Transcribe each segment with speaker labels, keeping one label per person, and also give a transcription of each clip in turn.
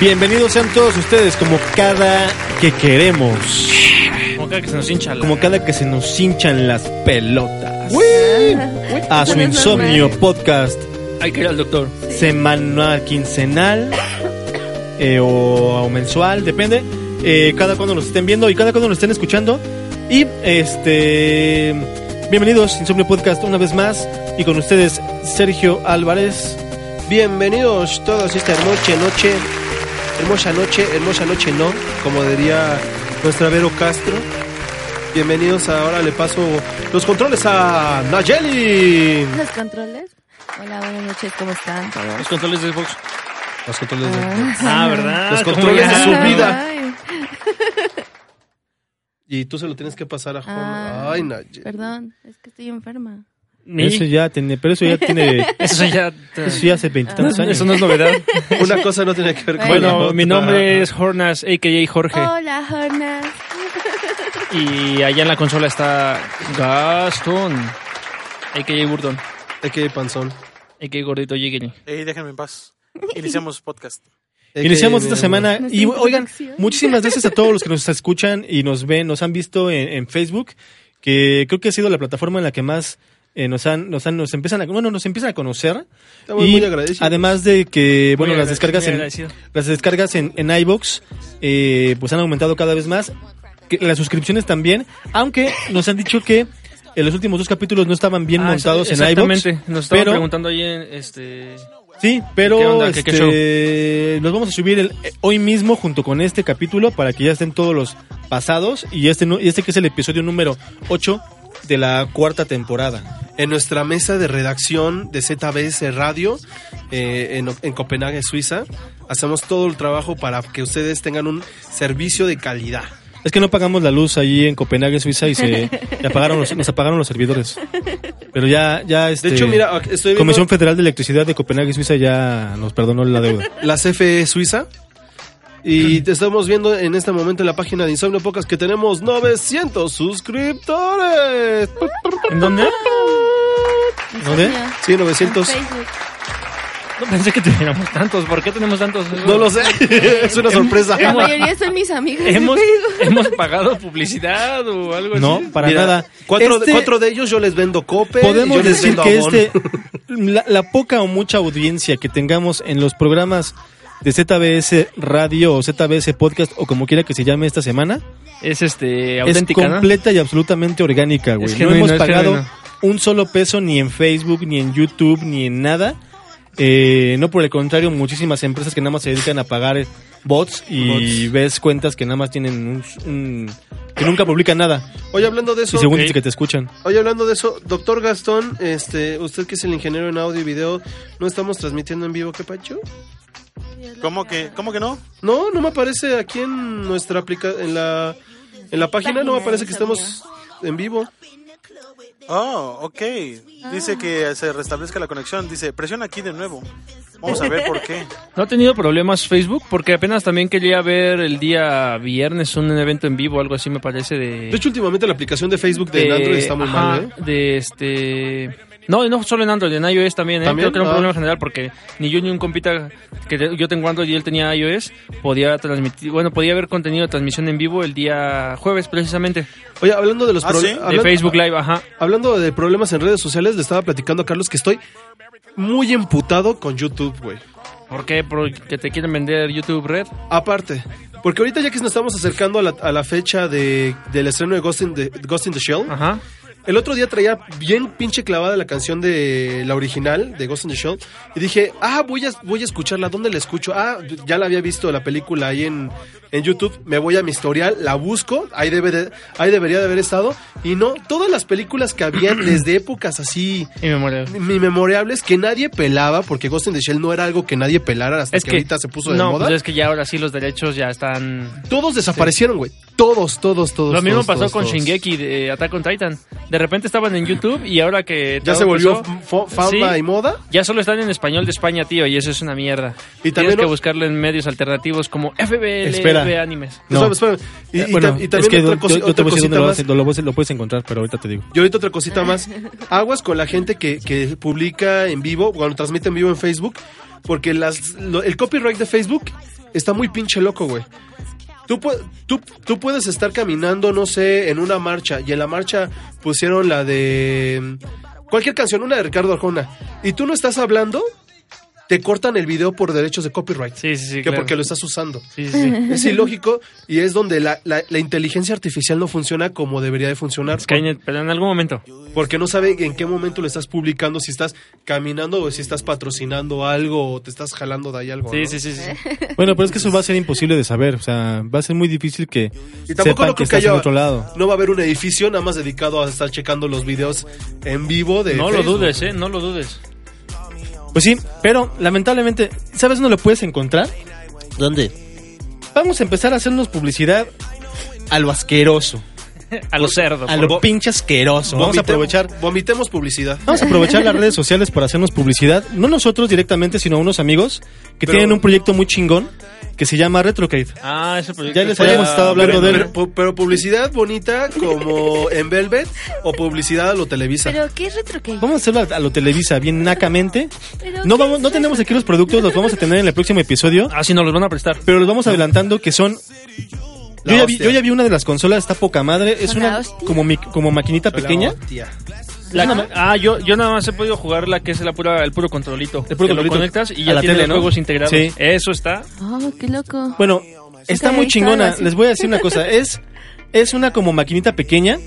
Speaker 1: Bienvenidos sean todos ustedes como cada que queremos,
Speaker 2: Como cada que se nos hincha la...
Speaker 1: como cada que se nos hinchan las pelotas. A su insomnio podcast
Speaker 2: Hay que ir al doctor.
Speaker 1: semanal, quincenal eh, o mensual, depende. eh, cada cuando nos estén viendo y cada cuando nos estén escuchando. Y este. Bienvenidos, Insomnio Podcast, una vez más. Y con ustedes, Sergio Álvarez.
Speaker 3: Bienvenidos todos esta noche, noche, hermosa noche, hermosa noche no, como diría nuestra Vero Castro. Bienvenidos, ahora le paso los controles a Nayeli.
Speaker 4: ¿Los controles? Hola, buenas noches, ¿cómo están?
Speaker 2: Los controles de Xbox.
Speaker 3: Los controles
Speaker 4: Ah.
Speaker 2: Ah, ¿verdad?
Speaker 3: Los
Speaker 2: ¿Cómo
Speaker 3: controles
Speaker 2: ya?
Speaker 3: de su vida.
Speaker 4: Ay,
Speaker 3: Y tú se lo tienes que pasar a Juan.
Speaker 4: Ah.
Speaker 3: Ay, Nayeli.
Speaker 4: perdón, es que estoy enferma.
Speaker 2: Ni-
Speaker 1: Eso ya tiene, pero eso ya tiene.
Speaker 2: Eso ya... te-
Speaker 1: Eso ya hace veintitantos años.
Speaker 2: Eso no es novedad.
Speaker 3: Una cosa no tiene que ver con la
Speaker 2: Bueno,
Speaker 3: otra.
Speaker 2: mi nombre es Hornas, a.k.a. Jorge.
Speaker 4: Hola, Jonas.
Speaker 2: Y allá en la consola está Gastón, a.k.a. Burdon,
Speaker 3: A.K.A. Panzón.
Speaker 2: a.k.a. Gordito Jiggly.
Speaker 5: Ey, déjenme en paz. Iniciamos podcast.
Speaker 3: AKA,
Speaker 1: Iniciamos
Speaker 3: mi
Speaker 1: esta
Speaker 3: amor.
Speaker 1: semana
Speaker 4: Nuestra
Speaker 1: y oigan,
Speaker 4: introducción.
Speaker 1: muchísimas gracias a todos los que nos escuchan y nos ven, nos han visto en, en Facebook, que creo que ha sido la plataforma en la que más eh, nos han, nos han, nos empiezan a, bueno, nos empiezan a conocer.
Speaker 3: Estamos
Speaker 1: y
Speaker 3: muy agradecidos.
Speaker 1: además de que, bueno,
Speaker 2: Muy
Speaker 1: las descargas en,
Speaker 2: agradecido, muy
Speaker 1: las descargas en, en iBox, eh, pues han aumentado cada vez más, que, las suscripciones también, aunque nos han dicho que en los últimos dos capítulos no estaban bien
Speaker 2: Ah,
Speaker 1: montados en iBox.
Speaker 2: exactamente. Nos estaban
Speaker 1: pero-
Speaker 2: preguntando ahí en este...
Speaker 1: Sí, pero
Speaker 2: ¿Qué onda? ¿Qué- qué
Speaker 1: este, los vamos a subir el- eh, hoy mismo junto con este capítulo para que ya estén todos los pasados y este, nu- y este que es el episodio número 8 de la cuarta temporada.
Speaker 3: en nuestra mesa de redacción de ZBS Radio eh, en, en Copenhague, Suiza. Hacemos todo el trabajo para que ustedes tengan un servicio de calidad.
Speaker 1: Es que no pagamos la luz ahí en Copenhague, Suiza y se y apagaron los, nos apagaron los servidores. Pero ya ya
Speaker 3: De
Speaker 1: este,
Speaker 3: hecho, mira, ac- estoy viendo
Speaker 1: Comisión Federal de Electricidad de Copenhague, Suiza ya nos perdonó la deuda.
Speaker 3: la CFE Suiza y te estamos viendo en este momento en la página de Insomnio Pocas que tenemos 900 suscriptores.
Speaker 2: ¿En dónde?
Speaker 1: ¿Dónde?
Speaker 4: Insomnio.
Speaker 3: Sí, 900.
Speaker 4: En Facebook.
Speaker 2: No pensé que teníamos tantos. ¿Por qué tenemos tantos?
Speaker 3: No lo sé, es una sorpresa.
Speaker 4: La mayoría son mis amigos. de
Speaker 2: ¿Hemos,
Speaker 4: Facebook.
Speaker 2: hemos pagado publicidad o algo
Speaker 1: No,
Speaker 2: así.
Speaker 1: para
Speaker 3: Mira,
Speaker 1: nada.
Speaker 3: Cuatro, de,
Speaker 1: Este-
Speaker 3: cuatro de ellos yo les vendo cope. yo
Speaker 1: podemos
Speaker 3: les
Speaker 1: decir
Speaker 3: vendo
Speaker 1: que
Speaker 3: Avon.
Speaker 1: este la, la poca o mucha audiencia que tengamos en los programas de ZBS Radio o ZBS Podcast o como quiera que se llame esta semana
Speaker 2: Es este, auténtica,
Speaker 1: es
Speaker 2: ¿no?
Speaker 1: completa y absolutamente orgánica, güey.
Speaker 2: Es
Speaker 1: no
Speaker 2: genuino,
Speaker 1: hemos
Speaker 2: es
Speaker 1: pagado
Speaker 2: genuino.
Speaker 1: un solo peso ni en Facebook, ni en YouTube, ni en nada. Eh, no, por el contrario, muchísimas empresas que nada más se dedican a pagar eh, bots y ves cuentas que nada más tienen un, un- que nunca publican nada
Speaker 3: Oye, hablando de eso, eh,
Speaker 1: y según
Speaker 2: ok.
Speaker 1: dice que te escuchan.
Speaker 3: Oye, hablando de eso, doctor Gastón, este, usted que es el ingeniero en audio y video, ¿no estamos transmitiendo en vivo, qué pacho?
Speaker 5: ¿Cómo que, ¿Cómo que no?
Speaker 3: No, no me aparece aquí en nuestra aplica en la en la página no me
Speaker 4: Página,
Speaker 3: aparece que
Speaker 4: Insomnio.
Speaker 3: estamos en vivo.
Speaker 5: Oh, ok. Dice que se restablezca la conexión. Dice, presiona aquí de nuevo. Vamos a ver por qué.
Speaker 2: ¿No ha tenido problemas Facebook? Porque apenas también quería ver el día viernes un evento en vivo, algo así me parece de...
Speaker 3: De hecho, últimamente la aplicación de Facebook de, Android está muy
Speaker 2: ajá,
Speaker 3: mal, ¿eh?
Speaker 2: De este... No, no solo en Android, en iOS también, ¿eh?
Speaker 3: ¿También?
Speaker 2: Creo que era un
Speaker 3: Ah.
Speaker 2: problema general porque ni yo ni un compita que te- yo tengo Android y él tenía iOS podía transmitir, bueno, podía haber contenido de transmisión en vivo el día jueves precisamente
Speaker 3: ¿eh? Oye, hablando de los
Speaker 5: Ah,
Speaker 3: proble-
Speaker 5: ¿sí? De
Speaker 2: de
Speaker 3: hablan-
Speaker 2: Facebook Live, ajá.
Speaker 3: Hablando de problemas en redes sociales, le estaba platicando a Carlos que estoy muy emputado con YouTube, güey.
Speaker 2: ¿Por qué? Porque te quieren vender YouTube Red.
Speaker 3: Aparte, porque ahorita ya que nos estamos acercando a la, a la fecha de, del estreno de Ghost in, the, Ghost in the Shell,
Speaker 2: Ajá.
Speaker 3: el otro día traía bien pinche clavada la canción de la original de Ghost in the Shell y dije, ah, voy a, voy a escucharla, ¿dónde la escucho? Ah, ya la había visto la película ahí en, en YouTube, me voy a mi historial, la busco, ahí, debe de- ahí debería de haber estado y no, todas las películas que habían desde épocas así...
Speaker 2: Y me muero.
Speaker 3: mi memorable es que nadie pelaba porque Ghost in the Shell no era algo que nadie pelara hasta
Speaker 2: Es
Speaker 3: que,
Speaker 2: que
Speaker 3: ahorita se puso de
Speaker 2: no,
Speaker 3: moda.
Speaker 2: pues es que ya ahora sí los derechos ya están
Speaker 3: Todos desaparecieron, güey. Todos, todos, todos.
Speaker 2: Lo mismo
Speaker 3: todos,
Speaker 2: pasó
Speaker 3: todos,
Speaker 2: con
Speaker 3: todos.
Speaker 2: Shingeki de Attack on Titan. De repente estaban en YouTube y ahora que
Speaker 3: Ya
Speaker 2: todo
Speaker 3: se volvió
Speaker 2: empezó,
Speaker 3: fo- fama
Speaker 2: Sí.
Speaker 3: y moda.
Speaker 2: ya solo están en español de España, tío, y eso es una mierda.
Speaker 3: Y
Speaker 2: Y
Speaker 3: también
Speaker 2: también que
Speaker 3: no-
Speaker 2: buscarlo en medios alternativos como FBL,
Speaker 1: Espera.
Speaker 2: FB animes.
Speaker 1: No.
Speaker 3: Espérame, espérame. Y,
Speaker 1: Eh,
Speaker 3: y
Speaker 1: bueno,
Speaker 3: tam- y
Speaker 1: es
Speaker 3: también
Speaker 1: que
Speaker 3: otra,
Speaker 1: yo-
Speaker 3: cosi-
Speaker 1: yo,
Speaker 3: otra
Speaker 1: te voy a decir
Speaker 3: cosita
Speaker 1: dónde lo,
Speaker 3: más.
Speaker 1: vas- lo vas- lo puedes encontrar, pero ahorita te digo.
Speaker 3: Y ahorita otra cosita más. Aguas con la gente que, que publica en vivo, cuando transmite en vivo en Facebook, porque las, lo- el copyright de Facebook está muy pinche loco, güey. Tú, pu- tú, tú puedes estar caminando, no sé, en una marcha, y en la marcha pusieron la de... mm, Cualquier canción, una de Ricardo Arjona, y tú no estás hablando, te cortan el video por derechos de copyright.
Speaker 2: Sí, sí, sí.
Speaker 3: que
Speaker 2: claro.
Speaker 3: porque lo estás usando.
Speaker 2: Sí, sí, sí.
Speaker 3: Es ilógico y es donde la, la- la inteligencia artificial no funciona como debería de funcionar.
Speaker 2: Skynet, pero en algún momento.
Speaker 3: Porque no sabe en qué momento lo estás publicando, si estás caminando o si estás patrocinando algo o te estás jalando de ahí algo.
Speaker 2: Sí,
Speaker 3: ¿no?
Speaker 2: sí, sí, sí.
Speaker 1: Bueno, pero es que eso va a ser imposible de saber. O sea, va a ser muy difícil que
Speaker 3: Y tampoco
Speaker 1: sepan que
Speaker 3: no creo que
Speaker 1: estás en
Speaker 3: haya,
Speaker 1: otro lado.
Speaker 3: no va a haber un edificio nada más dedicado a estar checando los videos en vivo de
Speaker 2: No lo
Speaker 3: Facebook.
Speaker 2: dudes, eh, no lo dudes.
Speaker 1: Pues sí, pero lamentablemente, ¿sabes dónde lo puedes encontrar?
Speaker 6: ¿Dónde?
Speaker 1: Vamos a empezar a hacernos publicidad a lo asqueroso,
Speaker 2: A lo cerdo.
Speaker 1: a
Speaker 2: por-
Speaker 1: lo pinche asqueroso. Vamos a
Speaker 3: Vomite-
Speaker 1: aprovechar
Speaker 3: Vomitemos publicidad.
Speaker 1: Vamos a aprovechar las redes sociales para hacernos publicidad, no nosotros directamente, sino unos amigos que
Speaker 3: Pero-
Speaker 1: tienen un proyecto muy chingón que se llama Retrocade.
Speaker 2: Ah, ese proyecto.
Speaker 1: Ya les
Speaker 2: está-
Speaker 1: habíamos estado hablando
Speaker 3: Pero,
Speaker 1: de él.
Speaker 3: pero- pu- pero publicidad bonita como en Velvet o publicidad a lo Televisa.
Speaker 4: Pero qué retroque.
Speaker 1: Vamos a hacerlo a- a lo Televisa bien nacamente.
Speaker 4: Pero
Speaker 1: No
Speaker 4: ¿qué
Speaker 1: vamos,
Speaker 4: es
Speaker 1: no tenemos aquí los productos, los vamos a tener en el próximo episodio,
Speaker 2: Ah, sí, nos los van a prestar.
Speaker 1: pero los vamos adelantando que son.
Speaker 3: La
Speaker 1: Yo ya, vi,
Speaker 3: hostia.
Speaker 1: yo ya vi una de las consolas, está poca madre, es
Speaker 4: Son la
Speaker 1: una
Speaker 4: hostia.
Speaker 1: como, mi- como maquinita pequeña.
Speaker 3: Hostia.
Speaker 2: La- ah, yo, yo nada más he podido jugar la que es la pura, el puro controlito.
Speaker 1: El puro
Speaker 2: Que
Speaker 1: controlito.
Speaker 2: Lo conectas y
Speaker 1: A
Speaker 2: ya
Speaker 1: la
Speaker 2: tiene
Speaker 1: tele, ¿no?
Speaker 2: los juegos integrados.
Speaker 1: Sí.
Speaker 2: Eso está.
Speaker 4: Oh, qué loco.
Speaker 1: Bueno, está
Speaker 4: Ok,
Speaker 1: muy
Speaker 4: claro,
Speaker 1: chingona.
Speaker 4: sí.
Speaker 1: Les voy a decir una cosa. Es, es una como maquinita pequeña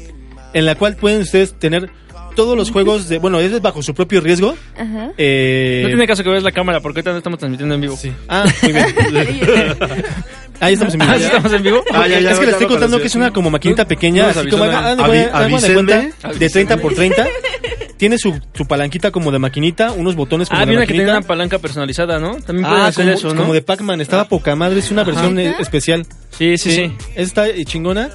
Speaker 1: en la cual pueden ustedes tener todos los juegos de... Bueno, es bajo su propio riesgo.
Speaker 4: Ajá.
Speaker 1: Eh,
Speaker 2: No tiene caso que veas la cámara porque ahorita no estamos transmitiendo en vivo.
Speaker 1: sí. Ah, muy bien. Ahí estamos en vivo.
Speaker 2: Ah, ¿sí estamos en vivo.
Speaker 3: Ah, ya, ya,
Speaker 1: es que
Speaker 3: ya,
Speaker 1: les estoy
Speaker 3: ya,
Speaker 1: contando
Speaker 3: ya,
Speaker 1: que es
Speaker 3: ya.
Speaker 1: una como maquinita pequeña,
Speaker 2: no nos
Speaker 1: así
Speaker 2: avisó
Speaker 1: como ah,
Speaker 2: nada.
Speaker 1: hagan de cuenta-
Speaker 3: Avi-
Speaker 1: hagan de cuenta,
Speaker 3: avísenme.
Speaker 1: de 30 por 30. Tiene su, su palanquita como de maquinita, unos botones como
Speaker 2: Ah,
Speaker 1: de
Speaker 2: viene que tiene
Speaker 1: maquinita.
Speaker 2: una palanca personalizada, ¿no? También pueden
Speaker 1: Ah,
Speaker 2: hacer
Speaker 1: como,
Speaker 2: eso, ¿no? Ah.
Speaker 1: como de Pac-Man, estaba poca madre, es una versión eh, especial.
Speaker 2: Sí, sí, sí.
Speaker 1: Está eh, chingona.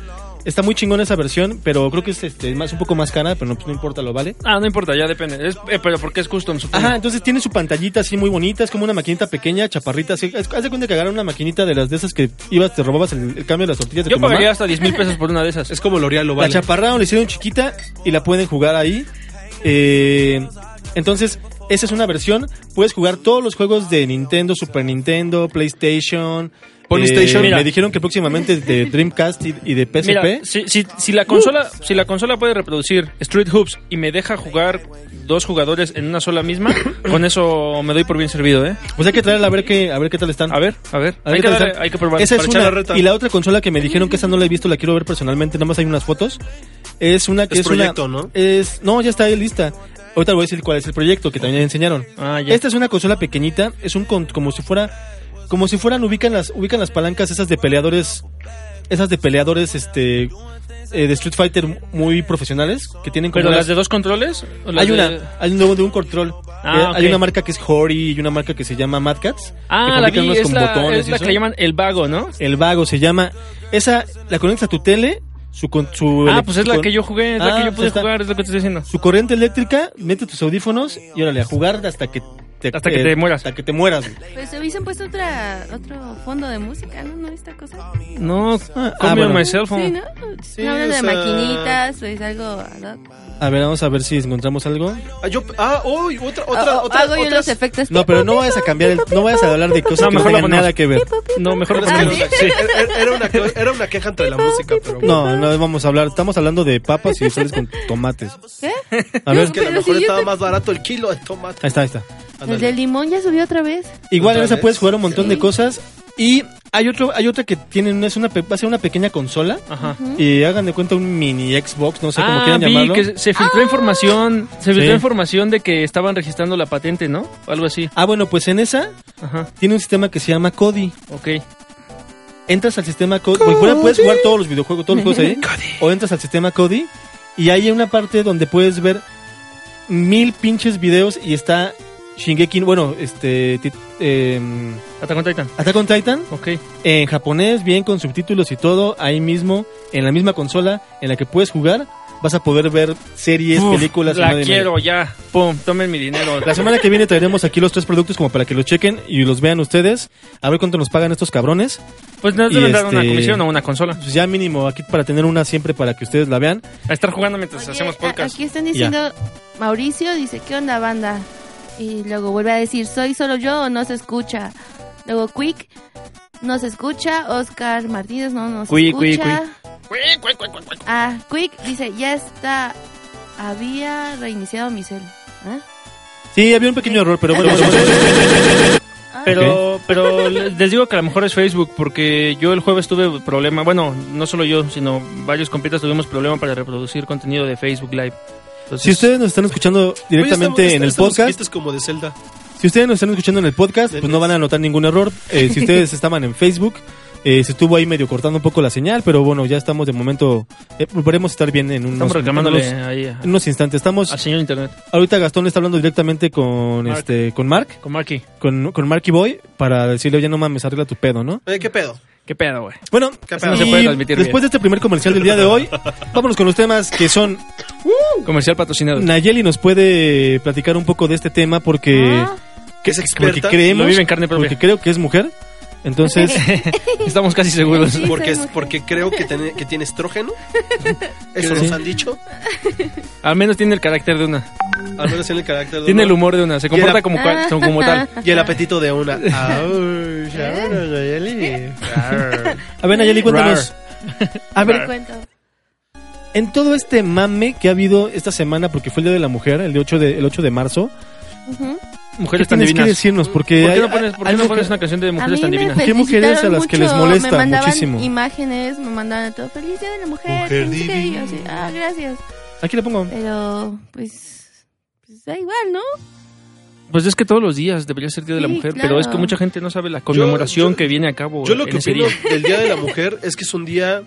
Speaker 1: Está muy chingona esa versión, pero creo que es este, más, un poco más cara, pero no, pues, no importa, lo vale.
Speaker 2: Ah, no importa, ya depende. Es- eh, pero porque es custom, supongo.
Speaker 1: Ajá, entonces tiene su pantallita así muy bonita, es como una maquinita pequeña, chaparrita. Así, Es- haz de cuenta que agarra una maquinita de las de esas que ibas, te robabas el, el cambio de las tortillas de
Speaker 2: Yo
Speaker 1: tu mamá.
Speaker 2: pagaría hasta 10 mil pesos por una de esas.
Speaker 3: Es como L'Oreal lo
Speaker 1: La
Speaker 3: vale.
Speaker 1: chaparraron, le hicieron chiquita y la pueden jugar ahí. Eh, entonces, esa es una versión. Puedes jugar todos los juegos de Nintendo, Super Nintendo, PlayStation. Eh,
Speaker 3: PlayStation.
Speaker 1: me
Speaker 2: Mira.
Speaker 1: dijeron que próximamente de Dreamcast y, y de PSP.
Speaker 2: Mira, si, si, si la consola, si la consola puede reproducir Street Hoops y me deja jugar dos jugadores en una sola misma, con eso me doy por bien servido, ¿eh?
Speaker 1: Pues hay que traerla a ver qué, a ver qué tal están.
Speaker 2: A ver, a ver.
Speaker 1: A ver
Speaker 2: hay,
Speaker 1: qué
Speaker 2: que
Speaker 1: tal
Speaker 2: darle-
Speaker 1: están.
Speaker 2: hay que probar.
Speaker 1: Esa
Speaker 2: para
Speaker 1: es
Speaker 2: echar la
Speaker 1: una.
Speaker 2: reta.
Speaker 1: Y la otra consola que me dijeron que esa no la he visto, la quiero ver personalmente. Nada más hay unas fotos. Es una que es,
Speaker 3: Es proyecto,
Speaker 1: una.
Speaker 3: ¿no?
Speaker 1: Es, no, ya está ahí lista. Ahorita voy a decir cuál es el proyecto que también enseñaron.
Speaker 2: Ah, ya.
Speaker 1: Esta es una consola pequeñita. Es un con- como si fuera. Como si fueran. Ubican las, ubican las palancas esas de peleadores. Esas de peleadores, este. eh, de Street Fighter muy profesionales. Que tienen como.
Speaker 2: ¿Pero las
Speaker 1: unas-
Speaker 2: de dos controles? ¿O las
Speaker 1: hay una,
Speaker 2: de-
Speaker 1: hay un nuevo de un control.
Speaker 2: Ah,
Speaker 1: Eh, Hay
Speaker 2: ok.
Speaker 1: una marca que es Hori y una marca que se llama Mad Cats.
Speaker 2: Ah,
Speaker 1: que
Speaker 2: la
Speaker 1: fabrican
Speaker 2: vi,
Speaker 1: unas
Speaker 2: es
Speaker 1: con
Speaker 2: la,
Speaker 1: botones
Speaker 2: es
Speaker 1: y
Speaker 2: la
Speaker 1: eso.
Speaker 2: que llaman el vago, ¿no?
Speaker 1: El Vago se llama. Esa la conectas a tu tele su, con- su
Speaker 2: Ah,
Speaker 1: elec-
Speaker 2: pues es la
Speaker 1: con-
Speaker 2: que yo jugué, es la
Speaker 1: Ah,
Speaker 2: que yo
Speaker 1: pues
Speaker 2: pude
Speaker 1: está.
Speaker 2: jugar, es lo que te estoy diciendo.
Speaker 1: su corriente eléctrica, mete tus audífonos y órale, a jugar hasta que te, eh,
Speaker 2: Hasta que te mueras.
Speaker 1: Hasta que te mueras. güey.
Speaker 4: Pues hubiesen puesto otra, otro fondo de música, ¿no? ¿No esta cosa?
Speaker 2: No,
Speaker 1: Ah,
Speaker 2: Call Me on
Speaker 1: bueno.
Speaker 2: My Cell Phone.
Speaker 4: Sí, ¿no? Hablan
Speaker 3: o
Speaker 4: de
Speaker 3: sea-
Speaker 4: maquinitas, pues algo... ad hoc.
Speaker 1: A ver, vamos a ver si encontramos algo.
Speaker 3: Ah, yo, ah, uy, otra,
Speaker 4: O-
Speaker 3: otra,
Speaker 4: o
Speaker 3: otra.
Speaker 4: oh, hago yo
Speaker 3: otras-
Speaker 4: los efectos.
Speaker 1: No, pero no vayas a cambiar, el- no vayas a hablar de cosas
Speaker 2: No,
Speaker 1: que no
Speaker 2: mejor la
Speaker 1: tengan
Speaker 2: ponemos.
Speaker 1: nada que ver.
Speaker 2: No,
Speaker 4: ¿Ah,
Speaker 2: mejor lo
Speaker 3: Era
Speaker 2: ponemos.
Speaker 3: una-
Speaker 2: Sí.
Speaker 3: era- era una, co- era una queja entre la música, pero bueno.
Speaker 1: No, no vamos a hablar, estamos hablando de papas y frijoles con tomates.
Speaker 4: ¿Eh?
Speaker 1: A ver,
Speaker 3: Es que a lo
Speaker 4: Pero si
Speaker 3: mejor
Speaker 4: yo
Speaker 3: estaba
Speaker 4: te-
Speaker 3: más barato el kilo de tomate.
Speaker 1: ahí está, ahí está.
Speaker 4: El del limón ya subió otra vez.
Speaker 1: Igual en
Speaker 3: ¿Otra
Speaker 1: esa
Speaker 3: vez?
Speaker 1: puedes jugar un montón de
Speaker 4: Sí.
Speaker 1: cosas y hay otro hay otra que tienen es una pe- va a ser una pequeña consola
Speaker 2: Ajá.
Speaker 1: y hagan de cuenta un mini Xbox, no sé cómo
Speaker 2: Ah,
Speaker 1: quieran
Speaker 2: vi
Speaker 1: llamarlo.
Speaker 2: que se
Speaker 4: Ah.
Speaker 2: filtró información, se filtró
Speaker 1: Sí.
Speaker 2: información de que estaban registrando la patente, ¿no? O algo así.
Speaker 1: Ah, bueno, pues en esa
Speaker 2: Ajá,
Speaker 1: tiene un sistema que se llama Cody.
Speaker 2: ok.
Speaker 1: Entras al sistema Cody, porque fuera puedes jugar todos los videojuegos, todos los juegos ahí. O entras al sistema Cody y hay una parte donde puedes ver mil pinches videos y está Shingeki, bueno, este ti- em,
Speaker 2: Attack on Titan.
Speaker 1: Attack on Titan
Speaker 2: Ok.
Speaker 1: en japonés, bien con subtítulos y todo, ahí mismo, en la misma consola en la que puedes jugar, vas a poder ver series,
Speaker 2: Uf,
Speaker 1: películas. y
Speaker 2: La
Speaker 1: nada de medio.
Speaker 2: quiero ya. Pum, tomen mi dinero.
Speaker 1: La semana que viene traeremos aquí los tres productos como para que los chequen y los vean ustedes, a ver cuánto nos pagan estos cabrones.
Speaker 2: Pues nos
Speaker 1: Y
Speaker 2: deben dar una
Speaker 1: este-
Speaker 2: comisión o una consola.
Speaker 1: Pues ya mínimo aquí para tener una siempre para que ustedes la vean.
Speaker 2: A estar jugando mientras
Speaker 1: Pues
Speaker 4: Oye,
Speaker 2: hacemos
Speaker 4: a-
Speaker 2: podcast.
Speaker 4: Aquí están diciendo, Mauricio dice, ¿qué onda banda? Y luego vuelve a decir, ¿soy solo yo o no se escucha? Luego Quick, no se escucha. Oscar Martínez, no nos
Speaker 2: Quick,
Speaker 4: escucha.
Speaker 2: quick,
Speaker 4: Ah, Quick dice, ya está, había reiniciado mi cel. ¿Ah?
Speaker 1: Sí, había un pequeño error, pero bueno. bueno, bueno.
Speaker 4: Ah,
Speaker 2: Pero, pero les digo que a lo mejor es Facebook, porque yo el jueves tuve problema. Bueno, no solo yo, sino varios compitas tuvimos problema para reproducir contenido de Facebook Live. Entonces,
Speaker 1: Si ustedes nos están escuchando directamente
Speaker 3: Oye, esta- esta-
Speaker 1: en el
Speaker 3: esta musiquita
Speaker 1: podcast,
Speaker 3: es como de Zelda.
Speaker 1: Si ustedes nos están escuchando en el podcast, pues no van a notar ningún error. Eh, si ustedes estaban en Facebook, eh, se estuvo ahí medio cortando un poco la señal, pero bueno, ya estamos de momento, eh, volveremos a estar bien en unos,
Speaker 2: estamos reclamándole
Speaker 1: en unos-
Speaker 2: ahí a-
Speaker 1: en unos instantes. Estamos,
Speaker 2: al señor Internet.
Speaker 1: ahorita Gastón está hablando directamente con
Speaker 2: Mark.
Speaker 1: este, con Mark,
Speaker 2: Como aquí.
Speaker 1: con, con Marky Boy, para decirle, oye, no mames, arregla tu pedo, ¿no?
Speaker 3: Oye, ¿qué pedo?
Speaker 2: ¿Qué pedo, güey?
Speaker 1: Bueno,
Speaker 2: No se
Speaker 1: y
Speaker 2: puede transmitir bien.
Speaker 1: después de este primer comercial del día de hoy, vámonos con los temas que son,
Speaker 2: Comercial patrocinado.
Speaker 1: Nayeli nos puede platicar un poco de este tema porque,
Speaker 4: Ah.
Speaker 3: Que es
Speaker 1: porque
Speaker 3: experta.
Speaker 1: creemos,
Speaker 2: Lo vive en carne propia.
Speaker 1: porque creo que es mujer, entonces...
Speaker 2: Estamos casi seguros.
Speaker 4: Sí,
Speaker 3: Porque,
Speaker 4: soy
Speaker 3: es,
Speaker 4: mujer.
Speaker 3: porque creo que, tiene- que tiene estrógeno. Eso
Speaker 1: Sí.
Speaker 3: nos han dicho.
Speaker 2: Al menos tiene el carácter de una.
Speaker 3: Al menos tiene el carácter de
Speaker 2: Tiene el
Speaker 3: uno.
Speaker 2: humor de una. Se comporta
Speaker 3: Quiera- Ah.
Speaker 2: como, cual- como tal.
Speaker 3: Y el apetito de una. Ah, Ay, ¿Eh?
Speaker 1: A ver, Nayeli, cuéntanos. A
Speaker 4: te
Speaker 1: ver,
Speaker 4: cuento.
Speaker 1: en todo este mame que ha habido esta semana, porque fue el Día de la Mujer, el, de 8, de, el 8 de marzo,
Speaker 4: Ujú.
Speaker 1: ¿qué
Speaker 2: Mujeres tan
Speaker 1: tienes que
Speaker 2: divinas.
Speaker 1: decirnos? Porque
Speaker 2: ¿Por qué no
Speaker 1: hay-
Speaker 2: pones, por qué
Speaker 1: hay
Speaker 2: no
Speaker 1: algo
Speaker 2: pones
Speaker 1: que-
Speaker 2: una canción de
Speaker 4: A
Speaker 2: mujeres
Speaker 4: mí
Speaker 2: tan
Speaker 4: me
Speaker 2: divinas?
Speaker 1: ¿Qué mujeres a las que les
Speaker 4: felicitaron
Speaker 1: molesta
Speaker 4: me mandaban
Speaker 1: muchísimo?
Speaker 4: imágenes, me mandaban todo feliz día de la mujer.
Speaker 3: Mujer
Speaker 4: que no sé qué", y yo así,
Speaker 3: divina.
Speaker 4: ah, gracias.
Speaker 1: Aquí le pongo.
Speaker 4: Pero, pues, pues da igual, ¿no?
Speaker 2: Pues es que todos los días debería ser Día de la
Speaker 4: Sí,
Speaker 2: Mujer,
Speaker 4: claro.
Speaker 2: pero es que mucha gente no sabe la conmemoración
Speaker 3: yo-
Speaker 2: que viene a cabo
Speaker 3: Yo lo
Speaker 2: en
Speaker 3: que
Speaker 2: ese
Speaker 3: opino
Speaker 2: día.
Speaker 3: del Día de la Mujer es que es un día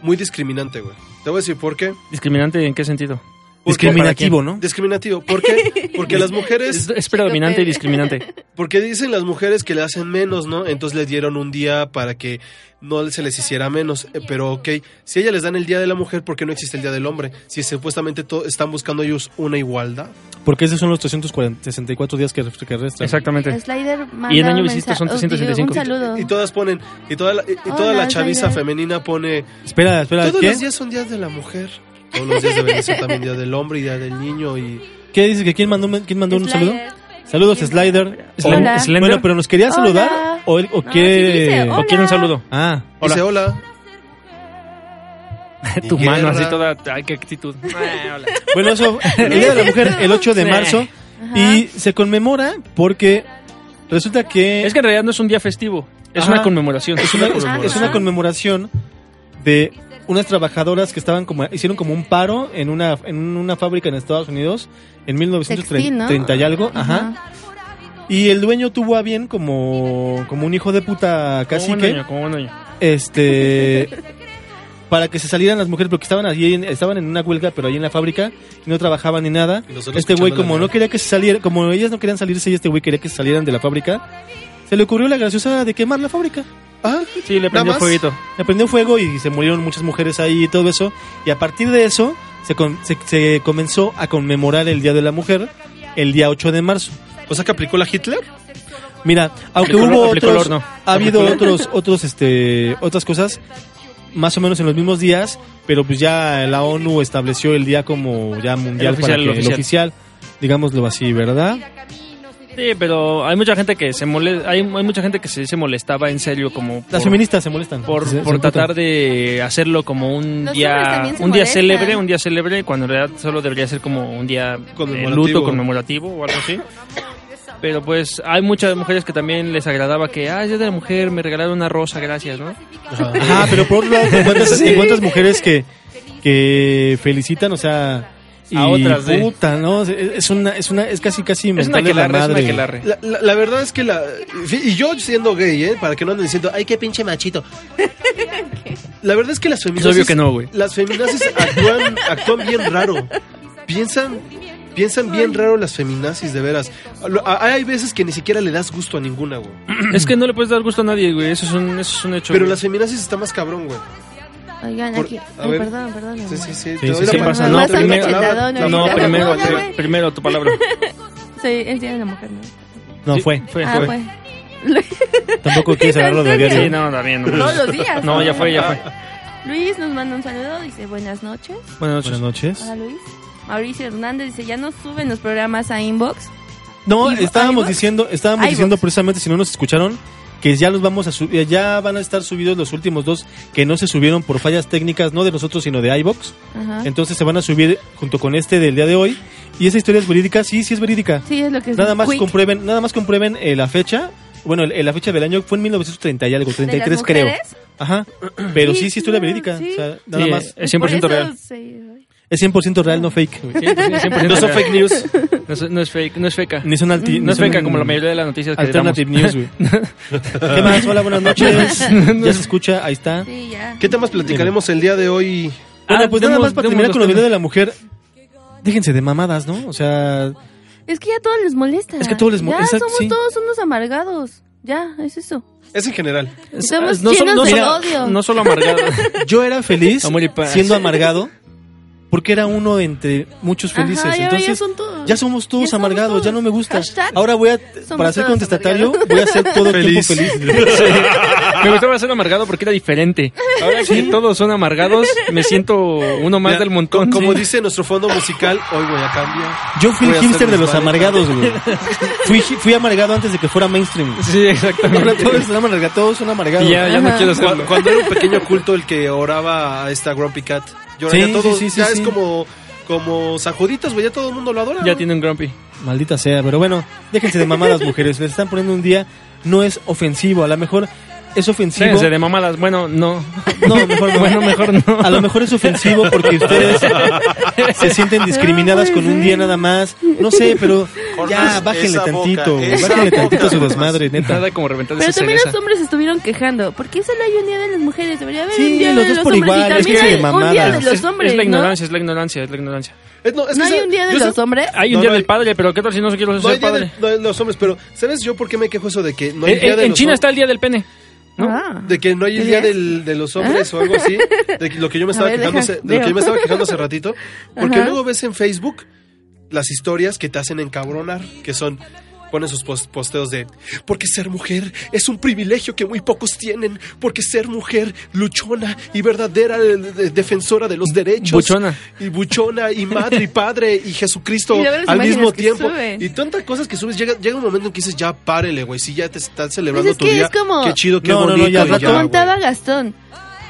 Speaker 3: muy discriminante, güey. Te voy a decir por qué.
Speaker 2: ¿Discriminante en qué sentido?
Speaker 3: Porque-
Speaker 1: Discriminativo, ¿no?
Speaker 3: Discriminativo. ¿Por qué? Porque las
Speaker 2: Es,
Speaker 3: mujeres,
Speaker 2: es predominante y discriminante.
Speaker 3: porque dicen las mujeres que le hacen menos, ¿no? Entonces le dieron un día para que no se les hiciera menos. Eh, Pero ok, si a ellas les dan el Día de la Mujer, ¿por qué no existe el Día del Hombre? Si supuestamente to- están buscando ellos una igualdad.
Speaker 1: Porque esos son los 364 días que, que restan.
Speaker 2: Exactamente.
Speaker 4: Slider manda
Speaker 2: Y en año
Speaker 4: un
Speaker 2: bisiesto son
Speaker 4: mensaje-
Speaker 2: 365.
Speaker 4: Un saludo.
Speaker 3: Y todas ponen, y toda la, y toda
Speaker 4: Ah. Hola,
Speaker 3: la chaviza
Speaker 4: Zaira.
Speaker 3: femenina pone,
Speaker 1: Espera, espera,
Speaker 3: todos
Speaker 1: ¿qué?
Speaker 3: los días son días de la mujer. Todos los días deben de ser también día del hombre y día del niño y...
Speaker 1: ¿Qué dices? ¿Que quién mandó, un- quién mandó un saludo?
Speaker 4: Slider.
Speaker 1: Saludos, Slider.
Speaker 4: Hola.
Speaker 1: Slider.
Speaker 2: Slender.
Speaker 1: Bueno, pero ¿nos quería
Speaker 4: Hola.
Speaker 1: saludar? ¿O, él- o
Speaker 4: No, sí
Speaker 1: quiere...?
Speaker 4: dice,
Speaker 2: ¿O quiere un saludo?
Speaker 1: Ah,
Speaker 3: Dice, hola.
Speaker 2: tu
Speaker 3: Guerra.
Speaker 2: mano así toda... Ay, qué actitud. Ah, hola.
Speaker 1: Bueno, eso, el Día de la Mujer, el 8 de
Speaker 2: Sí.
Speaker 1: marzo, y se conmemora porque resulta que
Speaker 2: Es que en realidad no es un día festivo, es
Speaker 1: Ajá.
Speaker 2: una conmemoración.
Speaker 1: es una,
Speaker 4: conmemoración.
Speaker 1: es una conmemoración de unas trabajadoras que estaban como hicieron como un paro en una en una fábrica en Estados Unidos en 1930
Speaker 4: Textil, ¿no?
Speaker 1: y algo, ajá. Y el dueño tuvo a bien como como un hijo de puta
Speaker 2: Como buen
Speaker 1: cacique,
Speaker 2: dueño, como buen dueño.
Speaker 1: este para que se salieran las mujeres porque estaban allí en- estaban en una huelga, pero ahí en la fábrica y no trabajaban ni nada.
Speaker 3: Y nosotros
Speaker 1: Este güey
Speaker 3: escuchando
Speaker 1: como
Speaker 3: la
Speaker 1: no
Speaker 3: radio.
Speaker 1: quería que se saliera, como ellas no querían salirse y este güey quería que se salieran de la fábrica, se le ocurrió la graciosa de quemar la fábrica.
Speaker 3: Ah,
Speaker 2: Sí, le
Speaker 3: ¿Nada
Speaker 2: prendió
Speaker 3: más?
Speaker 2: fueguito.
Speaker 1: Le prendió fuego y se murieron muchas mujeres ahí y todo eso. Y a partir de eso se, con- se- se comenzó a conmemorar el Día de la Mujer el día 8 de marzo.
Speaker 3: o sea que aplicó la Hitler.
Speaker 1: Mira, aunque
Speaker 2: Aplicó-
Speaker 1: hubo
Speaker 2: aplicó el
Speaker 1: otros,
Speaker 2: horno.
Speaker 1: ha habido otros, otros, este, otras cosas más o menos en los mismos días, pero pues ya la ONU estableció el día como ya mundial
Speaker 2: El
Speaker 1: para
Speaker 2: oficial,
Speaker 1: que
Speaker 2: el
Speaker 1: el oficial. digámoslo así, ¿verdad?
Speaker 2: Sí, pero hay mucha gente que se mole- hay, hay mucha gente que se, se molestaba en serio como
Speaker 1: Las
Speaker 2: por-
Speaker 1: feministas se molestan
Speaker 2: por,
Speaker 1: se- se
Speaker 2: por
Speaker 1: emputan.
Speaker 2: tratar de hacerlo como un
Speaker 4: Los hombres
Speaker 2: día
Speaker 4: también se
Speaker 2: un día
Speaker 4: molestan.
Speaker 2: célebre, un día célebre cuando en realidad solo debería ser como un día de
Speaker 3: Conmemorativo.
Speaker 2: luto conmemorativo o algo así. Pero pues hay muchas mujeres que también les agradaba que, ah, es Día de la mujer, me regalaron una rosa, gracias, ¿no?
Speaker 1: Ajá, pero por otro lado te encuentras, te encuentras mujeres que, que felicitan, o sea, y
Speaker 2: A otras, ¿eh?
Speaker 1: puta, ¿no? Es- Es una, es una, es casi, casi
Speaker 2: Es
Speaker 1: mental
Speaker 2: una
Speaker 1: la
Speaker 2: aquelarre, es una
Speaker 1: madre.
Speaker 2: aquelarre.
Speaker 3: La, la- la verdad es que la. Y yo siendo gay, ¿eh? Para que no anden diciendo, ay, qué pinche machito. La verdad es que las
Speaker 2: Es
Speaker 3: feministas.
Speaker 2: obvio que no, güey.
Speaker 3: Las feminazis actúan, actúan bien raro. Piensan, piensan bien raro las feminazis, de veras. Lo- a- Hay veces que ni siquiera le das gusto a ninguna, güey.
Speaker 2: es que no le puedes dar gusto a nadie, güey, eso es un, eso es un hecho.
Speaker 3: Pero
Speaker 2: güey.
Speaker 3: las feminazis está más cabrón, güey.
Speaker 4: Oigan,
Speaker 3: Por-
Speaker 4: aquí.
Speaker 3: a
Speaker 4: Ay,
Speaker 3: ver.
Speaker 4: perdón, perdón.
Speaker 3: Sí, sí, sí. te
Speaker 1: sí,
Speaker 3: doy la
Speaker 1: sí
Speaker 3: palabra.
Speaker 1: pasa,
Speaker 3: Te
Speaker 1: ¿no?
Speaker 3: doy la
Speaker 4: Primero-
Speaker 3: palabra.
Speaker 4: cachetadón
Speaker 2: No,
Speaker 4: ahorita.
Speaker 2: primero,
Speaker 4: No, güey.
Speaker 2: primero tu palabra.
Speaker 4: Soy el día de la mujer, ¿no?
Speaker 1: No,
Speaker 2: Sí,
Speaker 1: fue.
Speaker 2: fue,
Speaker 4: ah,
Speaker 2: fue.
Speaker 4: pues.
Speaker 1: Tampoco quieres hablarlo de
Speaker 4: Antonio.
Speaker 1: diario.
Speaker 2: Sí, no, también. No,
Speaker 4: Todos los días.
Speaker 2: No, ya fue, ya fue.
Speaker 4: Luis nos manda un saludo, dice buenas noches.
Speaker 2: Buenas noches.
Speaker 1: Buenas noches.
Speaker 4: Hola Luis. Mauricio Hernández dice, ya no suben los programas a inbox.
Speaker 1: No,
Speaker 4: ¿Y vos-
Speaker 1: estábamos
Speaker 4: iVoox?
Speaker 1: diciendo, estábamos
Speaker 4: iVoox.
Speaker 1: diciendo precisamente, si no nos escucharon, que ya los vamos a subir, ya van a estar subidos los últimos dos que no se subieron por fallas técnicas, no de nosotros, sino de iBox.
Speaker 4: Ajá.
Speaker 1: Entonces se van a subir junto con este del día de hoy. Y esa historia es verídica, sí, sí es verídica.
Speaker 4: Sí, es lo que es.
Speaker 1: Nada más
Speaker 4: Quick.
Speaker 1: comprueben, nada más comprueben eh, la fecha. Bueno, el- la fecha del año fue en 1930 y algo,
Speaker 4: ¿De las
Speaker 1: 33 creo.
Speaker 4: mujeres?
Speaker 1: Ajá. Pero sí, sí, historia
Speaker 4: claro,
Speaker 1: verídica.
Speaker 4: sí.
Speaker 1: O sea, nada
Speaker 2: Sí,
Speaker 1: más.
Speaker 2: Es
Speaker 4: Por
Speaker 2: 100%
Speaker 4: eso
Speaker 2: real.
Speaker 4: se-
Speaker 1: Es 100% real,
Speaker 4: Ah.
Speaker 1: no fake. güey.
Speaker 2: No son fake news. No es, no es fake, no es feca.
Speaker 1: Ni son alti-
Speaker 2: Mm, No es
Speaker 1: son
Speaker 2: feca como la mayoría de las noticias que
Speaker 1: Alternative News, güey. ¿Qué más? Hola, buenas noches. Ya se escucha, ahí está.
Speaker 4: Sí, ya.
Speaker 3: ¿Qué temas platicaremos el día de hoy?
Speaker 2: Ah,
Speaker 1: Bueno, pues nada
Speaker 2: demos-
Speaker 1: más para
Speaker 2: demos
Speaker 1: terminar
Speaker 2: los
Speaker 1: con los videos
Speaker 2: temas.
Speaker 1: de la mujer. Déjense de mamadas, ¿no? O sea,
Speaker 4: Es que ya a todos les molesta.
Speaker 1: Es que a todos les mo-
Speaker 4: Ya
Speaker 1: exacto,
Speaker 4: somos
Speaker 1: sí.
Speaker 4: todos unos amargados. Ya, es eso.
Speaker 3: Es en general.
Speaker 4: Estamos
Speaker 2: No solo-
Speaker 4: llenos
Speaker 2: no
Speaker 4: de
Speaker 2: solo-
Speaker 4: odio.
Speaker 2: No solo amargado.
Speaker 1: yo era feliz
Speaker 2: Amor y paz.
Speaker 1: siendo amargado porque era uno entre muchos
Speaker 4: Ajá,
Speaker 1: felices.
Speaker 4: ya, ya
Speaker 1: Entonces,
Speaker 4: son todos.
Speaker 1: ya somos
Speaker 4: Ya
Speaker 1: todos
Speaker 4: somos
Speaker 1: amargados,
Speaker 4: todos.
Speaker 1: ya no me gusta.
Speaker 4: Hashtag,
Speaker 1: Ahora voy a, para ser
Speaker 4: todos
Speaker 1: contestatario,
Speaker 4: amargados.
Speaker 1: voy a ser todo el tiempo feliz.
Speaker 2: Me gustaba ser amargado porque era diferente. Ahora que todos son amargados, me siento uno más
Speaker 3: Mira,
Speaker 2: del montón.
Speaker 3: co- Como
Speaker 2: sí.
Speaker 3: dice nuestro fondo musical, hoy voy a cambiar.
Speaker 1: Yo fui
Speaker 3: Voy
Speaker 1: el
Speaker 3: a
Speaker 1: hipster de
Speaker 3: hacer mis
Speaker 1: los
Speaker 3: maletas.
Speaker 1: amargados, güey. Fui, fui amargado antes de que fuera mainstream. güey.
Speaker 2: Sí, exactamente.
Speaker 1: Ahora todos son amargados, todos son amargados.
Speaker 2: Y ya, ya no
Speaker 4: Ajá.
Speaker 2: quiero
Speaker 3: Cu-
Speaker 2: hacerlo.
Speaker 3: Cuando, era un pequeño culto el que oraba a esta Grumpy Cat. Yo
Speaker 1: Sí,
Speaker 3: ya todo,
Speaker 1: sí, sí, sí,
Speaker 3: ya es
Speaker 1: sí.
Speaker 3: como, como San Juditas, güey, ya todo el mundo lo adora.
Speaker 2: Ya
Speaker 3: güey.
Speaker 2: tiene un grumpy.
Speaker 1: Maldita sea, pero bueno, déjense de mamadas, mujeres. Les están poniendo un día, no es ofensivo. A lo mejor es ofensivo.
Speaker 2: Déjense de mamadas. Bueno, no.
Speaker 1: No, mejor no.
Speaker 2: Bueno, mejor no.
Speaker 1: A lo mejor es ofensivo porque ustedes se sienten discriminadas con un día nada más. No sé, pero ya,
Speaker 5: Cortas
Speaker 1: bájenle
Speaker 5: esa
Speaker 1: tantito.
Speaker 5: boca, esa
Speaker 1: Bájenle
Speaker 5: boca,
Speaker 1: tantito a su
Speaker 5: Tomás.
Speaker 1: desmadre, neta.
Speaker 2: Nada como reventar
Speaker 4: Pero
Speaker 2: esa
Speaker 4: también
Speaker 2: cereza.
Speaker 4: los hombres estuvieron quejando. ¿Por qué solo hay un día de las mujeres? Debería haber
Speaker 1: Sí,
Speaker 4: un día
Speaker 1: los
Speaker 4: de
Speaker 1: dos
Speaker 4: los
Speaker 1: por
Speaker 4: hombres.
Speaker 1: igual,
Speaker 4: y
Speaker 1: es que
Speaker 4: también
Speaker 1: se
Speaker 4: hay un día de
Speaker 1: mamadas.
Speaker 4: los
Speaker 2: Es-
Speaker 4: hombres,
Speaker 2: es la
Speaker 4: ¿no?
Speaker 2: ignorancia, es la ignorancia, es la ignorancia.
Speaker 3: Es- no, es
Speaker 4: ¿No
Speaker 3: que
Speaker 4: hay
Speaker 3: sa-
Speaker 4: un día de
Speaker 3: yo sa-
Speaker 4: los hombres?
Speaker 2: Hay un
Speaker 3: No,
Speaker 2: día
Speaker 3: no
Speaker 2: del
Speaker 3: hay-
Speaker 2: padre, pero ¿qué tal si no quiero
Speaker 3: No
Speaker 2: ser
Speaker 3: hay día
Speaker 2: padre?
Speaker 3: de, no hay de los hombres, pero ¿sabes yo por qué me quejo eso de que no hay
Speaker 2: En-
Speaker 3: día
Speaker 2: en
Speaker 3: de
Speaker 2: en
Speaker 3: los
Speaker 2: China
Speaker 3: hom-
Speaker 2: está el día del pene. ¿no?
Speaker 4: Ah.
Speaker 3: De que no hay el
Speaker 4: ¿Qué
Speaker 3: día
Speaker 4: día es?
Speaker 3: del- de los hombres o algo así. De que lo que yo
Speaker 4: A
Speaker 3: me estaba
Speaker 4: ver,
Speaker 3: quejando,
Speaker 4: deja,
Speaker 3: hace- de lo que
Speaker 4: veo.
Speaker 3: yo me estaba quejando hace ratito. Porque
Speaker 4: Ajá.
Speaker 3: luego ves en Facebook las historias que te hacen encabronar, que son ponen sus pos- posteos de porque ser mujer es un privilegio que muy pocos tienen, porque ser mujer luchona y verdadera de- de- defensora de los derechos
Speaker 2: Buchona.
Speaker 3: y buchona y madre y padre y Jesucristo
Speaker 4: Y luego las
Speaker 3: al
Speaker 4: imágenes
Speaker 3: mismo
Speaker 4: que
Speaker 3: tiempo
Speaker 4: suben.
Speaker 3: y tantas cosas que subes llega, llega un momento en que dices ya párele güey si ya te estás celebrando
Speaker 4: Pues es
Speaker 3: tu
Speaker 4: que
Speaker 3: día
Speaker 4: es como-
Speaker 3: qué chido qué
Speaker 1: No, no, no,
Speaker 3: bonito
Speaker 1: ya,
Speaker 3: y
Speaker 1: al
Speaker 4: Lo
Speaker 1: rato-
Speaker 3: ya, güey.
Speaker 4: comentaba Gastón.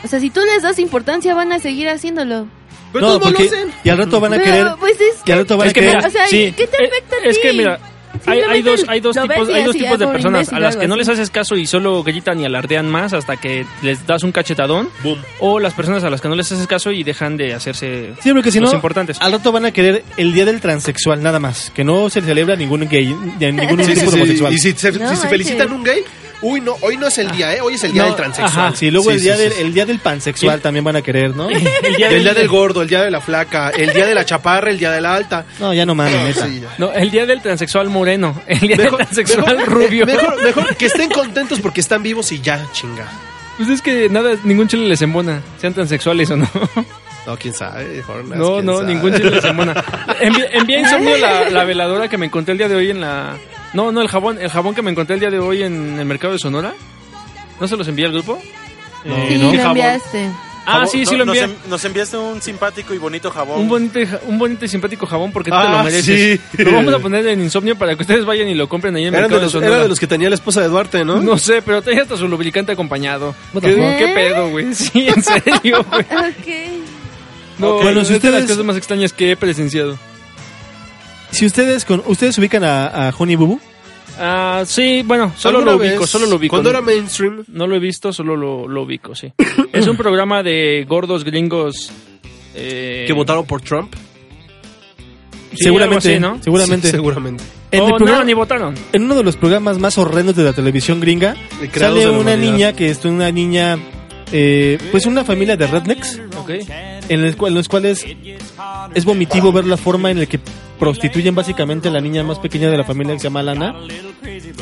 Speaker 4: O sea, si tú les das importancia, van a seguir haciéndolo.
Speaker 3: Pero
Speaker 1: No,
Speaker 3: todos lo
Speaker 1: porque.
Speaker 3: hacen.
Speaker 1: Y al rato van a
Speaker 4: Pero,
Speaker 1: querer.
Speaker 4: pues es
Speaker 1: Y al rato van a
Speaker 2: Es que
Speaker 1: querer.
Speaker 2: mira,
Speaker 4: O sea,
Speaker 2: sí. eh,
Speaker 4: ¿qué te afecta a
Speaker 2: Es que
Speaker 4: ti?
Speaker 2: mira, hay, hay dos, hay dos
Speaker 4: Lo ves
Speaker 2: tipos,
Speaker 4: y
Speaker 2: hay dos
Speaker 4: así,
Speaker 2: tipos de
Speaker 4: ah, por
Speaker 2: personas
Speaker 4: imbécil
Speaker 2: a
Speaker 4: o
Speaker 2: las
Speaker 4: algo
Speaker 2: que no
Speaker 4: así.
Speaker 2: les haces caso y solo gritan y alardean más hasta que les das un cachetadón. O las personas a las que no les haces caso y dejan de hacerse
Speaker 1: Sí, porque si
Speaker 2: los
Speaker 1: no,
Speaker 2: importantes.
Speaker 1: al rato van a querer el día del transexual, nada más. Que no se celebra ningún gay, de ningún
Speaker 3: Sí, sí,
Speaker 1: tipo de
Speaker 3: sí.
Speaker 1: homosexual.
Speaker 3: Y si se,
Speaker 4: No
Speaker 3: si se
Speaker 4: manches.
Speaker 3: felicitan un gay, Uy, no, hoy no es el día, ¿eh? Hoy es el día
Speaker 1: No,
Speaker 3: del transexual.
Speaker 1: Ajá, sí, luego el,
Speaker 3: sí,
Speaker 1: día
Speaker 3: sí,
Speaker 1: del,
Speaker 3: sí.
Speaker 1: el día del pansexual también van a querer, ¿no?
Speaker 2: El día
Speaker 3: El día
Speaker 2: del,
Speaker 3: del gordo, el día de la flaca, el día de la chaparra, el día de la alta.
Speaker 1: No, ya no mames, Ah, neta.
Speaker 3: Sí, ya.
Speaker 2: no, el día del transexual moreno. El día del transexual
Speaker 3: mejor-
Speaker 2: rubio.
Speaker 3: me- Mejor, mejor que estén contentos porque están vivos y ya, chinga.
Speaker 2: Pues es que nada, ningún chile les embona, sean transexuales o no.
Speaker 3: No, quién sabe, Jonas,
Speaker 2: No,
Speaker 3: quién
Speaker 2: no,
Speaker 3: sabe.
Speaker 2: ningún chile les embona. Envi- Envié a insomnio la, la veladora que me encontré el día de hoy en la. No, no, el jabón, el jabón que me encontré el día de hoy en el mercado de Sonora. ¿No se los envié al grupo?
Speaker 4: Sí,
Speaker 1: ¿no?
Speaker 4: lo
Speaker 1: Qué jabón.
Speaker 4: enviaste.
Speaker 2: Ah, sí, sí lo
Speaker 5: nos,
Speaker 2: envié.
Speaker 5: en- nos enviaste un simpático y bonito jabón.
Speaker 2: Un bonito, y ja- un bonito y simpático jabón porque tú te
Speaker 3: Ah,
Speaker 2: lo mereces.
Speaker 3: sí.
Speaker 2: Lo vamos a poner en insomnio para que ustedes vayan y lo compren ahí en el
Speaker 3: Eran de
Speaker 2: mercado de
Speaker 3: los-
Speaker 2: Sonora.
Speaker 3: era de los que tenía la esposa de Duarte, ¿no?
Speaker 2: ¿No? sé, pero tenía hasta su lubricante acompañado.
Speaker 1: What the
Speaker 2: ¿Qué,
Speaker 4: fuck?
Speaker 2: qué pedo, güey? Sí, en serio, güey.
Speaker 4: Ok.
Speaker 2: No,
Speaker 1: Ok. Bueno, si
Speaker 2: es de las
Speaker 1: ustedes-
Speaker 2: cosas más extrañas que he presenciado.
Speaker 1: Si ustedes con ustedes ubican a, a Honey Boo Boo,
Speaker 2: Ah, sí, bueno, solo
Speaker 3: ¿Alguna
Speaker 2: lo ubico,
Speaker 3: vez,
Speaker 2: solo lo ubico.
Speaker 3: Cuando
Speaker 2: No-
Speaker 3: era mainstream.
Speaker 2: No lo he visto, solo lo, lo ubico, sí. es un programa de gordos gringos. eh,
Speaker 3: Que votaron por Trump.
Speaker 2: sí,
Speaker 1: seguramente,
Speaker 2: algo así, ¿no?
Speaker 1: seguramente.
Speaker 3: Sí, seguramente.
Speaker 1: En, el
Speaker 2: Oh,
Speaker 1: programa-
Speaker 2: no, ni votaron.
Speaker 1: en uno de los programas más horrendos de la televisión gringa,
Speaker 3: De creados
Speaker 1: sale
Speaker 3: de la
Speaker 1: una
Speaker 3: humanidad.
Speaker 1: niña que es una niña, eh, pues una familia de rednecks,
Speaker 2: Ok.
Speaker 1: en, el cual- en los cuales es vomitivo ver la forma en la que prostituyen básicamente a la niña más pequeña de la familia que se llama Lana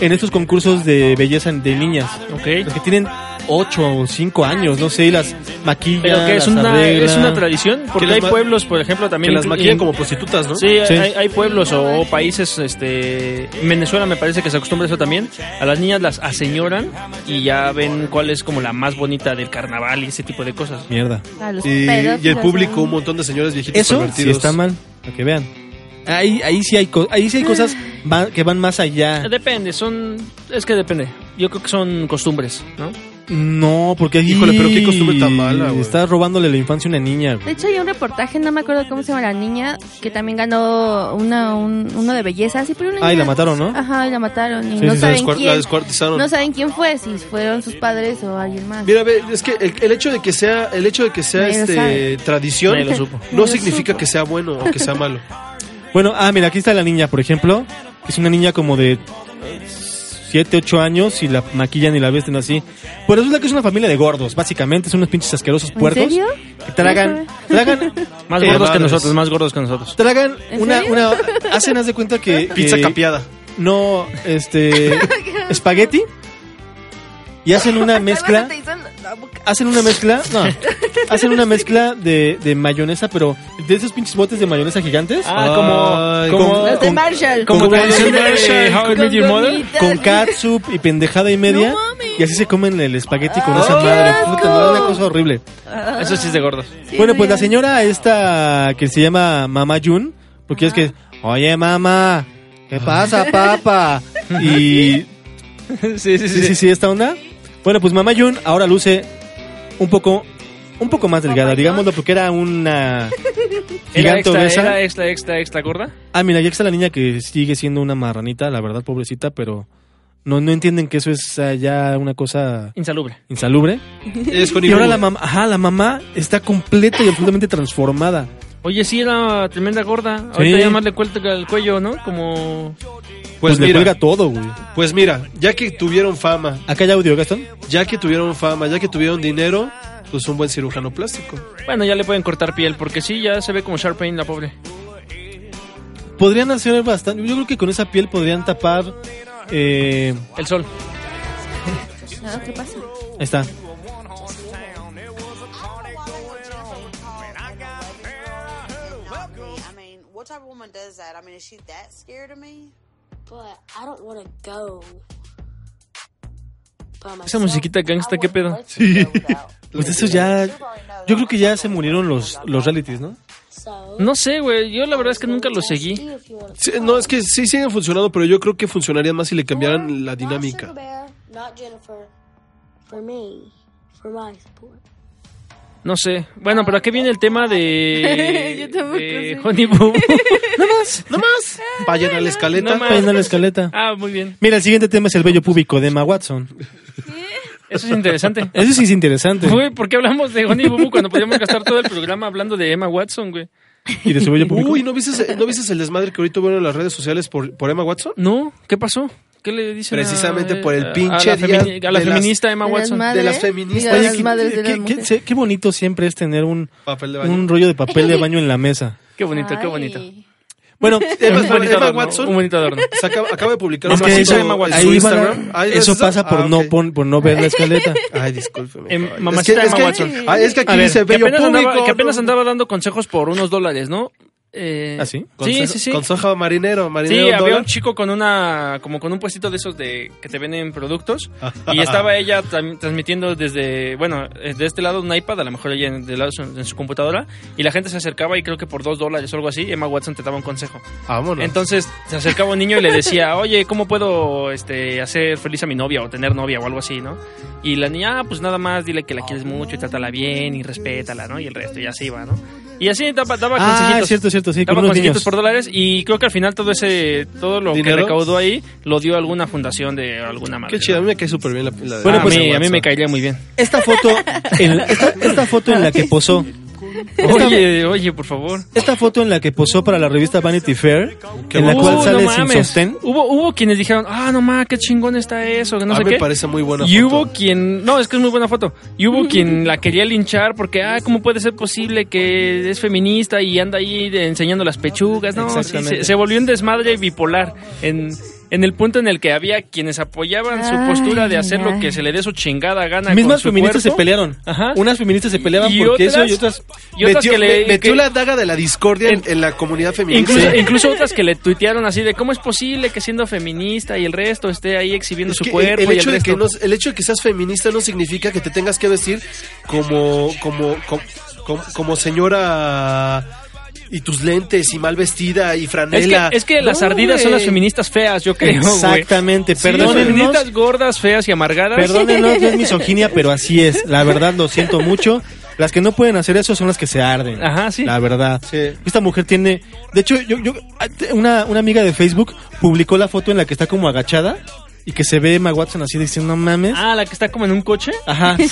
Speaker 1: en estos concursos de belleza de niñas. Los
Speaker 2: Ok.
Speaker 1: que tienen 8 o 5 años, no sé, y las maquillan.
Speaker 2: Pero que es
Speaker 1: las
Speaker 2: una,
Speaker 1: arreglan.
Speaker 2: es una tradición, porque
Speaker 3: las
Speaker 2: hay
Speaker 3: ma-
Speaker 2: pueblos, por ejemplo,
Speaker 3: Que
Speaker 2: también.
Speaker 3: las
Speaker 2: inclu-
Speaker 3: maquillan
Speaker 2: in-
Speaker 3: como prostitutas, ¿no?
Speaker 2: Sí,
Speaker 1: Sí.
Speaker 2: Hay, hay pueblos o, o países, este, en Venezuela me parece que se acostumbra eso también. A las niñas las aseñoran y ya ven cuál es como la más bonita del carnaval y ese tipo de cosas.
Speaker 1: Mierda.
Speaker 4: A los
Speaker 3: Y,
Speaker 4: pedófilos,
Speaker 3: y el público,
Speaker 4: ¿no?
Speaker 3: un montón de señores viejitos
Speaker 1: Eso sí
Speaker 3: pervertidos.
Speaker 1: está mal, para que vean. Ahí, ahí, sí, hay co- ahí sí hay cosas va- que van más allá.
Speaker 2: Depende, son, es que depende. Yo creo que son costumbres, ¿no?
Speaker 1: No, porque ahí...
Speaker 3: Híjole, pero qué costumbre tan mala, güey.
Speaker 1: Estás robándole la infancia a una niña,
Speaker 4: De
Speaker 1: güey.
Speaker 4: hecho, hay un reportaje, no me acuerdo cómo se llama la niña, que también ganó una, un- uno de belleza. Sí, pero una
Speaker 1: Ah, y la
Speaker 4: niña-
Speaker 1: mataron, ¿no?
Speaker 4: Ajá, y la mataron. Y
Speaker 1: Sí,
Speaker 4: no
Speaker 1: sí,
Speaker 3: La,
Speaker 4: saben
Speaker 3: descuar- la
Speaker 4: quién.
Speaker 3: descuartizaron.
Speaker 4: No saben quién fue, si fueron sus padres o alguien más.
Speaker 3: Mira, ve, es que el, el hecho de que sea, el hecho de que sea
Speaker 4: Nadie lo
Speaker 3: este
Speaker 4: sabe.
Speaker 3: tradición
Speaker 2: Nadie lo supo.
Speaker 4: Nadie
Speaker 3: no
Speaker 4: lo
Speaker 3: significa
Speaker 4: supo.
Speaker 3: que sea bueno o que sea malo.
Speaker 1: Bueno, ah, mira, aquí está la niña, por ejemplo. que Es una niña como de 7, 8 años y la maquillan y la vesten así. Pues resulta que es una familia de gordos, básicamente. Son unos pinches asquerosos
Speaker 4: ¿En
Speaker 1: puercos.
Speaker 4: serio?
Speaker 1: Que tragan, tragan
Speaker 2: Más
Speaker 3: Eh,
Speaker 2: gordos que
Speaker 3: madres.
Speaker 2: nosotros, más gordos que nosotros.
Speaker 1: tragan
Speaker 4: ¿En
Speaker 1: una,
Speaker 4: serio?
Speaker 1: una hacen haz de cuenta que
Speaker 3: Pizza
Speaker 1: que
Speaker 3: capeada.
Speaker 1: no este espagueti y hacen una mezcla hacen una mezcla no hacen una mezcla de, de mayonesa pero de esos pinches botes de mayonesa gigantes
Speaker 2: Ah,
Speaker 1: Ay,
Speaker 2: como, como,
Speaker 4: Los de
Speaker 1: con-
Speaker 4: Marshall.
Speaker 2: como
Speaker 1: como
Speaker 2: tradición de
Speaker 1: Marshall,
Speaker 2: How I
Speaker 4: Con
Speaker 2: Met Your Mother.
Speaker 4: gomitas.
Speaker 1: con catsup y pendejada y media y así se comen el espagueti con esa
Speaker 4: Ah, ¡Qué
Speaker 1: madre
Speaker 4: asco!
Speaker 1: puta no, una cosa horrible
Speaker 4: Ah,
Speaker 2: Eso sí es de gordos.
Speaker 4: sí,
Speaker 1: bueno,
Speaker 4: no,
Speaker 1: pues
Speaker 4: ya.
Speaker 1: la señora esta que se llama Mamá Jun, porque es que, oye mamá, ¿qué pasa papá? Y
Speaker 2: sí, sí,
Speaker 1: sí, sí, sí, esta onda. Bueno, pues Mamá Jun ahora luce un poco, un poco más delgada, digámoslo, porque era una
Speaker 2: Era
Speaker 1: gigante
Speaker 2: extra,
Speaker 1: obesa.
Speaker 2: era extra, extra, extra gorda.
Speaker 1: Ah, mira, ya está la niña que sigue siendo una marranita, la verdad, pobrecita, pero no, no entienden que eso es ah, ya una cosa
Speaker 2: Insalubre.
Speaker 1: insalubre.
Speaker 3: Es con
Speaker 1: Y ahora
Speaker 3: Ibu.
Speaker 1: la mamá, ajá, la mamá está completa y absolutamente transformada.
Speaker 2: Oye, sí, era tremenda gorda.
Speaker 1: Sí.
Speaker 2: Ahorita ya más le cuelga el cuello, ¿no? Como...
Speaker 1: Pues,
Speaker 3: Pues
Speaker 1: le
Speaker 3: mira,
Speaker 1: cuelga todo, güey.
Speaker 3: pues mira, ya que tuvieron fama,
Speaker 1: Acá hay audio, Gastón.
Speaker 3: ya que tuvieron fama, ya que tuvieron dinero, pues un buen cirujano plástico.
Speaker 2: Bueno, ya le pueden cortar piel, porque sí, ya se ve como Sharp Pain, la pobre.
Speaker 1: Podrían hacer bastante. Yo creo que con esa piel podrían tapar. eh,
Speaker 2: El sol.
Speaker 4: Ah, ¿Qué pasa?
Speaker 1: ahí está.
Speaker 6: I mean, what type of woman does that? I mean, is she that scared of me?
Speaker 7: But I don't want to go. by
Speaker 2: Esa
Speaker 7: myself.
Speaker 2: musiquita gangsta, ¿qué pedo?
Speaker 6: Sí.
Speaker 1: Pues eso ya. Yo creo que ya se murieron los, los realities, ¿no?
Speaker 7: So,
Speaker 2: No sé, güey. Yo la verdad es que nunca lo seguí.
Speaker 7: see if you wanna-
Speaker 3: Sí, no, es que sí siguen funcionando, pero yo creo que funcionaría más si le cambiaran la
Speaker 7: Not Sugar
Speaker 3: dinámica.
Speaker 7: Bear, Not Jennifer. For me. For my support.
Speaker 2: No sé. Bueno, pero aquí viene el tema de...
Speaker 4: Yo tampoco
Speaker 2: de
Speaker 4: sé.
Speaker 2: Honey Boo.
Speaker 3: No más. Vayan a la escaleta.
Speaker 2: No más.
Speaker 1: Ahí en la escaleta.
Speaker 2: ah, muy bien.
Speaker 1: Mira, el siguiente tema es el bello púbico de Emma Watson.
Speaker 2: Eso es interesante.
Speaker 1: Eso sí es interesante.
Speaker 2: Güey, ¿por qué hablamos de Honey Boo Boo cuando podíamos gastar todo el programa hablando de Emma Watson, güey?
Speaker 1: ¿Y de su bello púbico?
Speaker 3: Uy, ¿no viste, ¿no viste el desmadre que ahorita hubo en las redes sociales por, por Emma Watson?
Speaker 2: No, ¿qué pasó? qué le dicen? a-
Speaker 3: Precisamente por el
Speaker 2: a-
Speaker 3: pinche
Speaker 2: a la,
Speaker 3: día
Speaker 2: femini- a la
Speaker 3: de las-
Speaker 2: feminista Emma
Speaker 4: de las
Speaker 2: Watson.
Speaker 4: madres.
Speaker 3: de las
Speaker 4: ¿eh?
Speaker 3: feministas.
Speaker 4: Digo,
Speaker 1: Oye,
Speaker 4: las
Speaker 1: qué-
Speaker 4: madres de
Speaker 1: qué-
Speaker 4: las
Speaker 1: qué-
Speaker 4: mujeres.
Speaker 1: qué- qué bonito siempre es tener un,
Speaker 3: Papel de baño.
Speaker 1: un rollo de papel de baño en la mesa.
Speaker 2: Qué bonito, qué
Speaker 4: Ay.
Speaker 2: bonito.
Speaker 1: Bueno,
Speaker 3: Emma-
Speaker 2: un bonito
Speaker 3: Emma
Speaker 2: adorno,
Speaker 3: Watson.
Speaker 2: un bonito adorno.
Speaker 3: Se acaba, acaba de publicar
Speaker 1: Es
Speaker 3: un
Speaker 1: que
Speaker 3: artículo
Speaker 1: eso-
Speaker 3: en su
Speaker 1: ahí van a-
Speaker 3: Instagram. Ay,
Speaker 1: eso
Speaker 3: ¿es esa?
Speaker 1: pasa por,
Speaker 3: Ah,
Speaker 1: no,
Speaker 3: ok.
Speaker 1: pon- por no ver la escaleta.
Speaker 3: Ay, discúlpeme.
Speaker 2: Em,
Speaker 3: caballo.
Speaker 2: mamacita
Speaker 3: es que,
Speaker 2: Emma
Speaker 3: es que-
Speaker 2: Watson.
Speaker 3: ay, es que aquí
Speaker 1: A ver,
Speaker 3: dice
Speaker 1: que
Speaker 2: Que
Speaker 3: bello
Speaker 2: apenas,
Speaker 3: público.
Speaker 2: andaba, que apenas andaba dando consejos por unos dólares, ¿no? Eh,
Speaker 1: ¿Ah, sí?
Speaker 2: Sí, sí, sí.
Speaker 3: Con soja marinero,
Speaker 2: Sí,
Speaker 3: marinero
Speaker 2: había
Speaker 3: dólar.
Speaker 2: un chico con una, como con un puestito de esos de que te venden productos y estaba ella tra- transmitiendo desde, bueno, eh, de este lado un iPad, a lo mejor ella en, del lado de su- en su computadora y la gente se acercaba y creo que por dos dólares o algo así Emma Watson te daba un consejo.
Speaker 3: Vámonos.
Speaker 2: Entonces se acercaba un niño y le decía, oye, ¿cómo puedo este, hacer feliz a mi novia o tener novia o algo así, no? Y la niña, ah, pues nada más, dile que la quieres mucho y trátala bien y respétala, ¿no? Y el resto, y así va, ¿no? Y así daba, daba
Speaker 1: Ah,
Speaker 2: consejitos.
Speaker 1: es cierto, es cierto, sí, con
Speaker 2: Daba
Speaker 1: unos
Speaker 2: consejitos
Speaker 1: niños.
Speaker 2: por dólares y creo que al final todo ese todo lo
Speaker 3: ¿Dinero?
Speaker 2: que recaudó ahí lo dio a alguna fundación de alguna madre.
Speaker 3: Qué chido, a
Speaker 2: ¿no?
Speaker 3: mí me cae súper bien la, la de
Speaker 1: Bueno,
Speaker 2: Ah,
Speaker 1: pues,
Speaker 2: a, mí,
Speaker 3: Emma
Speaker 2: a mí me
Speaker 3: Watson.
Speaker 2: caería muy bien.
Speaker 1: Esta foto, en, esta, esta foto en la que posó,
Speaker 2: Oye, oye, por favor.
Speaker 1: esta foto en la que posó para la revista Vanity Fair, en la
Speaker 2: Uh,
Speaker 1: cual sale
Speaker 2: no
Speaker 1: sin
Speaker 2: mames.
Speaker 1: sostén.
Speaker 2: Hubo, hubo quienes dijeron, ah, no mames, qué chingón está eso, que no
Speaker 3: a
Speaker 2: sé
Speaker 3: mí
Speaker 2: qué.
Speaker 3: me parece muy buena
Speaker 2: Y
Speaker 3: foto.
Speaker 2: hubo quien, no, es que es muy buena foto. Y hubo quien la quería linchar porque, ah, ¿cómo puede ser posible que es feminista y anda ahí de- enseñando las pechugas? No, sí,
Speaker 1: Exactamente.
Speaker 2: se, se volvió un desmadre bipolar en, en el punto en el que había quienes apoyaban su postura de hacer lo
Speaker 4: Ay,
Speaker 2: que
Speaker 4: ay.
Speaker 2: se le dé su chingada gana.
Speaker 1: Mismas
Speaker 2: con su
Speaker 1: feministas se
Speaker 2: cuerpo.
Speaker 1: pelearon.
Speaker 2: Ajá.
Speaker 1: Unas feministas se peleaban
Speaker 2: Y
Speaker 1: porque eso y
Speaker 2: otras-
Speaker 1: otras.
Speaker 2: Y otras
Speaker 3: metió,
Speaker 2: que le-
Speaker 3: me- metió
Speaker 2: que-
Speaker 3: la daga de la discordia en, en la comunidad feminista.
Speaker 2: Incluso,
Speaker 3: Sí.
Speaker 2: incluso otras que le tuitearon así de cómo es posible que siendo feminista y el resto esté ahí exhibiendo
Speaker 3: Es
Speaker 2: su
Speaker 3: que
Speaker 2: cuerpo
Speaker 3: el,
Speaker 2: y el
Speaker 3: hecho de que
Speaker 2: resto.
Speaker 3: no- el hecho de que seas feminista no significa que te tengas que vestir como como como, como- como señora y tus lentes y mal vestida y
Speaker 2: Es que,
Speaker 3: franela.
Speaker 2: es que las
Speaker 3: No,
Speaker 2: ardidas son las
Speaker 3: güey.
Speaker 2: feministas feas, yo creo, güey.
Speaker 1: Exactamente,
Speaker 2: Sí, las
Speaker 1: perdónennos.
Speaker 2: feministas gordas, feas y amargadas.
Speaker 1: Perdónenos, no es misoginia, pero así es. La verdad, lo siento mucho. Las que no pueden hacer eso son las que se arden.
Speaker 2: Ajá, sí.
Speaker 1: La verdad.
Speaker 3: Sí.
Speaker 1: Esta mujer tiene. De hecho, yo, yo- una, una amiga de Facebook publicó la foto en la que está como agachada y que se ve Emma Watson así diciendo, no mames.
Speaker 2: Ah, la que está como en un coche.
Speaker 1: Ajá. y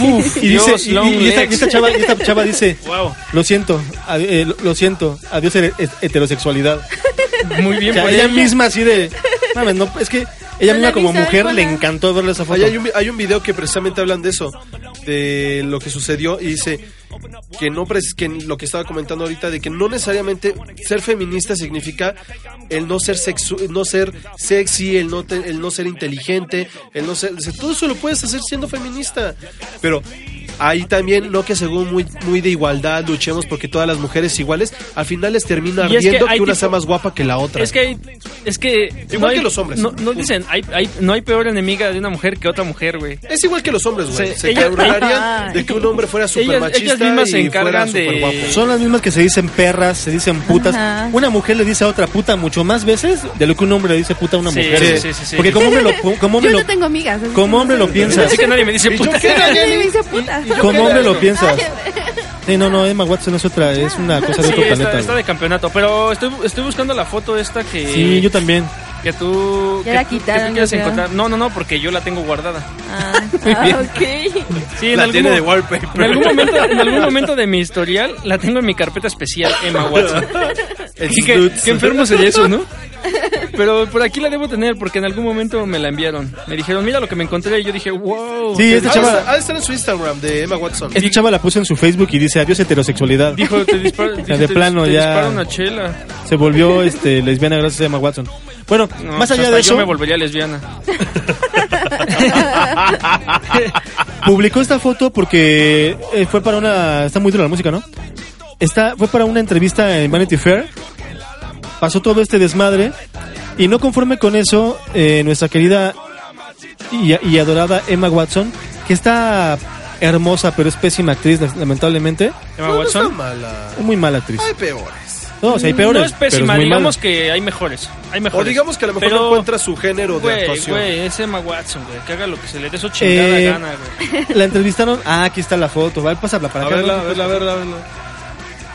Speaker 2: Dios,
Speaker 1: dice, y- y,
Speaker 2: long
Speaker 1: y esta,
Speaker 2: legs.
Speaker 1: y esta chava, y esta chava dice,
Speaker 2: Wow.
Speaker 1: lo siento, ad- eh, lo- lo siento, adiós he- heterosexualidad.
Speaker 2: Muy
Speaker 1: O
Speaker 2: bien pues
Speaker 1: sea,
Speaker 2: por
Speaker 1: ella,
Speaker 2: ella.
Speaker 1: misma así de, mames, no, es que ella
Speaker 4: No
Speaker 1: misma
Speaker 4: la
Speaker 1: como
Speaker 4: viste,
Speaker 1: mujer le
Speaker 4: hola.
Speaker 1: encantó verle esa foto.
Speaker 3: Oye, hay un, vi- hay un video que precisamente hablan de eso, de lo que sucedió y dice que no precis- que lo que estaba comentando ahorita de que no necesariamente ser feminista significa el no ser sexu- no ser sexy, el no te- el no ser inteligente, el no ser o sea, todo eso lo puedes hacer siendo feminista, pero ahí también lo que según muy muy de igualdad luchemos porque todas las mujeres iguales al final les termina
Speaker 2: Y es que
Speaker 3: ardiendo que,
Speaker 2: hay
Speaker 3: una
Speaker 2: tipo-
Speaker 3: sea más guapa que la otra.
Speaker 2: Es que hay, es que
Speaker 3: Igual que los hombres.
Speaker 2: No, no dicen, hay, hay- no hay peor enemiga de una mujer que otra mujer, güey.
Speaker 3: Es igual que los hombres, güey.
Speaker 2: Sí,
Speaker 3: se
Speaker 2: ellas-
Speaker 3: cabronarían de que un hombre fuera super
Speaker 2: Ellas,
Speaker 3: machista
Speaker 2: ellas mismas se
Speaker 3: y fuera
Speaker 2: encargan
Speaker 3: super
Speaker 2: de.
Speaker 3: guapo.
Speaker 1: Son las mismas que se dicen perras, se dicen putas.
Speaker 4: Ajá.
Speaker 1: Una mujer le dice a otra puta mucho más veces de lo que un hombre le dice puta a una
Speaker 2: Sí,
Speaker 1: mujer.
Speaker 2: sí,
Speaker 1: güey.
Speaker 2: sí, sí, sí.
Speaker 1: Porque como hombre lo, como hombre
Speaker 4: Yo
Speaker 1: lo,
Speaker 4: no tengo amigas. así que
Speaker 1: como
Speaker 4: no
Speaker 1: hombre
Speaker 4: sé.
Speaker 1: lo piensas,
Speaker 2: Así que nadie me dice puta.
Speaker 4: Nadie me dice puta.
Speaker 1: como hombre lo
Speaker 4: Ah,
Speaker 1: piensas. Sí, no, no, Emma Watson es otra, es una cosa de
Speaker 2: Sí,
Speaker 1: otro
Speaker 2: está,
Speaker 1: planeta.
Speaker 2: está
Speaker 1: güey.
Speaker 2: de campeonato. Pero estoy, estoy buscando la foto esta que.
Speaker 1: Sí, yo también.
Speaker 2: Que tú.
Speaker 4: Ya
Speaker 2: que
Speaker 4: la
Speaker 2: tú-
Speaker 4: quitaron,
Speaker 2: que tú quieres
Speaker 4: yo creo.
Speaker 2: encontrar. No, no, no, porque yo la tengo guardada.
Speaker 4: Ah, ah, ok.
Speaker 2: Sí, en
Speaker 3: La
Speaker 2: algún
Speaker 3: tiene
Speaker 2: mo-
Speaker 3: de wallpaper.
Speaker 2: En algún, momento, en algún momento de mi historial la tengo en mi carpeta especial, Emma Watson.
Speaker 3: It's
Speaker 2: Y que,
Speaker 3: dudes.
Speaker 2: que enfermo sería eso, ¿no? Pero por aquí la debo tener porque en algún momento me la enviaron. Me dijeron, mira lo que me encontré. Y yo dije, wow.
Speaker 1: Sí, esta
Speaker 3: Ah, está-
Speaker 1: chava,
Speaker 3: ha de estar en su Instagram de Emma Watson.
Speaker 2: ¿Este
Speaker 1: esta chava la puso en su Facebook y dice adiós heterosexualidad.
Speaker 2: Dijo, te disparan.
Speaker 1: de plano, ya.
Speaker 2: una chela.
Speaker 1: Se volvió este lesbiana gracias a Emma Watson. Bueno,
Speaker 2: No, pues
Speaker 1: más allá
Speaker 2: hasta
Speaker 1: de
Speaker 2: Yo me
Speaker 1: eso,
Speaker 2: volvería lesbiana.
Speaker 1: publicó esta foto porque eh, fue para una. Está muy dura la música, ¿no? Está, fue para una entrevista en Vanity Fair. Pasó todo este desmadre. Y no conforme con eso, eh, nuestra querida y, y adorada Emma Watson, que está hermosa, pero es pésima actriz, lamentablemente.
Speaker 2: Emma
Speaker 3: No, no está
Speaker 2: Watson.
Speaker 3: mala.
Speaker 1: Muy mala actriz.
Speaker 3: Hay peores.
Speaker 1: No, o sea, hay peores.
Speaker 2: No es pésima,
Speaker 1: pero es muy mala.
Speaker 2: digamos que hay mejores. Hay
Speaker 3: O
Speaker 2: mejores.
Speaker 3: digamos que a lo mejor
Speaker 2: Pero,
Speaker 3: no encuentra su género de
Speaker 2: Güey,
Speaker 3: actuación.
Speaker 2: güey, es Emma Watson, güey. Que haga lo que se le dé su chingada
Speaker 1: Eh,
Speaker 2: gana, güey.
Speaker 1: La entrevistaron. Ah, aquí está la foto. Vale, pásala para
Speaker 3: A
Speaker 1: acá.
Speaker 3: verla, a verla, a verla, a verla.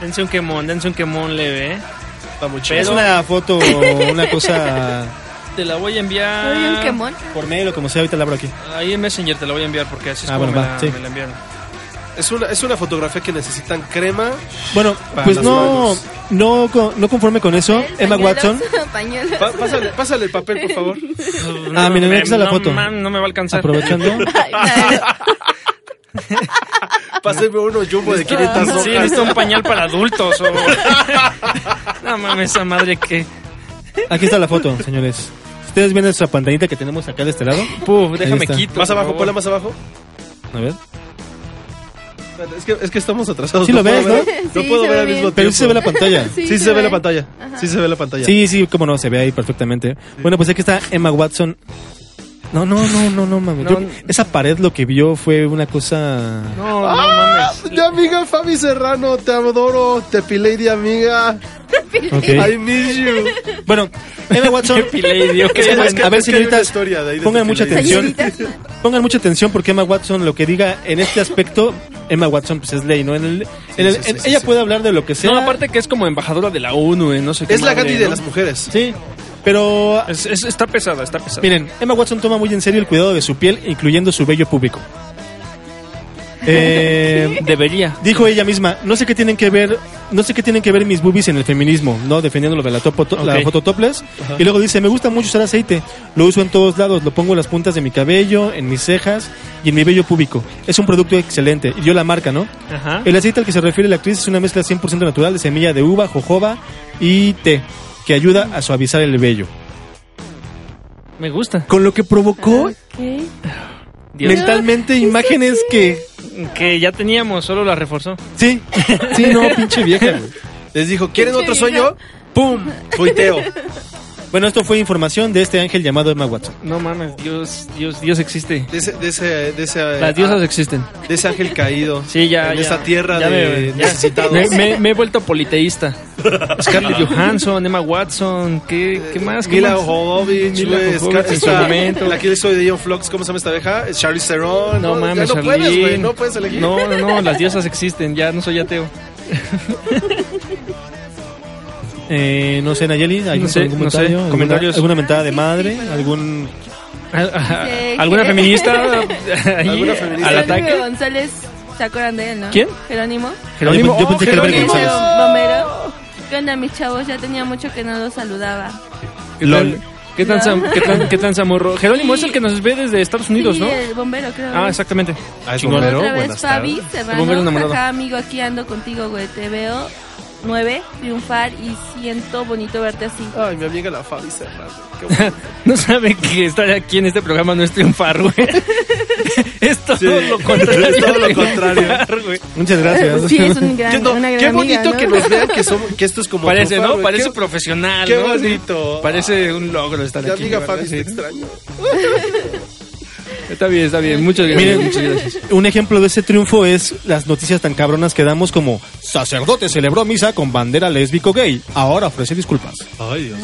Speaker 2: Dense un quemón, dense un quemón leve, eh.
Speaker 3: Está muy
Speaker 1: Es
Speaker 3: chido.
Speaker 1: una foto, una cosa.
Speaker 2: Te la voy a enviar.
Speaker 4: Soy
Speaker 1: Ah.
Speaker 4: un quemón.
Speaker 1: Por mail o como sea, ahorita la abro aquí.
Speaker 2: Ahí en Messenger te la voy a enviar porque así es
Speaker 1: Ah,
Speaker 2: como
Speaker 1: bueno,
Speaker 2: me,
Speaker 1: va,
Speaker 2: la,
Speaker 1: sí.
Speaker 2: me la enviaron.
Speaker 3: Es una, es una fotografía que necesitan crema.
Speaker 1: Bueno,
Speaker 3: Para
Speaker 1: pues
Speaker 3: las
Speaker 1: no.
Speaker 3: manos.
Speaker 1: No, co- no conforme con eso, Emma
Speaker 4: Pañuelos,
Speaker 1: Watson.
Speaker 4: pañuelos.
Speaker 3: Pa- pásale, pásale el papel, por favor.
Speaker 1: Ah, mira, no está la foto.
Speaker 2: No, mam, no me va a alcanzar.
Speaker 1: Aprovechando.
Speaker 4: Ay, no,
Speaker 3: Pásame uno jumbo de 500 hojas.
Speaker 2: Sí, necesito un pañal para adultos. O... No mames, esa madre que.
Speaker 1: Aquí está la foto, señores. Ustedes ven esa pantallita que tenemos acá de este lado.
Speaker 2: Puf,
Speaker 1: Ahí
Speaker 2: déjame
Speaker 1: está.
Speaker 2: quito.
Speaker 3: Más
Speaker 2: por
Speaker 3: abajo,
Speaker 2: favor.
Speaker 3: ponla más abajo.
Speaker 1: A ver.
Speaker 3: Espérate, Es que, es que estamos atrasados.
Speaker 1: Sí lo ves,
Speaker 3: puedo ver-
Speaker 4: ¿no?
Speaker 3: No
Speaker 4: Sí,
Speaker 3: puedo
Speaker 4: se
Speaker 3: ver
Speaker 4: ve
Speaker 3: al
Speaker 4: bien.
Speaker 3: mismo tiempo.
Speaker 1: Pero sí se ve la pantalla.
Speaker 3: Sí, se, ve, la pantalla.
Speaker 4: Ajá.
Speaker 3: Sí se ve la pantalla.
Speaker 1: Sí, sí, cómo no, se ve ahí perfectamente. Bueno, pues aquí está Emma Watson. No, no, no, no, no, mames.
Speaker 2: No.
Speaker 1: Yo- Esa pared lo que vio fue una cosa...
Speaker 2: No, no mames.
Speaker 3: Ya, amiga Fabi Serrano, te adoro, te pilady amiga.
Speaker 1: Ok.
Speaker 3: I miss you.
Speaker 1: Bueno, Emma Watson...
Speaker 2: Pilady, ok.
Speaker 1: Es que-
Speaker 3: Es que-
Speaker 1: a ver,
Speaker 3: es que hay una
Speaker 1: señoritas,
Speaker 3: historia de ahí de
Speaker 1: pongan
Speaker 3: Te
Speaker 1: mucha
Speaker 3: Pilady.
Speaker 1: atención. Pongan mucha atención porque Emma Watson, lo que diga en este aspecto, Emma Watson pues es ley, ¿no? En el, en el-
Speaker 3: sí, sí,
Speaker 1: en-
Speaker 3: sí,
Speaker 1: ella
Speaker 3: sí.
Speaker 1: puede hablar de lo que sea.
Speaker 2: No, aparte que es como embajadora de la ONU, eh, no sé qué.
Speaker 3: Es la
Speaker 2: madre,
Speaker 3: Gandhi de
Speaker 2: ¿no?
Speaker 3: las mujeres.
Speaker 1: Sí, pero...
Speaker 2: Es- es- está pesada, está pesada.
Speaker 1: Miren, Emma Watson toma muy en serio el cuidado de su piel, incluyendo su vello público. Eh,
Speaker 2: debería.
Speaker 1: Dijo ella misma, no sé qué tienen que ver, no sé qué tienen que ver mis boobies en el feminismo, ¿no? Defendiendo lo de la, topo, to- la
Speaker 2: Ok.
Speaker 1: foto topless. Y luego dice, me gusta mucho usar aceite, lo uso en todos lados, lo pongo en las puntas de mi cabello, en mis cejas y en mi vello púbico. Es un producto excelente. Y dio la marca, ¿no?
Speaker 2: Ajá.
Speaker 1: El aceite al que se refiere la actriz es una mezcla 100% natural de semilla de uva, jojoba y té, que ayuda a suavizar el vello.
Speaker 2: Me gusta.
Speaker 1: Con lo que provocó
Speaker 4: ¿Qué?
Speaker 2: Dios.
Speaker 1: mentalmente imágenes que...
Speaker 2: Que ya teníamos, solo la reforzó.
Speaker 1: Sí, sí, no, pinche vieja, güey.
Speaker 3: Les dijo, ¿quieren otro
Speaker 4: Sí,
Speaker 3: sueño? ¡Pum! Fuiteo.
Speaker 1: Bueno, esto fue información de este ángel llamado Emma Watson.
Speaker 2: No mames, Dios, Dios, Dios existe.
Speaker 3: De ese, de ese, de ese, ah,
Speaker 2: Las diosas existen.
Speaker 3: de ese ángel caído.
Speaker 2: Sí, ya.
Speaker 3: En
Speaker 2: ya.
Speaker 3: esta tierra
Speaker 2: Ya
Speaker 3: de
Speaker 2: me- ya.
Speaker 3: necesitados.
Speaker 2: Me, me- me he vuelto politeísta. Scarlett Johansson, Emma Watson, ¿qué, qué más? ¿Qué
Speaker 3: Eh, Mila
Speaker 2: más?
Speaker 3: Jovovich,
Speaker 2: Mila
Speaker 3: güey,
Speaker 2: Jovovich en su
Speaker 3: esta-
Speaker 2: momento.
Speaker 3: La que hizo de Ion Flux, ¿cómo se llama esta abeja? Es Charlize Theron.
Speaker 2: No
Speaker 3: ya
Speaker 2: mames,
Speaker 3: No puedes,
Speaker 2: Charlene.
Speaker 3: güey, no puedes elegir.
Speaker 2: No, no, no, las diosas existen, ya no soy ateo.
Speaker 1: Eh, no sé, Nayeli, ¿algún
Speaker 2: No sé,
Speaker 1: algún
Speaker 2: no sé,
Speaker 1: comentario? ¿Alguna-
Speaker 2: comentarios.
Speaker 1: ¿Alguna mentada
Speaker 4: Ah,
Speaker 1: de madre? ¿Algún...?
Speaker 2: Ah,
Speaker 4: Sí,
Speaker 2: ¿Alguna
Speaker 4: ¿qué?
Speaker 2: feminista? ahí
Speaker 3: ¿Alguna feminista?
Speaker 2: Al
Speaker 4: Jerónimo
Speaker 2: ataque.
Speaker 4: González, ¿se acuerdan de él, no?
Speaker 2: ¿Quién?
Speaker 4: Jerónimo.
Speaker 1: Jerónimo, yo pensé que era
Speaker 4: Ah, Jerónimo
Speaker 1: González.
Speaker 4: Bombero. ¿Qué onda, mis chavos? Ya tenía mucho que no los saludaba.
Speaker 2: ¿Qué
Speaker 1: Lol.
Speaker 2: tal, qué tan, sam- qué tan, qué tan zamorro? Jerónimo es el que nos ve desde Estados Unidos,
Speaker 4: Sí,
Speaker 2: ¿no?
Speaker 4: el bombero, creo.
Speaker 2: Ah, exactamente.
Speaker 3: Ah, es
Speaker 2: Chingón.
Speaker 3: bombero,
Speaker 4: Otra vez,
Speaker 3: buenas tardes.
Speaker 4: Fabi,
Speaker 2: bombero
Speaker 4: Serrano.
Speaker 2: enamorado.
Speaker 4: Acá, amigo, aquí ando contigo, güey. Te veo. Nueve, triunfar y siento bonito verte así.
Speaker 3: Ay, mi amiga la Fabi Serrano. Qué bueno.
Speaker 2: No sabe que estar aquí en este programa no es triunfar, güey. es todo lo contrario.
Speaker 3: es todo lo
Speaker 2: a triunfar,
Speaker 3: contrario.
Speaker 2: güey.
Speaker 1: Muchas gracias.
Speaker 4: Sí, es un gran,
Speaker 3: Qué, no,
Speaker 4: una gran
Speaker 3: qué bonito
Speaker 4: amiga, ¿no?
Speaker 3: que nos vean que, somos, que esto es como.
Speaker 2: Parece,
Speaker 3: trofeo,
Speaker 2: ¿no?
Speaker 3: güey.
Speaker 2: Parece
Speaker 3: Qué-
Speaker 2: profesional,
Speaker 3: Qué
Speaker 2: ¿no?
Speaker 3: bonito.
Speaker 2: Parece un logro estar
Speaker 3: Mi
Speaker 2: aquí.
Speaker 3: amiga
Speaker 2: ¿verdad?
Speaker 3: Fabi, te
Speaker 2: Sí.
Speaker 3: extraño.
Speaker 2: Está bien, está bien. Muchas gracias.
Speaker 1: Miren,
Speaker 2: muchas gracias.
Speaker 1: un ejemplo de ese triunfo es las noticias tan cabronas que damos como sacerdote celebró misa con bandera lésbico gay, ahora ofrece disculpas.
Speaker 3: Ay, Dios.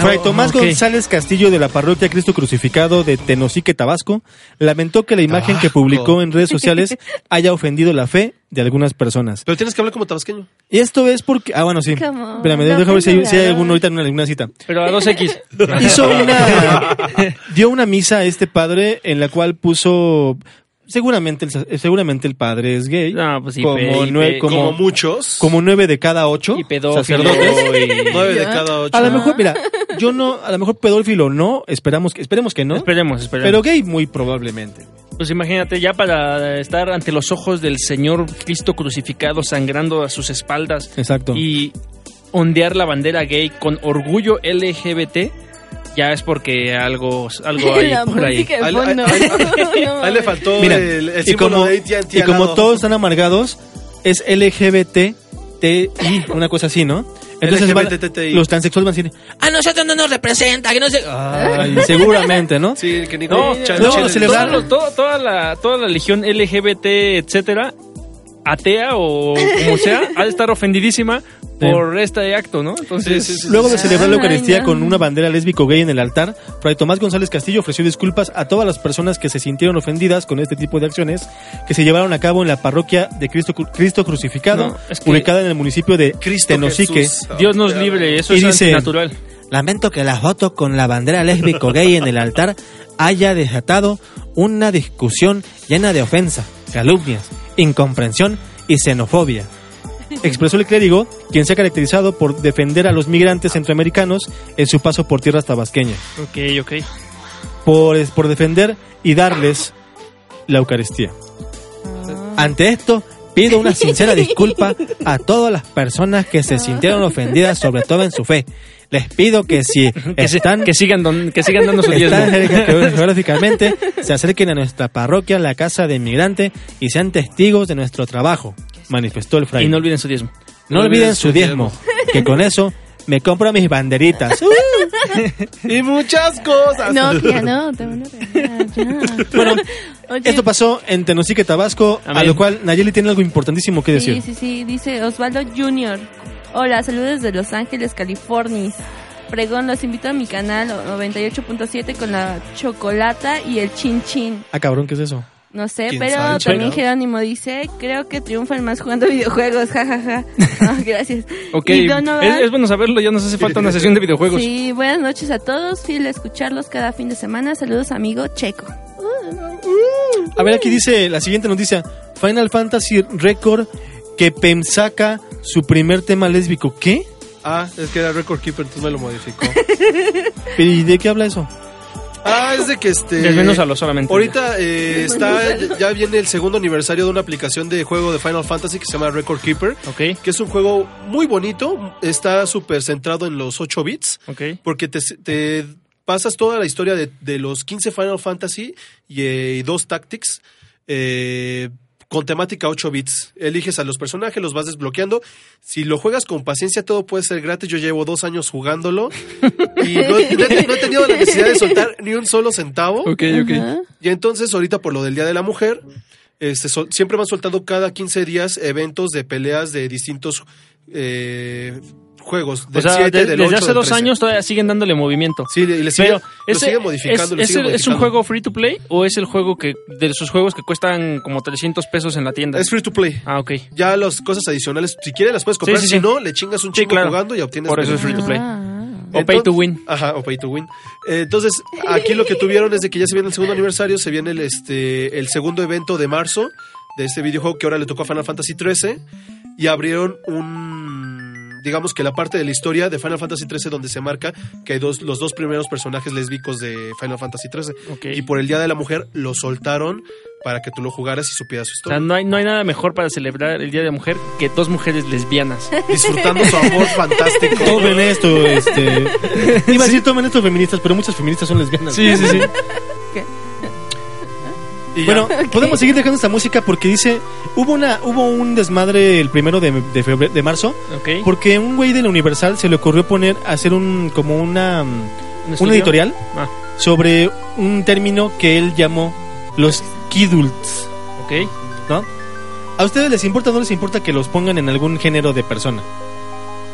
Speaker 1: Fray Tomás
Speaker 2: Ah, Ok.
Speaker 1: González Castillo de la parroquia Cristo Crucificado de Tenosique, Tabasco, lamentó que la imagen que
Speaker 3: Tabasco.
Speaker 1: publicó en redes sociales haya ofendido la fe de algunas personas.
Speaker 3: Pero tienes que hablar como tabasqueño.
Speaker 1: Y esto es porque... Ah, bueno, sí.
Speaker 4: Como
Speaker 1: Espérame,
Speaker 4: López
Speaker 1: déjame ver si hay, si hay
Speaker 4: Obrador.
Speaker 1: alguno ahorita en alguna cita.
Speaker 2: Pero a 2X.
Speaker 1: hizo una dio una misa a este padre en la cual puso seguramente el, sa- eh, seguramente el padre es gay
Speaker 2: No, pues, y
Speaker 1: como,
Speaker 2: pe- y
Speaker 1: nue-
Speaker 2: pe-
Speaker 1: como,
Speaker 3: Como muchos.
Speaker 1: como nueve de cada ocho
Speaker 2: Y pedófilo.
Speaker 1: sacerdotes
Speaker 2: y-
Speaker 3: Nueve de cada ocho.
Speaker 1: a lo mejor mira yo no a lo mejor pedófilo no esperamos que esperemos que no
Speaker 2: Esperemos,
Speaker 1: pero
Speaker 2: esperemos.
Speaker 1: gay muy probablemente
Speaker 2: Pues imagínate, ya para estar ante los ojos del Señor Cristo crucificado, sangrando a sus espaldas
Speaker 1: exacto
Speaker 2: y ondear la bandera gay con orgullo LGBT, ya es porque algo, algo hay
Speaker 4: La
Speaker 2: por ahí.
Speaker 4: música de
Speaker 3: Ahí-
Speaker 4: fondo.
Speaker 3: ahí-
Speaker 4: No,
Speaker 3: Ahí le faltó
Speaker 1: Mira,
Speaker 3: el, el
Speaker 1: y
Speaker 3: símbolo
Speaker 1: como,
Speaker 3: de AT&T
Speaker 1: y
Speaker 3: al
Speaker 1: como
Speaker 3: lado.
Speaker 1: todos están amargados, es LGBTI, una cosa así, ¿no? Entonces van-
Speaker 3: LGBTTI.
Speaker 1: los transexuales van a decir, a nosotros no nos representa, que no sé... Ay, seguramente, ¿no?
Speaker 3: Sí, que ni
Speaker 2: No,
Speaker 3: Chan-
Speaker 1: no,
Speaker 3: Chan-
Speaker 1: celebrar-
Speaker 2: todos los- todo- toda, la, toda la legión LGBT, etcétera, atea o como sea, ha de estar ofendidísima por este acto, ¿no? Entonces,
Speaker 3: Sí, sí, sí.
Speaker 1: Luego de celebrar la
Speaker 4: Ay,
Speaker 1: Eucaristía
Speaker 4: no.
Speaker 1: con una bandera lésbico gay en el altar, Fray Tomás González Castillo ofreció disculpas a todas las personas que se sintieron ofendidas con este tipo de acciones que se llevaron a cabo en la parroquia de Cristo, Cru- Cristo Crucificado,
Speaker 2: No, es que-
Speaker 1: ubicada en el municipio de
Speaker 3: Cristo
Speaker 1: Tenosique.
Speaker 3: Jesús.
Speaker 2: Dios nos libre, eso
Speaker 1: Y
Speaker 2: es
Speaker 1: dice-
Speaker 2: natural.
Speaker 1: Lamento que la foto con la bandera lésbico gay en el altar haya desatado una discusión llena de ofensa, calumnias, incomprensión y xenofobia. expresó el clérigo, quien se ha caracterizado por defender a los migrantes centroamericanos en su paso por tierras tabasqueñas,
Speaker 2: Ok, ok.
Speaker 1: por, es- por defender y darles la Eucaristía. Ante esto, pido una sincera disculpa a todas las personas que se sintieron ofendidas, sobre todo en su fe. Les pido que si
Speaker 2: Que, se-
Speaker 1: están
Speaker 2: que sigan, don- que sigan dando su diezmo.
Speaker 1: están cerca geo- geográficamente, se acerquen a nuestra parroquia, la casa de inmigrante, y sean testigos de nuestro trabajo, manifestó el fraile.
Speaker 2: Y no
Speaker 1: no,
Speaker 2: olviden su diezmo.
Speaker 1: olviden su diezmo, que con eso me compro mis banderitas.
Speaker 3: Y muchas cosas.
Speaker 4: No, ya no, te van a regañar, ya.
Speaker 1: Bueno,
Speaker 4: Oye,
Speaker 1: esto pasó en Tenosique, Tabasco, a
Speaker 2: Amén.
Speaker 1: lo cual Nayeli tiene algo importantísimo que
Speaker 4: Sí,
Speaker 1: decir.
Speaker 4: sí, sí, dice Osvaldo Jr. Hola, saludos desde Los Ángeles, California. Pregón, los invito a mi canal 98.7 con la chocolata y el chin chin.
Speaker 1: Ah, cabrón, ¿qué es eso?
Speaker 4: No sé,
Speaker 3: ¿Quién
Speaker 4: pero
Speaker 3: sabe?
Speaker 4: también
Speaker 3: Bueno.
Speaker 4: Jerónimo dice, creo que triunfan más jugando videojuegos, jajaja. No, Ah, gracias.
Speaker 2: Ok,
Speaker 4: Y
Speaker 2: es,
Speaker 4: Donovan-
Speaker 2: es bueno saberlo, ya nos hace falta una sesión de videojuegos.
Speaker 4: Sí, buenas noches a todos, fiel a escucharlos cada fin de semana. Saludos, amigo Checo.
Speaker 1: A ver, aquí dice la siguiente noticia: Final Fantasy Record que PEM saca su primer tema lésbico. ¿Qué?
Speaker 3: Ah, es que era Record Keeper, entonces me lo modificó.
Speaker 1: ¿Y de qué habla eso?
Speaker 3: Ah, es de que este.
Speaker 2: Desmenúzalo solamente.
Speaker 3: Ahorita eh, está, ya viene el segundo aniversario de una aplicación de juego de Final Fantasy que se llama Record Keeper,
Speaker 2: Ok,
Speaker 3: que es un juego muy bonito, está súper centrado en los 8 bits,
Speaker 2: ok.
Speaker 3: porque te, te pasas toda la historia de, de los 15 Final Fantasy y, eh, y dos Tactics eh, con temática 8 bits. Eliges a los personajes, los vas desbloqueando. Si lo juegas con paciencia, todo puede ser gratis. Yo llevo dos años jugándolo y no, he- no he- no he tenido la necesidad de soltar ni un solo centavo.
Speaker 2: Ok, ok.
Speaker 4: Ajá.
Speaker 3: Y entonces, ahorita por lo del Día de la Mujer, este, sol- siempre van soltando cada 15 días eventos de peleas de distintos eh, juegos.
Speaker 2: O
Speaker 3: Del
Speaker 2: sea,
Speaker 3: 7,
Speaker 2: de-
Speaker 3: del
Speaker 2: desde
Speaker 3: 8,
Speaker 2: hace
Speaker 3: del
Speaker 2: dos
Speaker 3: 13.
Speaker 2: años todavía siguen dándole movimiento.
Speaker 3: Sí, le, le sigue,
Speaker 2: Pero
Speaker 3: lo
Speaker 2: ese-
Speaker 3: sigue modificando.
Speaker 2: es,
Speaker 3: lo sigue
Speaker 2: es el- es un
Speaker 3: modificando.
Speaker 2: juego free to play o es el juego que de sus juegos que cuestan como 300 pesos en la tienda.
Speaker 3: Es free to play.
Speaker 2: Ah, ok.
Speaker 3: Ya las cosas adicionales, si quieres las puedes comprar,
Speaker 2: sí,
Speaker 3: si
Speaker 2: sí.
Speaker 3: no, le chingas un
Speaker 2: Sí,
Speaker 3: chingo
Speaker 2: claro.
Speaker 3: jugando y obtienes.
Speaker 2: Por eso es free
Speaker 3: beneficios.
Speaker 2: to play.
Speaker 4: Ah.
Speaker 2: O pay to win.
Speaker 3: Ajá, o pay to win. Eh, Entonces, aquí lo que tuvieron es de que ya se viene el segundo aniversario, se viene el, este, el segundo evento de marzo de este videojuego que ahora le tocó a Final Fantasy XIII y abrieron un, digamos que la parte de la historia de Final Fantasy XIII donde se marca que hay dos, los dos primeros personajes lésbicos de Final Fantasy XIII
Speaker 2: Ok.
Speaker 3: y por el Día de la Mujer lo soltaron para que tú lo jugaras y supieras su
Speaker 2: O sea,
Speaker 3: historia.
Speaker 2: no hay, no hay nada mejor para celebrar el Día de la Mujer que dos mujeres lesbianas.
Speaker 3: Disfrutando su amor fantástico.
Speaker 1: Tomen esto, este. Iba a decir tomen esto feministas, pero muchas feministas son lesbianas.
Speaker 2: Sí, sí, sí.
Speaker 3: Y ya.
Speaker 1: Bueno, podemos seguir dejando esta música porque dice, hubo una, hubo un desmadre el primero de, de, febre- de marzo,
Speaker 2: Ok.
Speaker 1: porque un güey de la Universal se le ocurrió poner, hacer un, como una, mm,
Speaker 2: ¿Un estudio?
Speaker 1: una editorial
Speaker 2: Ah.
Speaker 1: sobre un término que él llamó los kidults,
Speaker 2: Ok.
Speaker 1: ¿no? ¿A ustedes les importa o no les importa que los pongan en algún género de persona?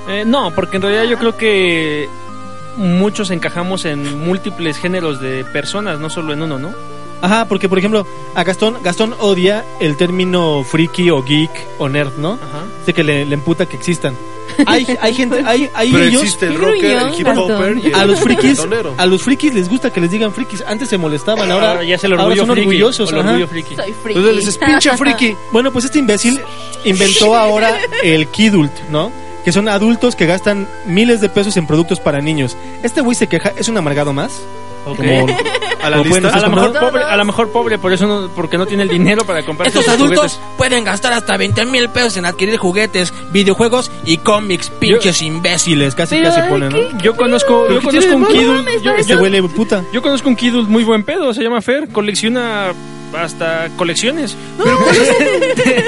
Speaker 2: Eh, no, porque en realidad yo creo que muchos encajamos en múltiples géneros de personas, no solo en uno, ¿no?
Speaker 1: Ajá, porque por ejemplo, a Gastón, Gastón odia el término friki o geek o nerd, ¿no?
Speaker 2: Ajá.
Speaker 1: Sé que le, le emputa que existan. Hay, hay gente, hay, hay
Speaker 3: Pero
Speaker 1: ellos-
Speaker 3: existe el
Speaker 4: Qué
Speaker 3: rocker,
Speaker 4: gruñón,
Speaker 3: el hip
Speaker 4: Gastón.
Speaker 3: hopper y el
Speaker 1: a los frikis
Speaker 3: reggaetonero.
Speaker 1: a los frikis les gusta que les digan frikis antes se molestaban ahora,
Speaker 2: Ahora ya es el
Speaker 1: ahora
Speaker 2: orgullo
Speaker 1: son
Speaker 2: friki,
Speaker 1: orgullosos
Speaker 2: o el
Speaker 1: ajá.
Speaker 2: orgullo friki.
Speaker 4: Soy friki.
Speaker 3: Entonces le dices, pinche friki.
Speaker 1: bueno pues este imbécil inventó ahora el kidult no que son adultos que gastan miles de pesos en productos para niños este güey se queja es un amargado más
Speaker 2: Ok.
Speaker 1: Como-
Speaker 3: A la
Speaker 1: Como pueden
Speaker 3: lista.
Speaker 2: A lo mejor
Speaker 4: Todos.
Speaker 2: pobre, a lo mejor pobre, por eso no, porque no tiene el dinero para comprar
Speaker 8: Estos
Speaker 2: sus
Speaker 8: adultos
Speaker 2: juguetes.
Speaker 8: pueden gastar hasta 20 mil pesos en adquirir juguetes, videojuegos y cómics, pinches imbéciles.
Speaker 1: casi
Speaker 4: Pero,
Speaker 1: casi
Speaker 4: ¿de
Speaker 1: pone
Speaker 4: qué?
Speaker 1: no
Speaker 2: Yo conozco,
Speaker 1: Pero
Speaker 2: yo
Speaker 1: ¿qué tiene de
Speaker 2: conozco un
Speaker 1: malo?
Speaker 2: Kidul,
Speaker 4: mames,
Speaker 2: yo,
Speaker 1: este
Speaker 2: yo-
Speaker 1: güey le puta
Speaker 2: yo conozco un Kidul muy buen pedo, se llama Fer, colecciona hasta colecciones.
Speaker 3: Pero ¿cuál es,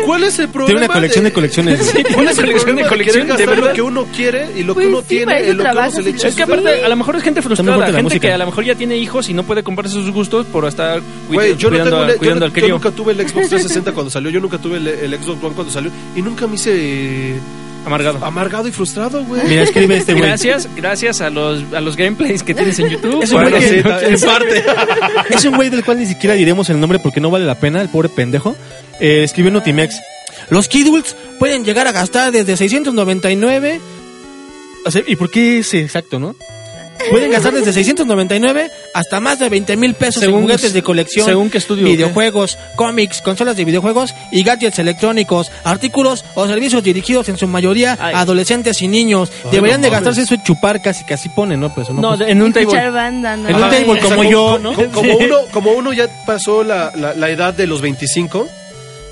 Speaker 3: cuál es el problema?
Speaker 1: tiene una colección de colecciones
Speaker 3: ¿Cuál es el
Speaker 2: colección de
Speaker 3: problema de querer
Speaker 2: colecciones, de
Speaker 3: gastar lo
Speaker 2: verdad.
Speaker 3: que uno quiere y lo
Speaker 4: Pues
Speaker 3: que uno
Speaker 4: sí,
Speaker 3: tiene
Speaker 4: para eso
Speaker 3: en lo que uno
Speaker 4: trabajas,
Speaker 3: se le echa?
Speaker 2: Es que aparte, a lo mejor es gente
Speaker 1: pues mejor
Speaker 2: frustrada,
Speaker 1: que la
Speaker 2: gente
Speaker 1: música.
Speaker 2: que a lo mejor ya tiene hijos y no puede comprarse sus gustos por estar cuid-
Speaker 3: Güey, yo, no
Speaker 2: cuidando,
Speaker 3: tengo
Speaker 2: a-
Speaker 3: el- yo
Speaker 2: cuidando
Speaker 3: no-
Speaker 2: al
Speaker 3: yo
Speaker 2: crío.
Speaker 3: nunca tuve el Xbox 360 cuando salió, yo nunca tuve el, el Xbox One cuando salió y nunca me hice eh,
Speaker 2: Amargado.
Speaker 3: amargado y frustrado, güey.
Speaker 1: mira escribe este güey
Speaker 2: Gracias, gracias a los, a los gameplays que tienes en YouTube.
Speaker 1: Es un
Speaker 3: Bueno,
Speaker 1: güey
Speaker 3: sí,
Speaker 1: que-
Speaker 3: ta- en parte.
Speaker 1: Es un güey del cual ni siquiera diremos el nombre porque no vale la pena, el pobre pendejo. Eh, escribió en Notimex.
Speaker 8: Los Kidults pueden llegar a gastar desde 699.
Speaker 1: O sea, ¿Y por qué es exacto, no?
Speaker 8: Pueden gastar desde 699 hasta más de 20 mil pesos
Speaker 2: Según
Speaker 8: en juguetes
Speaker 2: qué-
Speaker 8: de colección,
Speaker 2: según qué estudio,
Speaker 8: videojuegos, cómics, consolas de videojuegos y gadgets electrónicos, artículos o servicios dirigidos en su mayoría
Speaker 2: Ay.
Speaker 8: a adolescentes y niños. Deberían
Speaker 1: no
Speaker 8: de gastarse
Speaker 1: mames.
Speaker 8: eso en chupar casi, casi pone, ¿no? Pues,
Speaker 2: No, de- en un
Speaker 4: Escuchar
Speaker 2: table.
Speaker 4: banda, ¿no? Ah.
Speaker 8: En un
Speaker 4: Ajá.
Speaker 8: table
Speaker 1: O sea,
Speaker 8: como
Speaker 1: como-
Speaker 8: yo, ¿no?
Speaker 3: Co- Como,
Speaker 1: Sí.
Speaker 3: uno, como uno ya pasó la, la- la edad de los 25,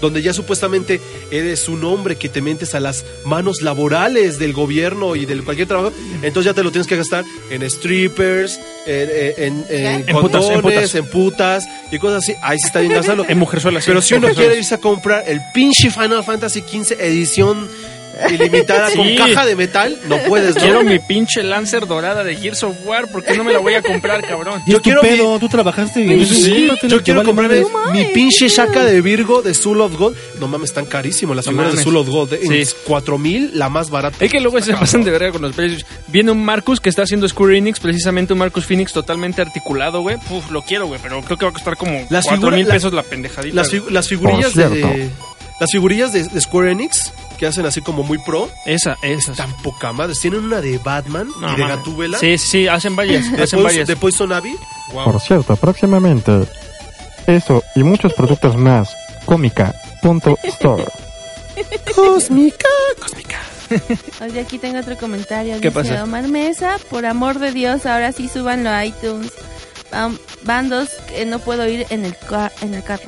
Speaker 3: donde ya supuestamente eres un hombre que te metes a las manos laborales del gobierno y de cualquier trabajo, entonces ya te lo tienes que gastar en strippers, en, en, en- en
Speaker 2: En putas, en
Speaker 3: condones, en
Speaker 2: putas.
Speaker 3: putas. y cosas así. Ahí sí está bien gastarlo.
Speaker 2: En mujerzuelas. sí.
Speaker 3: Pero si uno
Speaker 2: Mujerzuelas.
Speaker 3: quiere irse a comprar el pinche Final Fantasy XV edición ilimitada con
Speaker 2: Sí.
Speaker 3: caja de metal, no puedes, ¿no?
Speaker 2: Quiero mi pinche Lancer dorada de Gears of War, ¿por qué no me la voy a comprar, cabrón?
Speaker 1: Yo
Speaker 3: Yo quiero mi-
Speaker 1: pedo, tú trabajaste. y-
Speaker 3: Sí,
Speaker 1: Cómpratelo,
Speaker 3: yo
Speaker 1: te
Speaker 3: quiero
Speaker 1: vale
Speaker 3: comprarme
Speaker 1: madres.
Speaker 3: mi pinche saca de Virgo de Soul of Gold. No Eh, mames, están carísimos las
Speaker 2: No
Speaker 3: figuras de
Speaker 2: mames.
Speaker 3: Soul of Gold. eh, En
Speaker 2: Sí.
Speaker 3: 4000, la más barata.
Speaker 2: Es que luego se pasan de verga con los precios. Viene un Marcus que está haciendo Square Enix, precisamente un Marcus Phoenix totalmente articulado, güey. Puf, lo quiero, güey, pero creo que va a costar como
Speaker 3: Las
Speaker 2: cuatro
Speaker 3: figura-
Speaker 2: mil
Speaker 3: la-
Speaker 2: pesos la pendejadita.
Speaker 3: Las,
Speaker 2: güey.
Speaker 3: figu- las figurillas
Speaker 9: Por
Speaker 3: de. Las figurillas de, de Square Enix, que hacen así como muy pro,
Speaker 2: esa, esa.
Speaker 3: tan poca madre. Tienen una de Batman
Speaker 2: No,
Speaker 3: y de
Speaker 2: mames.
Speaker 3: Gatúbela.
Speaker 2: Sí, sí, sí, hacen varias,
Speaker 3: De,
Speaker 2: hacen
Speaker 3: Poison-
Speaker 2: varias.
Speaker 3: de Poison Abbey.
Speaker 9: Por cierto, próximamente eso y muchos productos más. Cómica.store.
Speaker 4: Oye, aquí tengo otro comentario.
Speaker 2: ¿Qué
Speaker 4: Dice
Speaker 2: pasa?
Speaker 4: Omar Mesa, por amor de Dios, ahora sí súbanlo a iTunes. Van, van dos que no puedo ir en el, ca- en el carro.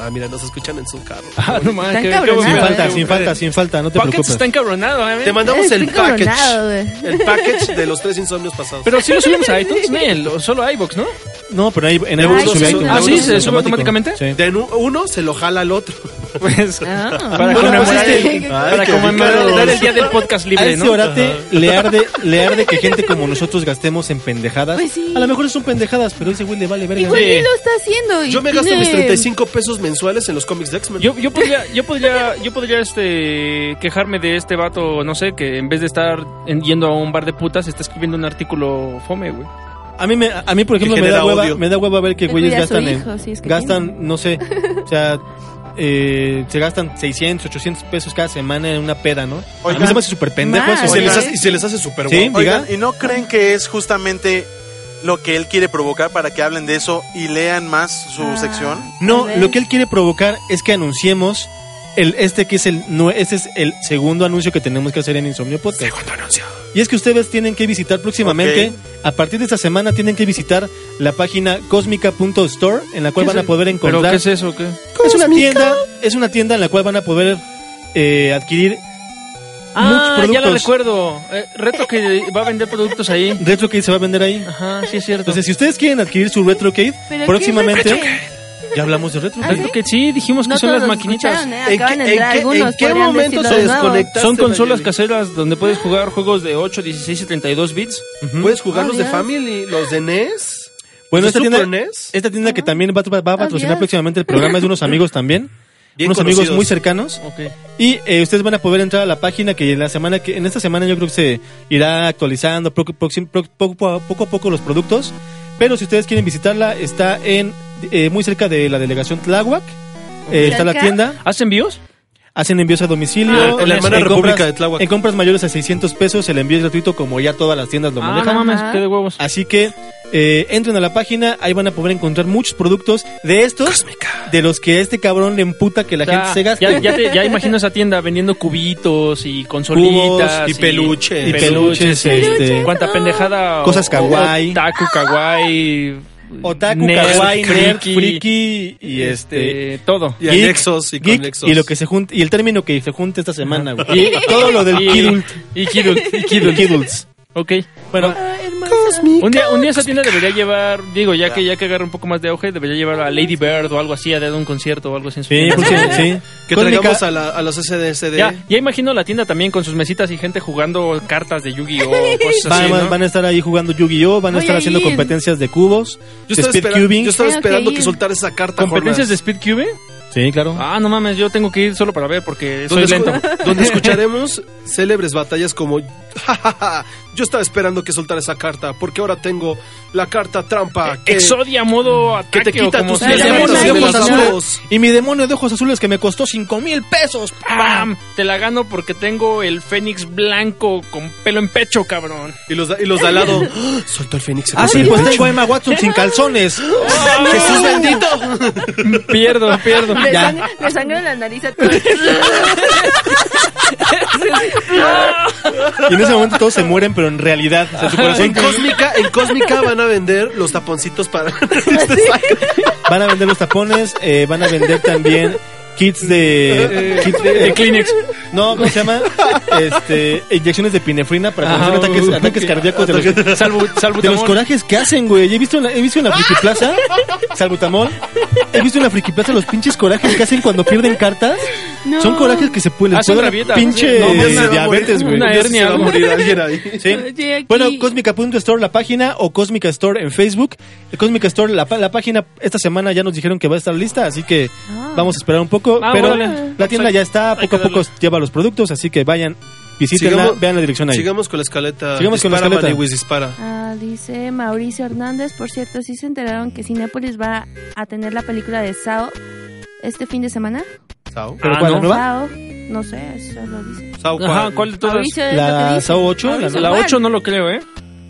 Speaker 3: Ah, mira, nos escuchan en su carro.
Speaker 2: Ah, no mames,
Speaker 4: Están
Speaker 2: qué- qué
Speaker 3: este
Speaker 2: buen
Speaker 4: cabronados,
Speaker 1: Sin
Speaker 2: pedo,
Speaker 4: Nada,
Speaker 1: falta,
Speaker 2: qué
Speaker 1: sin
Speaker 2: buen
Speaker 1: falta,
Speaker 2: pedo.
Speaker 1: sin falta, no te
Speaker 2: Pockets está
Speaker 1: preocupes.
Speaker 2: encabronado,
Speaker 3: Te
Speaker 2: ¿eh?
Speaker 3: mandamos el
Speaker 4: Estoy cabronado,
Speaker 3: package.
Speaker 4: güey.
Speaker 3: El package de los tres insomnios pasados.
Speaker 2: Pero si lo subimos a iTunes, Nel, o solo a iBox, ¿no?
Speaker 1: No, pero ahí, en
Speaker 3: De
Speaker 1: iVoox
Speaker 3: uno
Speaker 1: sube
Speaker 3: se
Speaker 1: iTunes.
Speaker 3: sube-
Speaker 1: De
Speaker 3: ah, sí,
Speaker 1: uno
Speaker 3: se
Speaker 1: sube
Speaker 2: sube automáticamente.
Speaker 1: Sí.
Speaker 3: De nu- uno se lo jala al otro.
Speaker 2: Pues.
Speaker 4: Ah.
Speaker 2: Para
Speaker 3: Bueno,
Speaker 2: conmemorar
Speaker 3: pues este-
Speaker 2: el-
Speaker 3: Ay,
Speaker 2: para
Speaker 3: qué
Speaker 2: conmemorar
Speaker 3: picado.
Speaker 2: el día del podcast
Speaker 1: A
Speaker 2: libre,
Speaker 1: ese
Speaker 2: ¿no?
Speaker 1: orate le arde, le arde que gente como nosotros gastemos en pendejadas.
Speaker 4: Pues sí.
Speaker 1: A lo mejor son pendejadas, pero ese güey le vale verga.
Speaker 4: Igual él lo está haciendo. y
Speaker 3: Yo me gasto mis
Speaker 4: tiene-
Speaker 3: 35 pesos mensuales en los cómics de X-Men.
Speaker 2: Yo, yo podría, yo podría, yo podría este quejarme de este vato, no sé, que en vez de estar en- yendo a un bar de putas, está escribiendo un artículo fome, güey.
Speaker 1: A mí, me, a mí por ejemplo,
Speaker 3: Que
Speaker 1: me da,
Speaker 3: genera
Speaker 1: hueva,
Speaker 3: odio.
Speaker 1: me da hueva ver que
Speaker 4: Te
Speaker 1: güeyes
Speaker 4: cuida su
Speaker 1: gastan, en-
Speaker 4: hijo, si es que
Speaker 1: gastan no sé, o sea, eh, se gastan 600, 800 pesos cada semana en una peda, ¿no? a mí
Speaker 5: Oigan.
Speaker 1: se me hace súper pendejo
Speaker 4: Más.
Speaker 1: eso.
Speaker 3: y, se
Speaker 1: güey.
Speaker 3: les hace, y se les hace súper
Speaker 1: Sí.
Speaker 3: guapo.
Speaker 5: Oigan,
Speaker 1: diga.
Speaker 5: ¿y no creen que es justamente lo que él quiere provocar para que hablen de eso y lean más su
Speaker 4: Ah.
Speaker 5: sección?
Speaker 1: No,
Speaker 4: A ver.
Speaker 1: lo que él quiere provocar es que anunciemos el este que es el no, este es el segundo anuncio que tenemos que hacer en Insomnio Podcast. Segundo anuncio. Y es que ustedes tienen que visitar próximamente, a partir de esta semana tienen que visitar la página cosmica.store en la cual
Speaker 2: ¿Qué
Speaker 1: van
Speaker 2: es
Speaker 1: a
Speaker 2: el-
Speaker 1: poder
Speaker 2: ¿Pero
Speaker 1: encontrar
Speaker 2: qué es eso? ¿Qué?
Speaker 1: es una tienda, es una tienda en la cual van a poder eh, adquirir
Speaker 2: Ah,
Speaker 1: muchos
Speaker 2: ya lo
Speaker 1: productos.
Speaker 2: recuerdo. Eh, reto que va a vender productos ahí.
Speaker 1: RetroCade se va a vender ahí.
Speaker 2: Ajá, sí es cierto.
Speaker 1: Entonces, si ustedes quieren adquirir su RetroCade,
Speaker 4: ¿Pero qué
Speaker 1: próximamente
Speaker 4: retrocade?
Speaker 1: ya hablamos de RetroCade.
Speaker 2: Reto que sí, dijimos que
Speaker 4: ¿Ah, No
Speaker 2: son
Speaker 4: todos
Speaker 2: las
Speaker 4: los
Speaker 2: maquinitas.
Speaker 4: escucharon, ¿eh?
Speaker 3: ¿En
Speaker 4: Acaban
Speaker 3: qué-
Speaker 4: de
Speaker 3: en
Speaker 4: entrar
Speaker 3: qué-
Speaker 4: algunos.
Speaker 3: en qué
Speaker 4: podrían
Speaker 3: momento
Speaker 4: decirlo
Speaker 3: se
Speaker 4: de nuevo.
Speaker 3: desconecta?
Speaker 2: Son
Speaker 3: Taste,
Speaker 2: consolas
Speaker 3: Mayeli.
Speaker 2: caseras donde puedes jugar juegos de 8, 16 y 32 bits.
Speaker 3: ¿Puedes jugar
Speaker 4: Oh,
Speaker 3: los de
Speaker 4: Dios.
Speaker 3: Family, los de E NES?
Speaker 1: Bueno,
Speaker 3: ¿De
Speaker 1: esta
Speaker 3: Super E
Speaker 1: tienda,
Speaker 3: NES?
Speaker 1: esta tienda que también va, va- va
Speaker 2: Oh,
Speaker 1: a
Speaker 4: Ah,
Speaker 1: patrocinar
Speaker 4: bien.
Speaker 1: próximamente el programa es de unos amigos también.
Speaker 3: Bien
Speaker 1: unos amigos
Speaker 3: conocidos.
Speaker 1: muy cercanos.
Speaker 2: Ok.
Speaker 1: Y eh, ustedes van a poder entrar a la página que en la semana que en esta semana yo creo que se irá actualizando pro- proxim- pro- poco, a- poco a poco los productos. Pero si ustedes quieren visitarla, está en eh, muy cerca de la delegación Tláhuac. Eh, está la
Speaker 4: Cerca.
Speaker 1: tienda,
Speaker 2: ¿Hacen envíos?
Speaker 1: hacen envíos a domicilio. Este,
Speaker 2: Ah, en la hermana
Speaker 3: República de Tláhuac.
Speaker 1: En compras mayores a 600 pesos, el envío es gratuito como ya todas las tiendas lo
Speaker 2: Ah,
Speaker 1: manejan.
Speaker 2: no mames,
Speaker 4: Ajá.
Speaker 2: qué de huevos.
Speaker 1: Así que eh, entren a la página, ahí van a poder encontrar muchos productos de estos, de los que a este cabrón le emputa que la
Speaker 2: O sea,
Speaker 1: gente se gaste.
Speaker 2: Ya, ya, te- ya imagino esa tienda vendiendo cubitos y consolitas.
Speaker 3: Cubos y peluches.
Speaker 1: y peluches,
Speaker 2: sí.
Speaker 1: este,
Speaker 2: Cuánta pendejada. o-
Speaker 1: Cosas kawaii.
Speaker 2: Otaku, kawaii.
Speaker 1: otaku,
Speaker 2: nerd,
Speaker 1: kawaii, nerd,
Speaker 2: friki,
Speaker 1: friki y este
Speaker 2: este, todo.
Speaker 3: Y
Speaker 1: Geek,
Speaker 3: anexos y
Speaker 1: geek,
Speaker 3: conexos.
Speaker 1: y lo que se junta y el término que se junta esta semana, güey.
Speaker 2: Y
Speaker 1: todo lo del
Speaker 2: y-
Speaker 1: kidult,
Speaker 2: Y Kidult. Y Kidult.
Speaker 1: kidults.
Speaker 2: Ok.
Speaker 1: Bueno,
Speaker 2: Un día, un día esa tienda debería llevar, digo, ya que ya que agarra un poco más de auge, debería llevar a Lady Bird o algo así, a dar un concierto o algo así en su
Speaker 1: sí,
Speaker 2: tienda.
Speaker 1: pues sí, sí.
Speaker 3: Que
Speaker 1: Cósmica-
Speaker 3: traigamos a, la- a los SDSD.
Speaker 2: Ya, ya imagino la tienda también con sus mesitas y gente jugando cartas de Yu-Gi-Oh! cosas
Speaker 1: van,
Speaker 2: así,
Speaker 1: van-
Speaker 2: ¿no?
Speaker 1: van a estar ahí jugando Yu-Gi-Oh, van a
Speaker 4: Voy
Speaker 1: estar
Speaker 4: ahí
Speaker 1: haciendo
Speaker 4: en-
Speaker 1: competencias de cubos,
Speaker 3: Yo
Speaker 1: de
Speaker 3: estaba,
Speaker 1: speed
Speaker 3: esperando,
Speaker 1: cubing.
Speaker 3: yo estaba
Speaker 4: Tengo que
Speaker 3: esperando que,
Speaker 4: ir.
Speaker 3: soltara esa carta.
Speaker 2: ¿Competencias de
Speaker 3: Jonas.
Speaker 2: Speed Cube?
Speaker 1: Sí, claro.
Speaker 2: Ah, no mames, yo tengo que ir solo para ver porque soy
Speaker 3: Donde, escu-
Speaker 2: lento.
Speaker 3: donde escucharemos célebres batallas como "Ja, ja, ja, yo estaba esperando que soltara esa carta porque ahora tengo la carta trampa que,
Speaker 2: Exodia modo
Speaker 3: que
Speaker 2: ataque
Speaker 3: te
Speaker 2: o
Speaker 3: quita
Speaker 2: como
Speaker 3: tus
Speaker 2: se
Speaker 3: tres
Speaker 8: llame.
Speaker 3: dedos de
Speaker 8: Demonio
Speaker 3: los
Speaker 8: de ojos
Speaker 3: ojos".
Speaker 8: Y mi demonio de ojos azules que me costó 5 mil pesos.
Speaker 2: ¡Pam! Te la gano porque tengo el fénix blanco con pelo en pecho, cabrón.
Speaker 3: y los y los de al lado ¡Ah! soltó el fénix
Speaker 8: Así pues tengo a Emma Watson sin calzones.
Speaker 3: Jesús bendito
Speaker 2: Pierdo, pierdo.
Speaker 4: Me,
Speaker 8: Ya.
Speaker 4: sang- me sangra la nariz a todos.
Speaker 1: Y en ese momento todos se mueren, pero en realidad, o sea, tu
Speaker 3: en
Speaker 1: corazón
Speaker 3: cósmica en cósmica van a vender los taponcitos para este
Speaker 1: van a vender los tapones, eh, van a vender también kits de, kits de,
Speaker 2: De Kleenex.
Speaker 1: no, ¿cómo se llama? Este, inyecciones de pinefrina para
Speaker 2: Ajá,
Speaker 1: prevenir ataques,
Speaker 2: ok.
Speaker 1: Ah, ataques cardíacos de los,
Speaker 2: Salvo, salvo
Speaker 1: de los corajes que hacen, güey. He visto en la, he visto en la friki plaza, salbutamol, he visto en la friki plaza los pinches corajes que hacen cuando pierden cartas.
Speaker 4: No.
Speaker 1: Son corajes que se pueden, les
Speaker 2: Hacen
Speaker 1: puede dar
Speaker 2: rabieta,
Speaker 1: pinche
Speaker 2: sí. No,
Speaker 3: ya se va a
Speaker 1: diabetes,
Speaker 3: morir.
Speaker 1: güey.
Speaker 2: Una
Speaker 3: Ya se
Speaker 2: hernia,
Speaker 3: va a
Speaker 2: algo.
Speaker 3: morir alguien ahí
Speaker 1: Sí.
Speaker 4: Estoy aquí.
Speaker 1: Bueno, cósmica.store la página o Cósmica Store en Facebook. Eh, Cósmica Store, la, pa- la página esta semana ya nos dijeron que va a estar lista, así que
Speaker 4: Ah.
Speaker 1: vamos a esperar un poco.
Speaker 2: Ah,
Speaker 1: pero
Speaker 2: órale.
Speaker 1: la tienda ya está,
Speaker 2: Hay que
Speaker 1: poco a poco
Speaker 2: darle.
Speaker 1: lleva los productos, así que vayan, visítenla,
Speaker 3: Sigamos-
Speaker 1: vean la dirección ahí.
Speaker 3: sigamos con la escaleta
Speaker 1: Sigamos con la
Speaker 3: Dispara,
Speaker 1: escaleta.
Speaker 3: Maniwis, dispara
Speaker 4: Ah, dice Mauricio Hernández, por cierto, ¿sí se enteraron que Cinépolis va a tener la película de Sao este fin de semana?
Speaker 3: Sao
Speaker 1: ¿Pero
Speaker 2: Ah,
Speaker 1: cuál, la
Speaker 2: no.
Speaker 1: nueva?
Speaker 4: Sao, no sé, eso lo dice.
Speaker 3: Sao
Speaker 2: Ajá,
Speaker 3: ¿cuál?
Speaker 2: ¿cuál de todas?
Speaker 4: Mauricio es lo que
Speaker 1: La
Speaker 4: dice.
Speaker 1: SAO 8, la,
Speaker 4: Mauricio.
Speaker 1: la-
Speaker 2: La 8 no lo creo, ¿eh?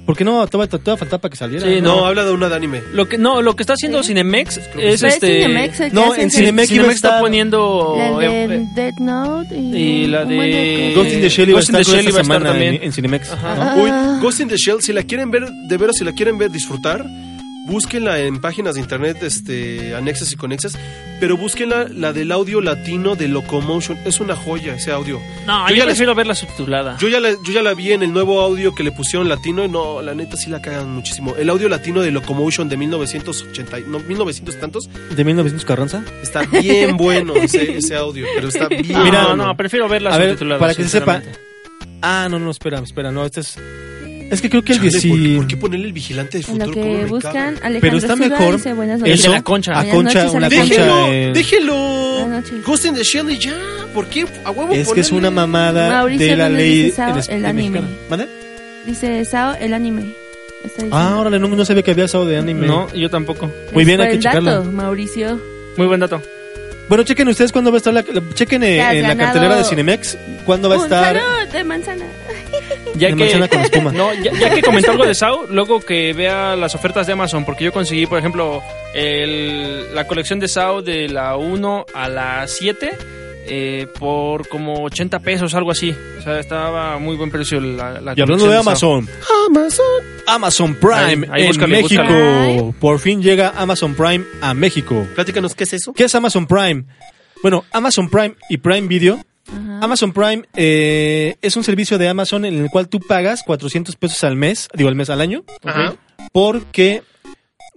Speaker 1: ¿por qué no? Todavía todavía faltaba para que saliera.
Speaker 2: Sí,
Speaker 3: no habla de una de anime
Speaker 2: Lo que, no, lo que está haciendo
Speaker 4: Sí.
Speaker 2: Cinemex es
Speaker 4: Pero es
Speaker 2: este...
Speaker 4: Pues Cinemex el que
Speaker 1: No,
Speaker 4: hace
Speaker 1: en Oh,
Speaker 4: el-
Speaker 1: Cinemex iba a
Speaker 2: Cinemex está
Speaker 1: estar-
Speaker 2: poniendo...
Speaker 4: La
Speaker 2: eh,
Speaker 4: de
Speaker 2: eh,
Speaker 4: Dead Note y,
Speaker 2: y la
Speaker 4: ¿cómo
Speaker 2: de-
Speaker 4: es que-
Speaker 1: Ghost in the
Speaker 2: Eh,
Speaker 1: Shell iba a
Speaker 2: Ghost in
Speaker 1: estar con
Speaker 2: the Shell
Speaker 1: esta
Speaker 2: iba a estar
Speaker 1: semana
Speaker 2: también.
Speaker 1: en, en Cinemex.
Speaker 2: Ajá.
Speaker 1: ¿no?
Speaker 3: Uy, Ghost in the Shell, si la quieren ver, de veras, si la quieren ver, disfrutar, búsquenla en páginas de internet este, anexas y conexas, pero búsquenla la del audio latino de Locomotion. Es una joya ese audio.
Speaker 2: No,
Speaker 3: Yo
Speaker 2: yo,
Speaker 3: ya les-
Speaker 2: prefiero verla subtitulada.
Speaker 3: Yo ya, la, yo ya la vi en el nuevo audio que le pusieron latino y no, la neta sí la cagan muchísimo. El audio latino de Locomotion de 1980, y- no, 1900 tantos,
Speaker 1: ¿De 1900 Carranza?
Speaker 3: está bien bueno ese, ese audio, pero está bien
Speaker 2: No,
Speaker 1: Mira,
Speaker 2: no,
Speaker 3: bueno.
Speaker 2: prefiero verla
Speaker 1: A ver,
Speaker 2: subtitulada.
Speaker 1: para que se sepa.
Speaker 2: sinceramente.
Speaker 1: Ah, no, no, espera, espera, no, este es... Es que creo que el
Speaker 3: Chale, ¿por, qué-
Speaker 1: 10...
Speaker 3: por qué ponerle el vigilante del
Speaker 4: En lo
Speaker 3: futuro? ¿Cómo
Speaker 4: que
Speaker 3: me
Speaker 4: buscan,
Speaker 3: caga?
Speaker 4: Alejandro
Speaker 1: Pero está
Speaker 4: Silva
Speaker 1: mejor
Speaker 4: dice buenas
Speaker 1: Eso,
Speaker 4: noches.
Speaker 2: El de la concha.
Speaker 1: A
Speaker 4: Buenas
Speaker 1: concha,
Speaker 4: noches,
Speaker 1: una
Speaker 4: Alejandro.
Speaker 1: concha.
Speaker 3: Déjelo,
Speaker 1: eh,
Speaker 3: déjelo.
Speaker 4: Buenas noches.
Speaker 3: Ghost in the Shell y ya. ¿Por qué? A huevo.
Speaker 1: Es que es
Speaker 3: ponerle-
Speaker 1: una mamada
Speaker 4: Mauricio
Speaker 1: de la
Speaker 4: Hernández
Speaker 1: ley
Speaker 4: dice Sao,
Speaker 1: es-
Speaker 4: el
Speaker 1: de
Speaker 4: anime.
Speaker 1: mexicana. ¿Mande?
Speaker 4: Dice Sao, el anime. Está diciendo.
Speaker 1: Ah, órale, no, no sabía que había Sao de anime.
Speaker 2: No, yo tampoco.
Speaker 1: Muy bien,
Speaker 4: Por
Speaker 1: hay que
Speaker 4: el Pues, dato,
Speaker 1: checarla.
Speaker 4: Mauricio.
Speaker 2: Muy buen dato.
Speaker 1: Bueno, chequen ustedes cuándo va a estar la. la- chequen eh,
Speaker 4: Te has
Speaker 1: en la
Speaker 4: ganado
Speaker 1: cartelera de Cinemex cuándo va a
Speaker 4: Un
Speaker 1: estar.
Speaker 4: salud de manzana.
Speaker 2: Ya
Speaker 1: de
Speaker 2: que,
Speaker 1: manzana con espuma.
Speaker 2: No, ya, ya que comentó algo de Sao, luego que vea las ofertas de Amazon, porque yo conseguí, por ejemplo, el- la colección de Sao de la 1 a la 7 eh, por como 80 pesos, algo así. O sea, estaba a muy buen precio la, la
Speaker 1: Y hablando
Speaker 2: colección
Speaker 1: de
Speaker 2: Sao.
Speaker 1: Amazon. Amazon. Amazon Prime
Speaker 2: Ahí- ahí
Speaker 1: en
Speaker 2: búscale,
Speaker 1: México.
Speaker 2: búscale.
Speaker 1: Por fin llega Amazon Prime a México.
Speaker 3: Platícanos, ¿qué es eso?
Speaker 1: ¿Qué es Amazon Prime? Bueno, Amazon Prime y Prime Video. Amazon Prime eh, es un servicio de Amazon en el cual tú pagas 400 pesos al mes, digo al mes al año,
Speaker 3: Ajá.
Speaker 1: porque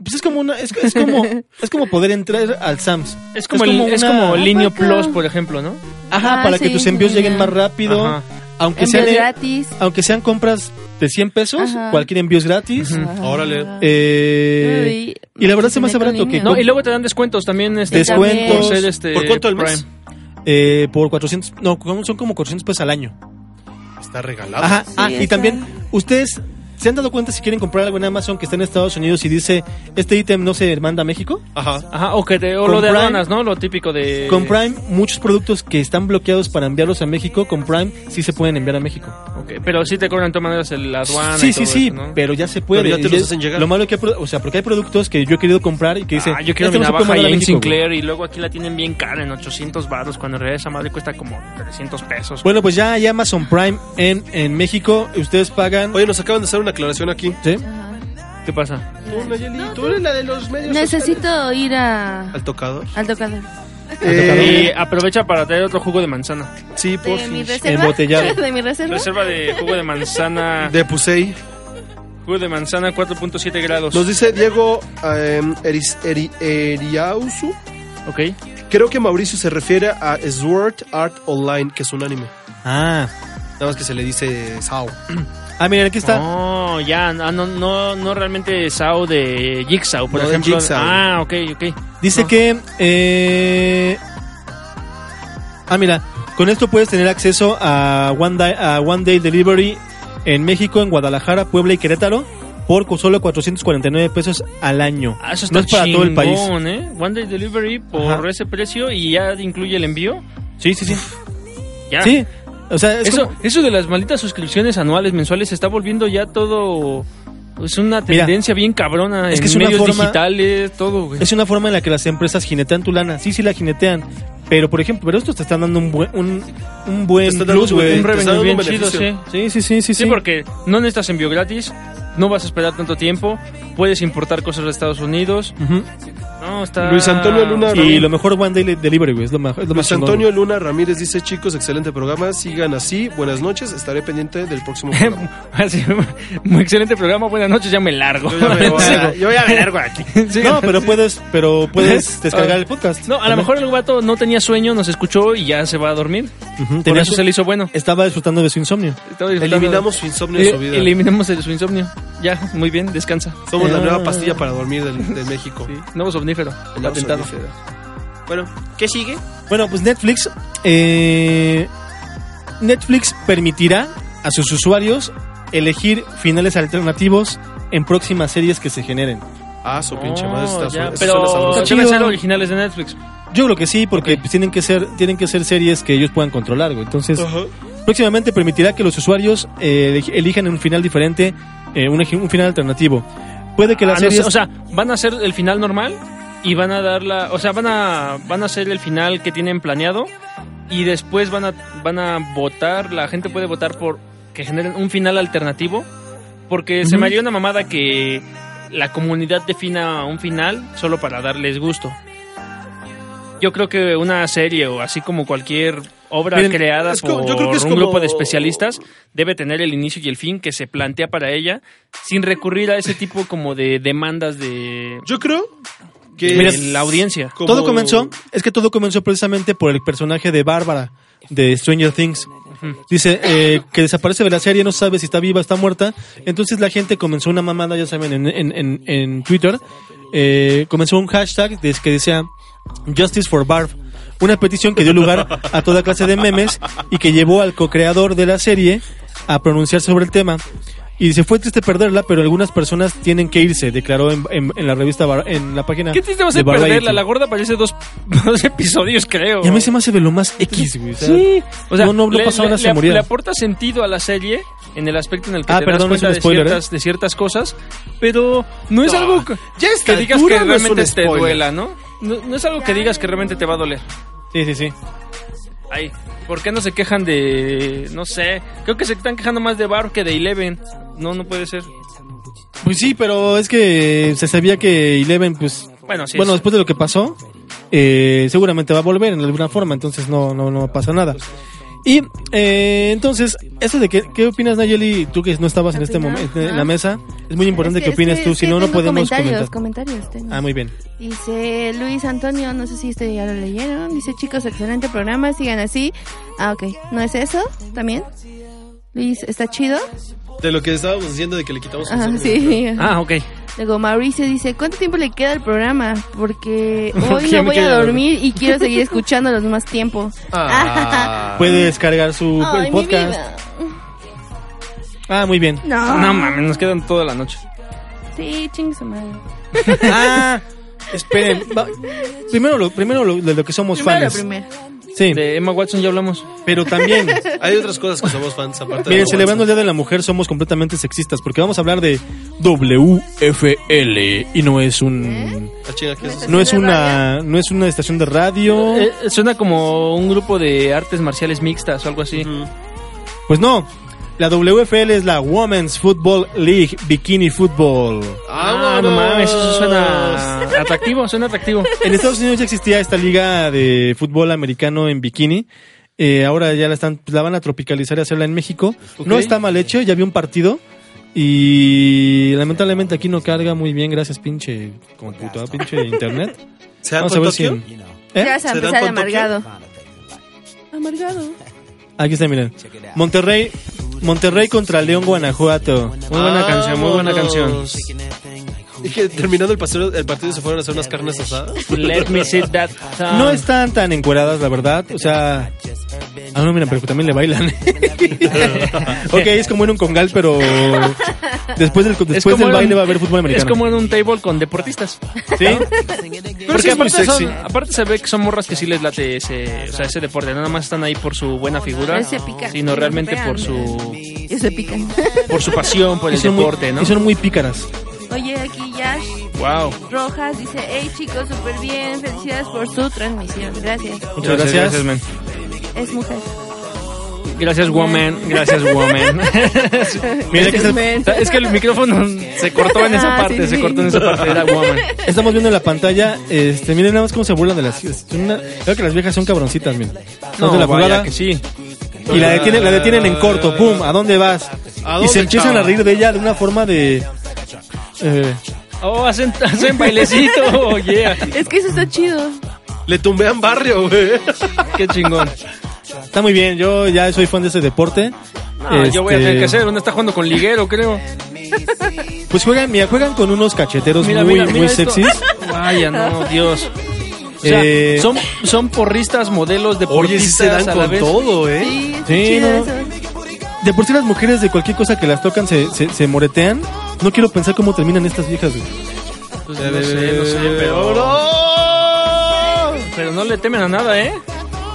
Speaker 1: pues es como una es, es como es como poder entrar al Sams.
Speaker 2: Es como, el- es
Speaker 1: una-
Speaker 2: como Linio
Speaker 4: poco?
Speaker 2: Plus, por ejemplo, ¿no?
Speaker 1: Ajá,
Speaker 4: Ah,
Speaker 1: para que
Speaker 4: sí,
Speaker 1: tus envíos
Speaker 4: sí,
Speaker 1: lleguen
Speaker 4: ya.
Speaker 1: más rápido,
Speaker 2: Ajá.
Speaker 1: aunque
Speaker 4: Envíos
Speaker 1: sean eh,
Speaker 4: gratis.
Speaker 1: aunque sean compras de 100 pesos,
Speaker 4: Ajá.
Speaker 1: cualquier envío es gratis.
Speaker 3: Órale.
Speaker 4: Ah.
Speaker 1: Eh, y la verdad se me hace barato que
Speaker 2: No,
Speaker 1: con-
Speaker 2: y luego te dan descuentos también. Este,
Speaker 1: Descuentos.
Speaker 2: por ser, este,
Speaker 3: ¿Por cuánto al mes?
Speaker 2: Prime.
Speaker 1: eh, por 400, no, como- son como 400 pesos al año.
Speaker 3: Está
Speaker 2: pues,
Speaker 3: regalado.
Speaker 1: Ajá,
Speaker 4: Sí,
Speaker 1: ah, y
Speaker 4: está.
Speaker 1: también ustedes se han dado cuenta si quieren comprar algo en Amazon que está en Estados Unidos y dice, este ítem no se manda a México?
Speaker 3: Ajá.
Speaker 2: Ajá, o, que te- o
Speaker 1: Con
Speaker 2: lo de
Speaker 1: Prime.
Speaker 2: aduanas, ¿no? Lo típico de...
Speaker 1: Con Prime, muchos productos que están bloqueados para enviarlos a México, con Prime sí se pueden enviar a México.
Speaker 2: Ok, Pero sí te cobran de todas maneras el aduana
Speaker 1: sí,
Speaker 2: y todo
Speaker 1: sí, sí,
Speaker 2: eso, ¿no?
Speaker 1: pero ya se puede.
Speaker 3: Pero ya te
Speaker 1: Y
Speaker 3: los
Speaker 1: es-
Speaker 3: hacen llegar.
Speaker 1: Lo malo que, hay pro- o sea, porque hay productos que yo he querido comprar y que dicen,
Speaker 2: ah, yo quiero
Speaker 1: "Este
Speaker 2: mi
Speaker 1: no se puede
Speaker 2: navaja
Speaker 1: mandar a
Speaker 2: ahí en
Speaker 1: México, güey".
Speaker 2: Sinclair y luego aquí la tienen bien cara en 800 baros cuando en realidad esa madre cuesta como 300 pesos.
Speaker 1: Bueno, pues ya hay Amazon Prime en, en México, ustedes pagan...
Speaker 3: Oye, nos acaban de hacer una aclaración aquí.
Speaker 1: ¿Sí?
Speaker 2: ¿Qué pasa?
Speaker 3: Tú, Nayeli, tú eres la de los medios.
Speaker 4: Necesito ir a...
Speaker 3: ¿Al tocador? Eh,
Speaker 4: al tocador.
Speaker 1: Eh,
Speaker 2: Y aprovecha para traer otro jugo de manzana.
Speaker 3: Sí, por
Speaker 4: De mi
Speaker 3: fin.
Speaker 4: reserva.
Speaker 1: Embotellado.
Speaker 4: De mi reserva.
Speaker 2: Reserva de jugo de manzana.
Speaker 3: De Pusey.
Speaker 2: Jugo de manzana 4.7 grados.
Speaker 3: Nos dice Diego em, Eris- Eri- Eriausu.
Speaker 2: Ok.
Speaker 3: Creo que Mauricio se refiere a Sword Art Online, que es un anime.
Speaker 1: Ah,
Speaker 3: Nada más que se le dice Sao.
Speaker 1: ah, miren, aquí está.
Speaker 2: No, ya, ah, no, no, no realmente Sao de Jigsaw, por
Speaker 3: No de
Speaker 2: ejemplo.
Speaker 3: Jigsaw.
Speaker 2: Ah, ok, ok.
Speaker 1: Dice
Speaker 2: No.
Speaker 1: que eh, Ah, mira, con esto puedes tener acceso a One Day, a One Day Delivery en México, en Guadalajara, Puebla y Querétaro por solo 449 pesos al año.
Speaker 2: Ah, eso está
Speaker 1: no es para todo el país.
Speaker 2: chingón, ¿eh? One Day Delivery por
Speaker 1: Ajá.
Speaker 2: ese precio y ya incluye el envío.
Speaker 1: Sí, sí, sí.
Speaker 2: Ya.
Speaker 1: Sí. O sea, es
Speaker 2: eso,
Speaker 1: como-
Speaker 2: eso de las malditas suscripciones anuales, mensuales, se está volviendo ya todo. Es una
Speaker 1: Mira,
Speaker 2: tendencia bien cabrona.
Speaker 1: es
Speaker 2: en
Speaker 1: que es una
Speaker 2: medios
Speaker 1: forma-
Speaker 2: digitales, todo, güey.
Speaker 1: es una forma en la que las empresas jinetean tu lana. Sí, sí la jinetean. Pero, por ejemplo, pero estos te están dando un buen, un, un
Speaker 3: Te
Speaker 1: buen
Speaker 3: están dando
Speaker 1: plus,
Speaker 3: un buen-
Speaker 1: güey.
Speaker 2: un revenue
Speaker 3: dando
Speaker 2: bien
Speaker 3: un
Speaker 2: chido, sí.
Speaker 3: beneficio.
Speaker 1: Sí, sí, sí, sí,
Speaker 2: Sí,
Speaker 1: sí.
Speaker 2: porque no necesitas envío gratis, no vas a esperar tanto tiempo, puedes importar cosas de Estados Unidos.
Speaker 1: Ujú.
Speaker 2: No, está...
Speaker 3: Luis Antonio Luna
Speaker 1: Y lo mejor One Day Delivery, güey. Es lo, mejor. es lo
Speaker 2: Pues
Speaker 1: más
Speaker 3: Luis
Speaker 1: chingón,
Speaker 3: Antonio Luna Ramírez dice, chicos, excelente programa, sigan así, buenas noches, estaré pendiente del próximo
Speaker 2: Em,
Speaker 3: programa.
Speaker 2: Así, muy excelente programa, buenas noches, ya me largo.
Speaker 3: Yo ya me voy a- yo ya me largo
Speaker 2: aquí.
Speaker 1: güey. No, pues, pero puedes, pero
Speaker 2: ¿Eh?
Speaker 1: puedes
Speaker 2: Ah,
Speaker 1: descargar el podcast.
Speaker 2: No, a lo mejor el vato no tenía sueño, nos escuchó y ya se va a dormir.
Speaker 1: Ujú,
Speaker 2: Por
Speaker 1: tenía
Speaker 2: eso
Speaker 1: su-
Speaker 2: se le hizo bueno.
Speaker 1: Estaba disfrutando de su insomnio.
Speaker 2: Estaba disfrutando-
Speaker 3: Eliminamos su insomnio de
Speaker 2: Eh,
Speaker 3: su vida.
Speaker 2: Eliminamos el- su insomnio. Ya, muy bien, descansa. Eh,
Speaker 3: Somos la
Speaker 1: Ah.
Speaker 3: nueva pastilla para dormir del- de México.
Speaker 2: Sí, Nuevo somnífero.
Speaker 3: El
Speaker 2: Patentado.
Speaker 3: somnífero.
Speaker 2: Bueno, ¿qué sigue?
Speaker 1: Bueno, pues Netflix. eh, Netflix permitirá a sus usuarios elegir finales alternativos en próximas series que se generen.
Speaker 3: Ah, su pinche madre,
Speaker 2: Oh, ya,
Speaker 3: está- esos son los
Speaker 2: pero
Speaker 3: saludos.
Speaker 1: Está
Speaker 2: deben
Speaker 1: chido.
Speaker 2: ser originales de Netflix.
Speaker 1: Yo creo que sí, porque pues, tienen que ser tienen que ser series que ellos puedan controlar, güey. Entonces, próximamente permitirá que los usuarios eh, elij- elijan un final diferente, eh, un, ej- un final alternativo. Puede que
Speaker 2: Ah,
Speaker 1: las
Speaker 2: no
Speaker 1: series
Speaker 2: sé, o sea, van a hacer el final normal y van a dar la, o sea, van a van a hacer el final que tienen planeado y después van a van a votar, la gente puede votar por que generen un final alternativo, porque se
Speaker 1: Ujú.
Speaker 2: me haría una mamada que la comunidad defina un final solo para darles gusto. Yo creo que una serie o así como cualquier obra
Speaker 1: Miren,
Speaker 2: creada
Speaker 3: es como-
Speaker 2: por
Speaker 3: yo creo que es
Speaker 2: un
Speaker 3: como-
Speaker 2: grupo de especialistas debe tener el inicio y el fin que se plantea para ella sin recurrir a ese tipo como de demandas de,
Speaker 3: Yo creo que...
Speaker 2: de
Speaker 3: es
Speaker 2: la audiencia.
Speaker 3: como-
Speaker 1: Todo comenzó, es que todo comenzó precisamente por el personaje de Bárbara de Stranger Things. Dice eh, que desaparece de la serie, no sabe si está viva o está muerta. Entonces la gente comenzó una mamada, ya saben, en, en- en- en Twitter. eh, comenzó un hashtag de- que decía Justice for Barb. Una petición que dio lugar a toda clase de memes y que llevó al co-creador de la serie a pronunciar sobre el tema. Y dice, fue triste perderla, pero algunas personas tienen que irse, declaró en, en- en la revista, Bar- en la página.
Speaker 2: ¿Qué triste va a
Speaker 1: de
Speaker 2: ser
Speaker 1: Variety.
Speaker 2: perderla? La gorda aparece dos, dos episodios, creo.
Speaker 1: Y a mí se me hace de lo más X, güey. o sea,
Speaker 2: Sí, o sea,
Speaker 1: no, no, no
Speaker 2: le,
Speaker 1: pasaba
Speaker 2: le-
Speaker 1: nada, se
Speaker 2: le-
Speaker 1: moría.
Speaker 2: le aporta sentido a la serie en el aspecto en el que
Speaker 1: Ah,
Speaker 2: te
Speaker 1: perdón,
Speaker 2: das
Speaker 1: es un
Speaker 2: cuenta
Speaker 1: spoiler,
Speaker 2: de, ciertas, de ciertas cosas, pero no es
Speaker 3: Ah,
Speaker 2: algo que,
Speaker 3: ya a esta
Speaker 2: que digas que
Speaker 3: altura no es
Speaker 2: realmente
Speaker 3: un
Speaker 2: te
Speaker 3: spoiler.
Speaker 2: duela, ¿no? ¿no? no es algo que digas que realmente te va a doler.
Speaker 1: Sí, sí, sí.
Speaker 2: Ay, ¿por qué no se quejan de... no sé, creo que se están quejando más de Bar que de Eleven. No, no puede ser.
Speaker 1: Pues sí, pero es que se sabía que Eleven, pues.
Speaker 2: Bueno, sí.
Speaker 1: bueno,
Speaker 2: es-
Speaker 1: después de lo que pasó, eh, seguramente va a volver en alguna forma, entonces no, no, no pasa nada. Y eh, entonces, eso de que, ¿qué opinas, Nayeli? Tú que no estabas en este
Speaker 4: Opinar,
Speaker 1: momento en
Speaker 4: ajá.
Speaker 1: la mesa, es muy importante
Speaker 4: Es
Speaker 1: que,
Speaker 4: es
Speaker 1: opines tú,
Speaker 4: es
Speaker 1: si
Speaker 4: que
Speaker 1: no, no
Speaker 4: tengo
Speaker 1: podemos
Speaker 4: comentarios,
Speaker 1: comentar.
Speaker 4: comentarios tengo.
Speaker 1: Ah, muy bien.
Speaker 4: Dice Luis Antonio, no sé si ustedes ya lo leyeron. Dice, chicos, excelente programa, sigan así. Ah, ok. ¿No es eso? ¿También? Luis, ¿está chido?
Speaker 3: De lo que estábamos diciendo de que le quitamos el
Speaker 4: Ah,
Speaker 3: insomnio.
Speaker 4: sí.
Speaker 2: Ah, ok.
Speaker 4: Luego Mauricio dice, ¿cuánto tiempo le queda al programa? Porque hoy
Speaker 2: Ya
Speaker 4: no
Speaker 2: me
Speaker 4: voy a
Speaker 2: quiero
Speaker 4: dormir y quiero seguir escuchándolos más tiempo.
Speaker 3: Ah.
Speaker 1: Puede descargar su
Speaker 4: Ay,
Speaker 1: el
Speaker 4: mi
Speaker 1: podcast.
Speaker 4: vida.
Speaker 1: Ah, muy bien.
Speaker 4: No.
Speaker 2: No mames, nos quedan toda la noche.
Speaker 4: Sí, chingue su madre.
Speaker 1: ah, esperen. va- Primero, lo, primero lo- de lo que somos
Speaker 4: Primero,
Speaker 1: fans.
Speaker 4: primero.
Speaker 1: Sí,
Speaker 2: De Emma Watson ya hablamos.
Speaker 1: pero también.
Speaker 3: Hay otras cosas que somos fans aparte.
Speaker 1: Miren,
Speaker 3: de
Speaker 1: celebrando el Día de la Mujer somos completamente sexistas porque vamos a hablar de WFL y no es un
Speaker 3: Ah, chinga, ¿qué es eso?
Speaker 1: no es una no es una estación de radio,
Speaker 2: Eh, suena como un grupo de artes marciales mixtas o algo así.
Speaker 3: Mm.
Speaker 1: pues no. La WFL es la Women's Football League Bikini Football.
Speaker 2: Ah, no mames, eso suena atractivo, suena atractivo.
Speaker 1: En Estados Unidos ya existía esta liga de fútbol americano en bikini. Eh, ahora ya la están la van a tropicalizar y hacerla en México. No
Speaker 3: Ok.
Speaker 1: está mal hecho, ya vi un partido y lamentablemente aquí no carga muy bien, gracias pinche computadora, pinche internet.
Speaker 3: ¿Se dan
Speaker 1: Vamos a
Speaker 3: con
Speaker 1: ver
Speaker 3: Tokio?
Speaker 1: si en- ¿Eh?
Speaker 4: Ya se va a
Speaker 3: ¿Se dan
Speaker 4: empezar
Speaker 3: con Tokio?
Speaker 4: amargado. Amargado.
Speaker 1: Aquí está, miren. Monterrey, Monterrey contra León Guanajuato.
Speaker 2: Muy buena canción, muy buena
Speaker 3: Vámonos.
Speaker 2: canción.
Speaker 3: Y que terminando el, paseo- el partido se fueron a hacer unas carnes asadas.
Speaker 2: Let me sit that song.
Speaker 1: No están tan encueradas, la verdad. O sea. Ah, no, mira, pero también le bailan. ok, es como en un congal, pero. Después del,
Speaker 2: Es
Speaker 1: después
Speaker 2: como
Speaker 1: del
Speaker 2: en-
Speaker 1: baile va a haber fútbol
Speaker 2: Es
Speaker 1: americano.
Speaker 2: como en un table con deportistas.
Speaker 1: ¿Sí?
Speaker 2: Porque
Speaker 3: sí es muy
Speaker 2: aparte, son-
Speaker 3: sexy.
Speaker 2: aparte se ve que son morras que sí les late ese, o sea, ese deporte. No nada más están ahí por su buena figura,
Speaker 4: Se pican.
Speaker 2: sino realmente por su,
Speaker 4: Y se pican.
Speaker 2: por su pasión por
Speaker 1: Y
Speaker 2: el
Speaker 1: son muy-
Speaker 2: deporte, ¿no?
Speaker 1: y son muy pícaras.
Speaker 4: Oye, aquí Yash
Speaker 2: Wow.
Speaker 4: Rojas dice, hey chicos, súper bien, felicidades por su transmisión. Gracias.
Speaker 1: Muchas gracias.
Speaker 2: Gracias, man.
Speaker 4: Es mujer.
Speaker 2: Gracias, woman. Gracias, woman.
Speaker 1: Mira, que se-
Speaker 4: Men.
Speaker 2: es que el micrófono se cortó en esa
Speaker 4: Ah,
Speaker 2: parte,
Speaker 4: sí,
Speaker 2: se
Speaker 4: sí.
Speaker 2: cortó en esa parte. Era woman.
Speaker 1: estamos viendo en la pantalla. Este, miren nada más cómo se burlan de las. es una- Creo que las viejas son cabroncitas, miren. Son de la
Speaker 2: vaya
Speaker 1: jugada.
Speaker 2: que sí.
Speaker 1: Y la detienen, la detienen en corto, ¡pum! ¿A dónde vas?
Speaker 3: ¿A
Speaker 1: y se
Speaker 3: dónde,
Speaker 1: empiezan
Speaker 3: chava?
Speaker 1: a reír de ella de una forma de. eh,
Speaker 2: Oh, hacen, hacen bailecito. Oh, yeah.
Speaker 4: Es que eso está chido.
Speaker 3: Le tumbean barrio, güey.
Speaker 2: Qué chingón.
Speaker 1: está muy bien, yo ya soy fan de ese deporte.
Speaker 2: Ah, Yo voy a
Speaker 1: Este,
Speaker 2: tener que hacer. ¿Dónde está jugando con liguero, creo?
Speaker 1: Pues juegan, mira, juegan con unos cacheteros
Speaker 2: Mira,
Speaker 1: muy,
Speaker 2: mira, mira
Speaker 1: muy
Speaker 2: esto.
Speaker 1: sexys.
Speaker 2: Vaya, no, Dios. O sea,
Speaker 1: Eh,
Speaker 2: son, son porristas, modelos,
Speaker 3: Oye,
Speaker 2: deportistas
Speaker 3: sí se dan
Speaker 2: a la
Speaker 3: con
Speaker 2: vez.
Speaker 3: todo, ¿eh?
Speaker 4: Sí, está
Speaker 1: Sí,
Speaker 4: chido
Speaker 1: no.
Speaker 4: eso.
Speaker 1: De por sí las mujeres de cualquier cosa que las tocan se, se, se moretean. No quiero pensar cómo terminan estas viejas, güey.
Speaker 2: Pues, no sé, no
Speaker 1: Eh,
Speaker 2: sé, pero... Pero no le temen a nada, ¿eh?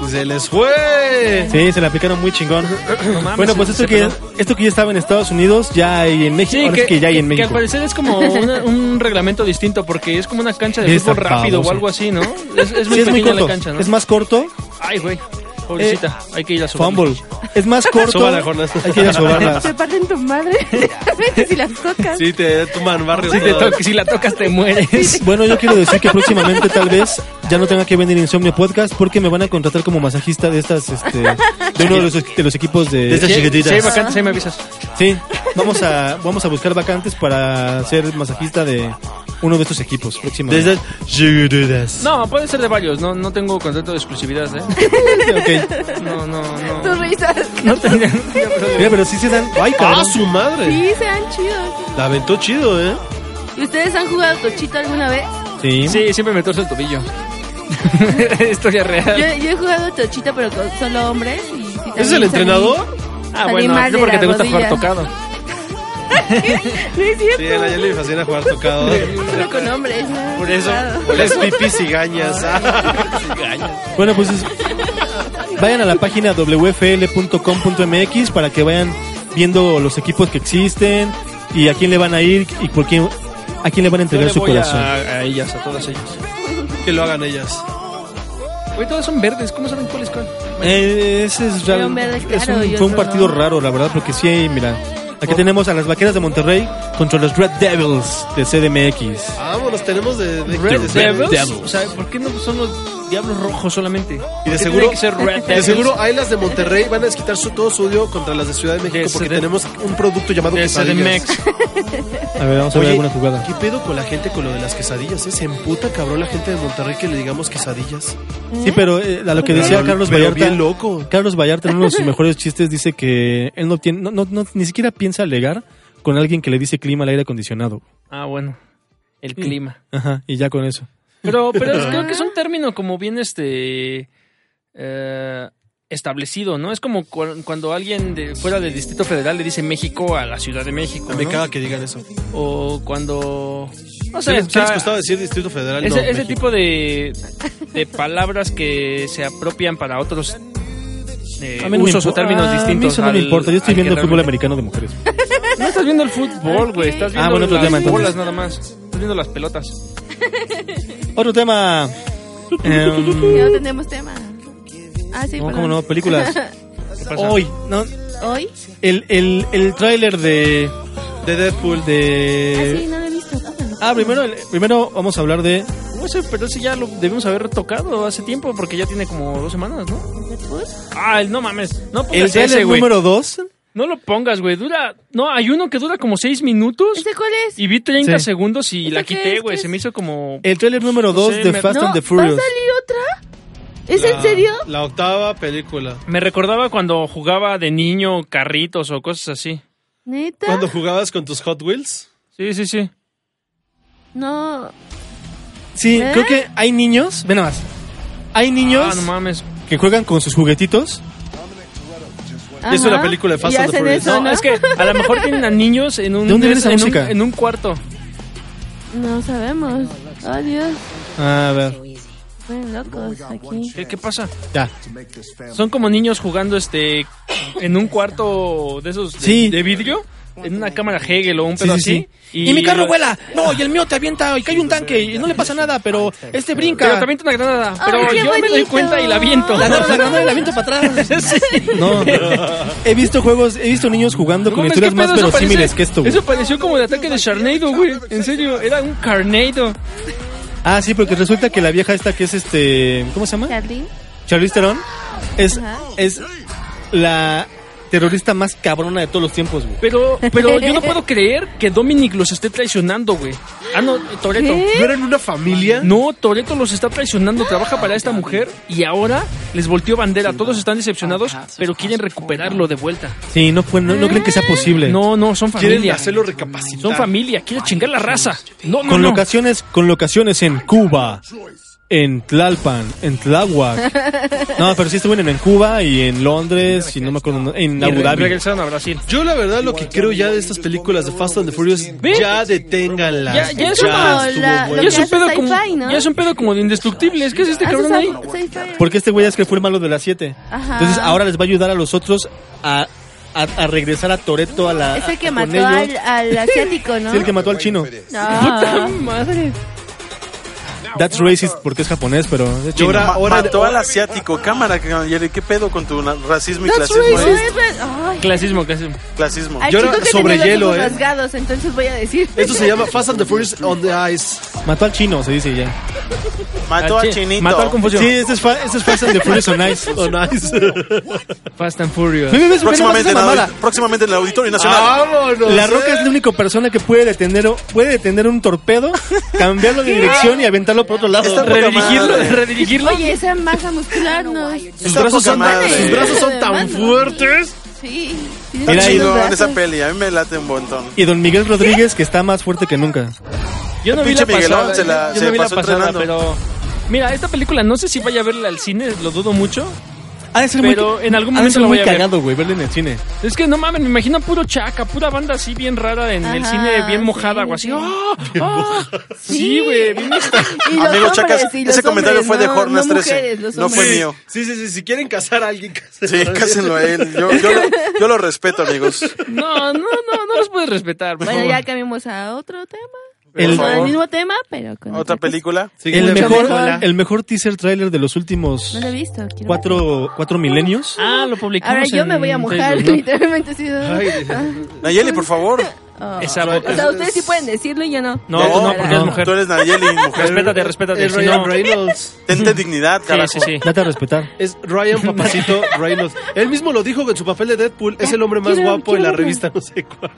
Speaker 3: Se les fue.
Speaker 1: Sí, se la aplicaron muy chingón.
Speaker 2: No mames,
Speaker 1: bueno,
Speaker 2: se-
Speaker 1: pues esto
Speaker 2: se
Speaker 1: que,
Speaker 2: peló.
Speaker 1: esto que ya estaba en Estados Unidos, ya hay en México.
Speaker 2: Sí,
Speaker 1: Ahora
Speaker 2: que,
Speaker 1: es que ya hay en
Speaker 2: que- que al
Speaker 1: México.
Speaker 2: parecer es como una- un reglamento distinto porque es como una cancha de
Speaker 1: Esta
Speaker 2: fútbol rápido
Speaker 1: babosa.
Speaker 2: o algo así, ¿no? Es, es muy
Speaker 1: Sí, es muy
Speaker 2: pequeña
Speaker 1: corto.
Speaker 2: la cancha, ¿no?
Speaker 1: Es más corto.
Speaker 2: Ay, güey, pobrecita, hay que ir a su
Speaker 1: Fumble. Es más corto.
Speaker 3: Súbala, Jonas.
Speaker 1: Hay que ir a sobarlas.
Speaker 4: Te parten tu madre. si las tocas.
Speaker 3: Sí, te tumban barrio.
Speaker 2: Si, te
Speaker 3: todo.
Speaker 2: to- si la tocas te mueres.
Speaker 1: Bueno, yo quiero decir que próximamente tal vez ya no tenga que venir Insomnio Podcast porque me van a contratar como masajista de estas, este, de uno de los, de los equipos de...
Speaker 3: De estas
Speaker 2: Si-
Speaker 3: chiquititas.
Speaker 2: Si hay vacantes, ahí me avisas.
Speaker 1: Sí, vamos a, vamos a buscar vacantes para ser masajista de uno de estos equipos próximamente.
Speaker 3: Desde Yurudas.
Speaker 2: No, pueden ser de varios, no, no tengo contrato de exclusividad, ¿eh?
Speaker 1: Ok.
Speaker 2: No, no, no.
Speaker 4: Tus risas.
Speaker 2: No tendría-
Speaker 1: Mira, pero sí se dan... ¡Ay,
Speaker 3: ¡Ah,
Speaker 1: cabrón!
Speaker 3: su madre!
Speaker 4: Sí, sean chidos.
Speaker 3: Ah. La aventó chido, ¿eh?
Speaker 4: ¿Y ustedes han jugado tochito alguna vez?
Speaker 1: Sí.
Speaker 2: Sí, siempre me torce el tobillo. Historia
Speaker 4: Yo,
Speaker 2: real.
Speaker 4: yo he jugado tochito, pero con solo hombres. Y sí, también
Speaker 3: ¿Es el
Speaker 4: salí-
Speaker 3: entrenador?
Speaker 2: Ah,
Speaker 4: salí
Speaker 2: bueno,
Speaker 4: mal
Speaker 2: yo
Speaker 4: de
Speaker 2: porque
Speaker 4: la
Speaker 2: te gusta jugar
Speaker 4: rodilla.
Speaker 2: tocado.
Speaker 4: No es
Speaker 3: Sí, a la
Speaker 4: cierto.
Speaker 3: Yali le fascina jugar tocado.
Speaker 4: Solo con hombres. ¿no?
Speaker 3: Por eso, por eso pipis y gañas.
Speaker 1: Bueno, pues es- vayan a la página wfl.com.mx para que vayan viendo los equipos que existen y a quién le van a ir y por quién a quién le van a
Speaker 2: Yo
Speaker 1: entregar
Speaker 2: le
Speaker 1: su
Speaker 2: voy a,
Speaker 1: corazón.
Speaker 2: a ellas, a todas ellas.
Speaker 3: que lo hagan ellas.
Speaker 2: Güey, todas son verdes, ¿cómo saben cuál es cuál?
Speaker 1: Eh, ese es
Speaker 4: Pero
Speaker 1: raro.
Speaker 4: me da
Speaker 1: Es
Speaker 4: claro,
Speaker 1: un-
Speaker 4: yo
Speaker 1: fue un
Speaker 4: no.
Speaker 1: partido raro, la verdad, porque sí, hay- mira, aquí tenemos a las vaqueras de Monterrey contra los Red Devils de CDMX.
Speaker 3: Vámonos, Ah, tenemos de, de-
Speaker 2: Red
Speaker 3: de-
Speaker 2: Devils. O sea, ¿por qué no son los Diablos Rojos solamente?
Speaker 3: Y de
Speaker 2: ¿Por qué
Speaker 3: seguro-
Speaker 2: tiene que ser Red
Speaker 3: De
Speaker 2: Devils?
Speaker 3: seguro, ahí las de Monterrey van a desquitar su, todo su odio contra las de Ciudad de México
Speaker 2: De
Speaker 3: porque
Speaker 2: CD.
Speaker 3: tenemos un producto llamado
Speaker 2: De
Speaker 3: quesadillas.
Speaker 2: CDMX.
Speaker 1: A ver, vamos a ver
Speaker 3: Oye,
Speaker 1: alguna jugada.
Speaker 3: ¿qué pedo con la gente con lo de las quesadillas? eh? Se emputa cabrón la gente de Monterrey que le digamos quesadillas.
Speaker 1: Sí, pero eh, a lo que decía
Speaker 3: Pero-
Speaker 1: Carlos
Speaker 3: pero
Speaker 1: Vallarta,
Speaker 3: bien loco.
Speaker 1: Carlos Vallarta en uno de sus mejores chistes dice que él no tiene, no, no- no- ni siquiera piensa alegar con alguien que le dice clima al aire acondicionado.
Speaker 2: Ah, bueno. El clima.
Speaker 1: Ajá, y ya con eso.
Speaker 2: Pero, pero es- creo que es un término como bien este. eh, establecido, ¿no? Es como cu- cuando alguien de, fuera del Distrito Federal le dice México a la Ciudad de México.
Speaker 3: Me
Speaker 2: ¿no?
Speaker 3: caga que digan eso.
Speaker 2: O cuando. No
Speaker 3: ¿Sí
Speaker 2: sé,
Speaker 3: les,
Speaker 2: o
Speaker 3: sí les
Speaker 2: sea,
Speaker 3: gustaba decir Distrito Federal?
Speaker 2: Ese,
Speaker 3: No,
Speaker 2: ese
Speaker 3: México.
Speaker 2: tipo de, de palabras que se apropian para otros eh,
Speaker 1: A mí no me
Speaker 2: usos o
Speaker 1: impo-
Speaker 2: términos
Speaker 1: a mí
Speaker 2: distintos.
Speaker 1: eso no me
Speaker 2: al-
Speaker 1: importa. Yo estoy
Speaker 2: al que
Speaker 1: viendo fútbol
Speaker 2: realmente-
Speaker 1: americano de mujeres.
Speaker 2: No estás viendo el fútbol, güey. Estás viendo
Speaker 1: Ah, bueno, otro
Speaker 2: las
Speaker 1: tema, entonces.
Speaker 2: bolas nada más. Estás viendo las pelotas.
Speaker 1: Otro tema.
Speaker 4: Ya
Speaker 1: Em,
Speaker 4: no tenemos tema. Ah, sí,
Speaker 1: no,
Speaker 4: perdón.
Speaker 1: cómo no, películas. Hoy, no,
Speaker 4: ¿Hoy?
Speaker 1: el, el, el tráiler de, de Deadpool
Speaker 4: Ah, sí,
Speaker 1: de...
Speaker 4: no lo he visto. Pásamelo.
Speaker 1: Eh, Ah, primero, el- primero vamos a hablar de...
Speaker 2: No sé, pero ese ya lo debimos haber tocado hace tiempo porque ya tiene como dos semanas, ¿no? Ay, no mames. No
Speaker 1: El
Speaker 2: pongas ese,
Speaker 1: tráiler
Speaker 2: güey.
Speaker 1: número 2.
Speaker 2: No lo pongas, güey. Dura. No, hay uno que dura como seis minutos.
Speaker 4: ¿Ese cuál es?
Speaker 2: Y vi 30
Speaker 1: Sí.
Speaker 2: segundos y la
Speaker 4: qué
Speaker 2: quité,
Speaker 4: es?
Speaker 2: güey.
Speaker 4: ¿Qué
Speaker 2: Se
Speaker 4: es?
Speaker 2: me hizo como.
Speaker 1: El tráiler número 2
Speaker 2: sé,
Speaker 1: de
Speaker 2: me-
Speaker 1: Fast
Speaker 4: No,
Speaker 1: and the
Speaker 4: ¿Va a
Speaker 1: Furious. Ah.
Speaker 4: salir otra? ¿Es en
Speaker 3: La-
Speaker 4: serio?
Speaker 3: La octava película.
Speaker 2: Me recordaba cuando jugaba de niño carritos o cosas así.
Speaker 4: ¿Neta?
Speaker 3: Cuando jugabas con tus Hot Wheels.
Speaker 2: Sí, sí, sí.
Speaker 4: No.
Speaker 1: Sí,
Speaker 4: ¿Eh?
Speaker 1: creo que hay niños, ve nada más. Hay
Speaker 2: Ah,
Speaker 1: niños
Speaker 2: no mames.
Speaker 1: que juegan con sus juguetitos.
Speaker 4: Ajá.
Speaker 1: Eso es la película de Fast
Speaker 4: Y
Speaker 1: and the
Speaker 4: hacen
Speaker 1: Furious.
Speaker 4: eso,
Speaker 2: No,
Speaker 4: ¿no?
Speaker 2: es que a lo mejor tienen a niños en un,
Speaker 1: ¿De dónde viene esa
Speaker 2: en, un,
Speaker 1: música?
Speaker 2: en un cuarto.
Speaker 4: No sabemos. Oh, Dios.
Speaker 1: A ver,
Speaker 4: Fueron locos aquí.
Speaker 2: ¿Qué, qué pasa?
Speaker 1: ya.
Speaker 2: Son como niños jugando este en un cuarto de esos de,
Speaker 1: Sí.
Speaker 2: de vidrio, en una cámara Hegel o un
Speaker 1: Sí,
Speaker 2: pedo
Speaker 1: sí,
Speaker 2: así.
Speaker 8: Y, mi carro vuela. No, y el mío te avienta y cae un tanque y no le pasa nada, pero este brinca.
Speaker 2: Pero también tiene una granada.
Speaker 4: Ay,
Speaker 2: Pero
Speaker 4: qué
Speaker 2: yo me doy
Speaker 4: bonito.
Speaker 2: cuenta y la viento.
Speaker 8: La granada la granada y la avienta para atrás.
Speaker 1: No, he visto juegos, he visto niños jugando con
Speaker 2: mames,
Speaker 1: historias
Speaker 2: ¿qué
Speaker 1: más
Speaker 2: pedo? Eso
Speaker 1: verosímiles
Speaker 2: parece-
Speaker 1: que esto. güey.
Speaker 2: Eso pareció como el ataque de Sharnado, güey. En serio, era un Carnado.
Speaker 1: Ah, sí, porque resulta que la vieja esta que es este, ¿cómo se llama?
Speaker 4: Charlie.
Speaker 1: Charlize Theron es
Speaker 4: Ajá.
Speaker 1: es la terrorista más cabrona de todos los tiempos, güey.
Speaker 2: Pero, pero yo no puedo creer que Dominic los esté traicionando, güey. Ah, no, Toreto.
Speaker 3: ¿No eran una familia?
Speaker 2: No, Toreto los está traicionando, trabaja para esta mujer y ahora les volteó bandera. Todos están decepcionados, pero quieren recuperarlo de vuelta.
Speaker 1: Sí, no fue, no, no creen que
Speaker 2: Ah.
Speaker 1: sea posible.
Speaker 2: No, no, son
Speaker 3: Quieren
Speaker 2: familia.
Speaker 3: hacerlo recapacitar.
Speaker 2: Son familia, quieren chingar la raza. No, no,
Speaker 1: con
Speaker 2: no.
Speaker 1: locaciones, con locaciones en Cuba, en Tlalpan, en Tláhuac. No, pero sí estuvieron en Cuba y en Londres y no me acuerdo en
Speaker 2: Y
Speaker 1: Abu
Speaker 2: re-
Speaker 1: Dhabi.
Speaker 2: regresaron a Brasil.
Speaker 3: Yo la verdad lo que creo ya de estas películas de Fast and the Furious,
Speaker 2: ¿Ve?
Speaker 3: ya deténganlas.
Speaker 2: Ya- ya es
Speaker 3: Ya
Speaker 2: una-
Speaker 3: estuvo
Speaker 4: la-
Speaker 3: bueno.
Speaker 4: Lo
Speaker 2: Ya es
Speaker 4: que
Speaker 2: un
Speaker 4: hace
Speaker 2: pedo
Speaker 4: Sci-Fi,
Speaker 2: como,
Speaker 4: ¿no?
Speaker 2: ya es un pedo como de indestructibles. ¿Qué es este cabrón ahí?
Speaker 1: Porque este güey es que fue el malo de las 7.
Speaker 4: Ajá.
Speaker 1: Entonces ahora les va a ayudar a los otros a, a, a regresar a Toreto a la
Speaker 4: Es el que
Speaker 1: con
Speaker 4: mató
Speaker 1: ellos.
Speaker 4: al, al asiático, ¿no?
Speaker 1: Sí, el que mató al chino.
Speaker 4: No.
Speaker 2: Madre.
Speaker 1: That's racist porque es japonés, pero es chino.
Speaker 3: Llora.
Speaker 5: Ma-
Speaker 3: Ahora-
Speaker 5: mató al asiático. Cámara, caballero, ¿qué pedo con tu na- racismo y
Speaker 4: That's
Speaker 5: clasismo?
Speaker 4: racist.
Speaker 5: Es
Speaker 4: Ay.
Speaker 2: Clasismo, clasismo.
Speaker 5: clasismo.
Speaker 4: Al
Speaker 3: Yo
Speaker 4: chico
Speaker 3: era
Speaker 4: que
Speaker 3: sobre
Speaker 4: tenía los
Speaker 3: hielo,
Speaker 4: ojos
Speaker 3: ¿eh?
Speaker 4: rasgados, entonces voy a decir.
Speaker 3: Esto se llama Fast and the Furious on the Ice.
Speaker 1: Mató al chino, se dice ya.
Speaker 5: Mató
Speaker 2: Ah,
Speaker 5: al
Speaker 2: sí,
Speaker 5: chinito.
Speaker 2: Mató al confuso.
Speaker 1: Sí, este es, fa este es Fast and the Furious on Ice.
Speaker 3: On Ice.
Speaker 2: Fast and Furious.
Speaker 1: Ve, ve, ve, ve nomás
Speaker 5: próximamente,
Speaker 1: esa
Speaker 5: en el
Speaker 1: mamada.
Speaker 5: audi- próximamente en el Auditorio
Speaker 2: Ah,
Speaker 5: Nacional.
Speaker 3: Vámonos.
Speaker 1: La Roca es la única persona que puede detener, puede detener un torpedo, cambiarlo de dirección y aventarlo por otro lado.
Speaker 5: Está poca
Speaker 2: Redirigirlo,
Speaker 5: madre.
Speaker 2: redirigirlo.
Speaker 4: Oye, esa masa muscular no es.
Speaker 3: Sus brazos,
Speaker 5: poca
Speaker 3: son,
Speaker 5: madre.
Speaker 3: sus brazos son tan
Speaker 4: Mano.
Speaker 3: fuertes.
Speaker 4: Sí.
Speaker 5: Está
Speaker 1: Mira, y-
Speaker 5: chido
Speaker 4: Brazos.
Speaker 5: esa peli, a mí me late un montón.
Speaker 1: Y don Miguel Rodríguez, que está más fuerte que nunca.
Speaker 2: Yo no vi la
Speaker 5: Pinche Miguelón
Speaker 2: pasada,
Speaker 5: se la-
Speaker 2: yo
Speaker 5: se
Speaker 2: no vi la
Speaker 5: pasó
Speaker 2: pasada,
Speaker 5: entrenando.
Speaker 2: pero mira, esta película no sé si vaya a verla al cine, lo dudo mucho.
Speaker 1: Ha de ser
Speaker 2: Pero
Speaker 1: muy,
Speaker 2: en algún
Speaker 1: ha de
Speaker 2: momento
Speaker 1: ser
Speaker 2: la
Speaker 1: muy
Speaker 2: voy a ver.
Speaker 1: cagado, güey, verlo en el cine.
Speaker 2: Es que no mames, me imagino puro chaca, pura banda así bien rara en el
Speaker 4: Ajá,
Speaker 2: cine, bien
Speaker 4: sí,
Speaker 2: mojada o así.
Speaker 4: sí.
Speaker 2: ¡Ah! ¡Ah! Sí, güey, bien mixta.
Speaker 4: Y los
Speaker 5: Amigo
Speaker 4: hombres,
Speaker 5: Chacas,
Speaker 4: y los
Speaker 5: ese comentario
Speaker 4: hombres,
Speaker 5: fue de
Speaker 4: no-
Speaker 5: Hornas
Speaker 4: no
Speaker 5: 13.
Speaker 4: mujeres, los
Speaker 5: no fue
Speaker 4: hombres.
Speaker 5: mío.
Speaker 3: Sí, sí, sí. Si quieren casar a alguien, cásenlo.
Speaker 5: Sí, cásenlo a él. Yo, yo, lo, yo lo respeto, amigos.
Speaker 2: No, no, no, no los puedes respetar. por
Speaker 4: Bueno,
Speaker 2: favor.
Speaker 4: ya cambiamos a otro tema.
Speaker 1: El-
Speaker 4: El,
Speaker 5: Por favor.
Speaker 4: mismo tema, pero con
Speaker 5: Otra
Speaker 4: otra cosa.
Speaker 5: película.
Speaker 1: El
Speaker 4: mucho
Speaker 1: mejor,
Speaker 4: mejor.
Speaker 1: el mejor teaser trailer de los últimos
Speaker 4: No lo he visto. quiero
Speaker 1: cuatro, cuatro milenios.
Speaker 2: Ah, lo
Speaker 4: ver.
Speaker 2: publicamos.
Speaker 4: Ahora yo
Speaker 2: en
Speaker 4: me voy a mojar,
Speaker 2: Facebook, ¿no?
Speaker 4: literalmente. Sí.
Speaker 5: Nayeli, por favor.
Speaker 4: Ah.
Speaker 2: Esa
Speaker 4: o
Speaker 2: boca.
Speaker 4: sea, ustedes sí pueden decirlo y yo no.
Speaker 2: No, tú no,
Speaker 5: No,
Speaker 2: porque eres mujer.
Speaker 5: Tú eres Nayeli, mujer.
Speaker 2: Respétate, respétate.
Speaker 3: Es
Speaker 2: Si no,
Speaker 3: Ryan Reynolds.
Speaker 5: Tente dignidad,
Speaker 2: sí,
Speaker 5: carajo.
Speaker 2: sí, sí.
Speaker 1: Date a respetar.
Speaker 3: Es Ryan Papacito Reynolds. Él mismo lo dijo en su papel de Deadpool. Es el hombre más
Speaker 4: Quiero-
Speaker 3: guapo en la
Speaker 4: quiero-
Speaker 3: revista, no sé cuál.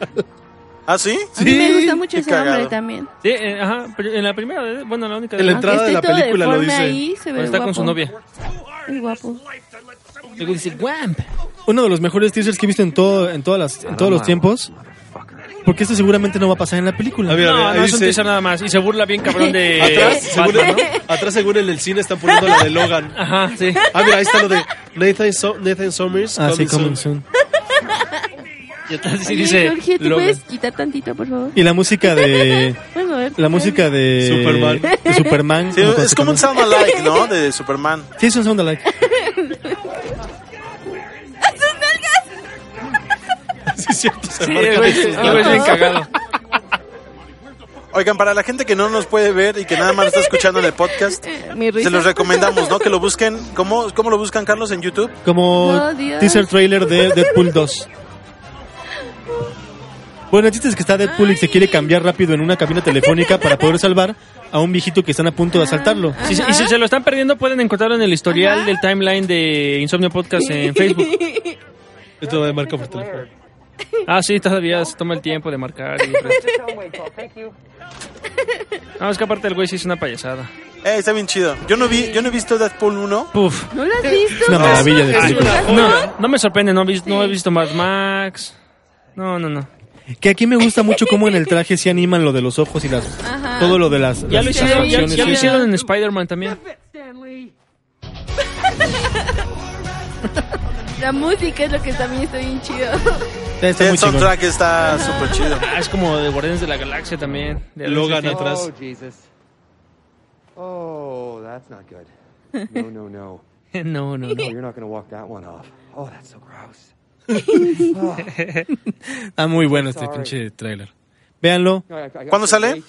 Speaker 5: ¿Ah, sí?
Speaker 4: A mí me gusta mucho
Speaker 5: qué
Speaker 4: ese hombre
Speaker 5: cagado.
Speaker 4: también.
Speaker 2: Sí, eh, ajá, pero en la primera, bueno, la única.
Speaker 3: En la
Speaker 2: Ah,
Speaker 3: entrada
Speaker 4: Aunque
Speaker 3: de la
Speaker 4: esté todo
Speaker 3: película lo
Speaker 4: deforme
Speaker 3: dice.
Speaker 4: Ahí, se ve
Speaker 2: cuando está
Speaker 4: guapo.
Speaker 2: con su novia.
Speaker 4: Es guapo.
Speaker 2: Luego dice, "Wamp".
Speaker 1: Uno de los mejores teasers que he visto en, todo, en, todas las, en todos los tiempos. Porque esto seguramente no va a pasar en la película.
Speaker 3: A ver,
Speaker 2: No,
Speaker 3: ahí
Speaker 2: no es un
Speaker 3: dice-
Speaker 2: teaser nada más. Y se burla bien cabrón de.
Speaker 3: Atrás, según,
Speaker 2: Batman, ¿no?
Speaker 3: atrás, según en el cine, están poniendo la de Logan.
Speaker 2: Ajá, sí.
Speaker 3: Ah, mira, ahí está lo de Nathan, So- Nathan Summers.
Speaker 1: Ah, sí, coming
Speaker 3: coming soon.
Speaker 1: soon.
Speaker 2: Y atrás sí
Speaker 4: Oye,
Speaker 2: dice.
Speaker 4: Jorge, ¿tú
Speaker 2: Logan.
Speaker 4: puedes quitar tantito, por favor?
Speaker 1: Y la música de...
Speaker 4: Bueno, a ver.
Speaker 1: La música de...
Speaker 3: Superman.
Speaker 1: de Superman.
Speaker 5: Sí,
Speaker 1: junto a
Speaker 5: es como un
Speaker 1: Superman.
Speaker 5: sound alike, ¿no? De Superman.
Speaker 1: Sí, es un sound alike.
Speaker 3: Sí, es cierto, se
Speaker 2: Sí,
Speaker 3: marca
Speaker 2: güey,
Speaker 3: de sus
Speaker 2: el güey es bien cagado.
Speaker 5: Oigan, para la gente que no nos puede ver y que nada más está escuchando en el podcast,
Speaker 4: Mi risa.
Speaker 5: se los recomendamos, ¿no? Que lo busquen. ¿Cómo, cómo lo buscan, Carlos, en YouTube?
Speaker 1: Como
Speaker 4: No, Dios.
Speaker 1: teaser trailer de Deadpool 2. Bueno, el chiste es que está Deadpool y se quiere cambiar rápido en una cabina telefónica para poder salvar a un viejito que están a punto
Speaker 4: Ah.
Speaker 1: de asaltarlo.
Speaker 2: Sí, sí, y si se lo están perdiendo, pueden encontrarlo en el historial del timeline de Insomnio Podcast en Facebook.
Speaker 3: Esto va de marca por teléfono.
Speaker 2: Ah, sí, todavía se toma el tiempo de marcar. Y no, es que aparte el güey sí es una payasada.
Speaker 5: Eh, está bien chido. Yo no vi, yo no he visto Deadpool 1.
Speaker 2: Puf.
Speaker 4: ¿No lo has visto?
Speaker 1: Es una maravilla de
Speaker 3: Es
Speaker 1: película.
Speaker 3: una
Speaker 2: No, no me sorprende, no, he vis- no he visto Mad Max. No, no, no.
Speaker 1: Que aquí me gusta mucho cómo en el traje se animan lo de los ojos y las
Speaker 4: Ajá.
Speaker 1: todo lo de las,
Speaker 2: Ya
Speaker 1: las
Speaker 2: lo hicieron, ya,
Speaker 1: facciones,
Speaker 2: ya lo
Speaker 1: sí.
Speaker 2: hicieron en Spider-Man también.
Speaker 4: La música es lo que también está bien chido.
Speaker 1: Está- está muy
Speaker 5: El
Speaker 1: chingón.
Speaker 5: soundtrack está súper chido.
Speaker 2: Ah, es como de Guardianes de la Galaxia también. de
Speaker 1: Logan
Speaker 2: Avengers.
Speaker 1: atrás.
Speaker 10: Oh, that's not good. No, no, no.
Speaker 2: No, no, no.
Speaker 10: You're not going to walk that one off. Oh, that's so gross.
Speaker 1: Está muy bueno este pinche trailer. Véanlo.
Speaker 5: ¿Cuándo sale?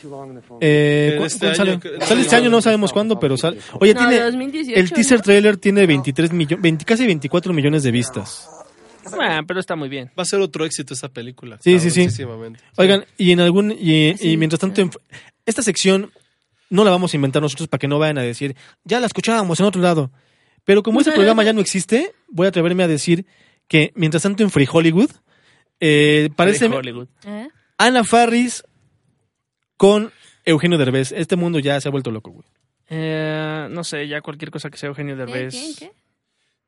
Speaker 1: Eh,
Speaker 3: Eh,
Speaker 1: ¿cu-
Speaker 3: este
Speaker 1: cuándo sale?
Speaker 3: año, que-
Speaker 1: Sale este año, no sabemos cuándo, pero sale. Oye,
Speaker 4: No,
Speaker 1: tiene
Speaker 4: 2018,
Speaker 1: el teaser
Speaker 4: ¿no?
Speaker 1: trailer tiene 23 millones, casi 24 millones de vistas.
Speaker 2: Ah, pero está muy bien.
Speaker 3: Va a ser otro éxito esa película.
Speaker 1: Sí, sí, sí.
Speaker 3: cabroncísimamente.
Speaker 1: Oigan, y en algún y, y mientras tanto en- esta sección no la vamos a inventar nosotros para que no vayan a decir, ya la escuchábamos en otro lado. Pero como ese programa ya no existe, voy a atreverme a decir que mientras tanto en Free Hollywood eh, parece
Speaker 2: De Hollywood.
Speaker 4: ¿Eh?
Speaker 1: Ana Farris con Eugenio Derbez. Este mundo ya se ha vuelto loco, güey.
Speaker 2: Eh, no sé, ya cualquier cosa que sea Eugenio
Speaker 4: ¿Qué,
Speaker 2: Derbez.
Speaker 4: qué, qué?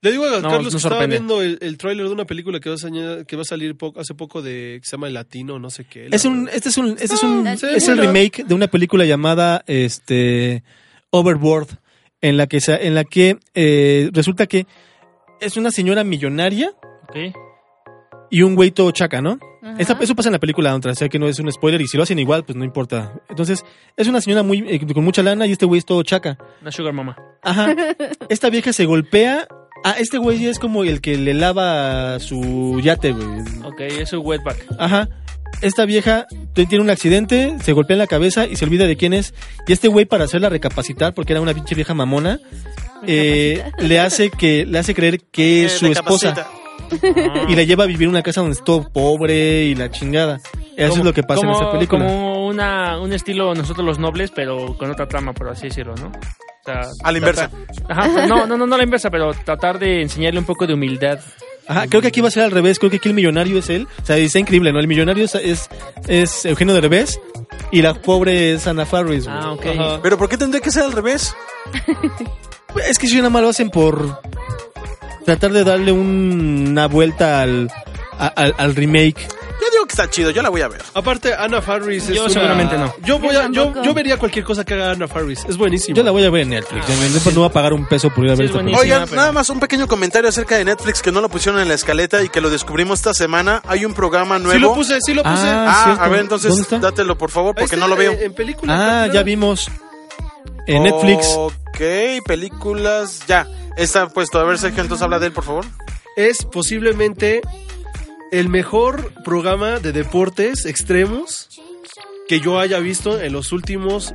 Speaker 3: Le digo a
Speaker 2: No, nos
Speaker 3: Carlos que estaba
Speaker 2: sorprende.
Speaker 3: viendo el, el tráiler de una película que va a, saña- que va a salir po- hace poco de que se llama El Latino, no sé qué. la
Speaker 1: Es un,
Speaker 3: verdad.
Speaker 1: este es un, este es un,
Speaker 4: Ah,
Speaker 1: es el
Speaker 4: seguro.
Speaker 1: remake de una película llamada este Overboard, en la que se- en la que eh, resulta que es una señora millonaria
Speaker 2: Ok.
Speaker 1: y un güey todo chaca, ¿no?
Speaker 4: Ajá.
Speaker 1: Esa- eso pasa en la película Antra, o sea que no es un spoiler y si lo hacen igual, pues no importa. Entonces, es una señora muy eh, con mucha lana y este güey es todo chaca.
Speaker 2: Una Sugar Mama.
Speaker 1: Ajá. Esta vieja se golpea. Ah, este güey es como el que le lava su yate, güey.
Speaker 2: Ok, es un wetback.
Speaker 1: Ajá. Esta vieja t- tiene un accidente, se golpea en la cabeza y se olvida de quién es. Y este güey, para hacerla recapacitar, porque era una pinche vieja mamona, eh, le hace que le hace creer que es
Speaker 5: Eh,
Speaker 1: su esposa.
Speaker 5: recapacita.
Speaker 2: Ah.
Speaker 1: Y la lleva a vivir en una casa donde es todo pobre y la chingada. Eso es lo que pasa en
Speaker 2: como-
Speaker 1: esta película.
Speaker 2: Como una, un estilo nosotros los nobles, pero con otra trama, por así decirlo, ¿no? O sea,
Speaker 5: A la inversa.
Speaker 2: ajá, pues, no, no, no, no la inversa, pero tratar de enseñarle un poco de humildad.
Speaker 1: Ajá, creo que aquí va a ser al revés, creo que aquí el millonario es él. O sea, está increíble, ¿no? El millonario es, es, es Eugenio Derbez y la pobre es Ana Farris. güey.
Speaker 2: Ah, ok.
Speaker 1: Ajá.
Speaker 5: Pero ¿por qué tendría que ser al revés?
Speaker 1: Es que si nada más lo hacen por tratar de darle un- una vuelta al, a- al, al remake.
Speaker 5: Yo digo que está chido, yo la voy a ver.
Speaker 3: Aparte, Ana Farris es
Speaker 2: Yo
Speaker 3: una-
Speaker 2: seguramente no.
Speaker 3: Yo, voy
Speaker 4: Yo
Speaker 3: a, yo,
Speaker 4: tampoco.
Speaker 3: yo vería cualquier cosa que haga Ana Farris. Es buenísimo.
Speaker 1: Yo la voy a ver en Netflix. ya me- Netflix no va a pagar un peso por ir a
Speaker 2: Sí,
Speaker 1: ver
Speaker 2: es
Speaker 1: esta
Speaker 2: buenísimo.
Speaker 1: película.
Speaker 5: Oigan,
Speaker 2: pero-
Speaker 5: nada más un pequeño comentario acerca de Netflix que no lo pusieron en la escaleta y que lo descubrimos esta semana. Hay un programa nuevo.
Speaker 3: Sí lo puse, sí lo puse.
Speaker 1: Ah,
Speaker 5: Ah,
Speaker 1: cierto.
Speaker 5: a ver,
Speaker 1: ¿Dónde
Speaker 5: entonces
Speaker 1: está?
Speaker 5: dátelo por favor
Speaker 3: Ahí
Speaker 5: Ah, porque
Speaker 3: está,
Speaker 5: no lo veo.
Speaker 3: eh, En película.
Speaker 1: Ah,
Speaker 3: cartelera.
Speaker 1: ya vimos. En Netflix.
Speaker 5: Ok, películas, ya. Está puesto. A ver, Sergio, entonces habla de él, por favor.
Speaker 3: Es posiblemente el mejor programa de deportes extremos que yo haya visto en los últimos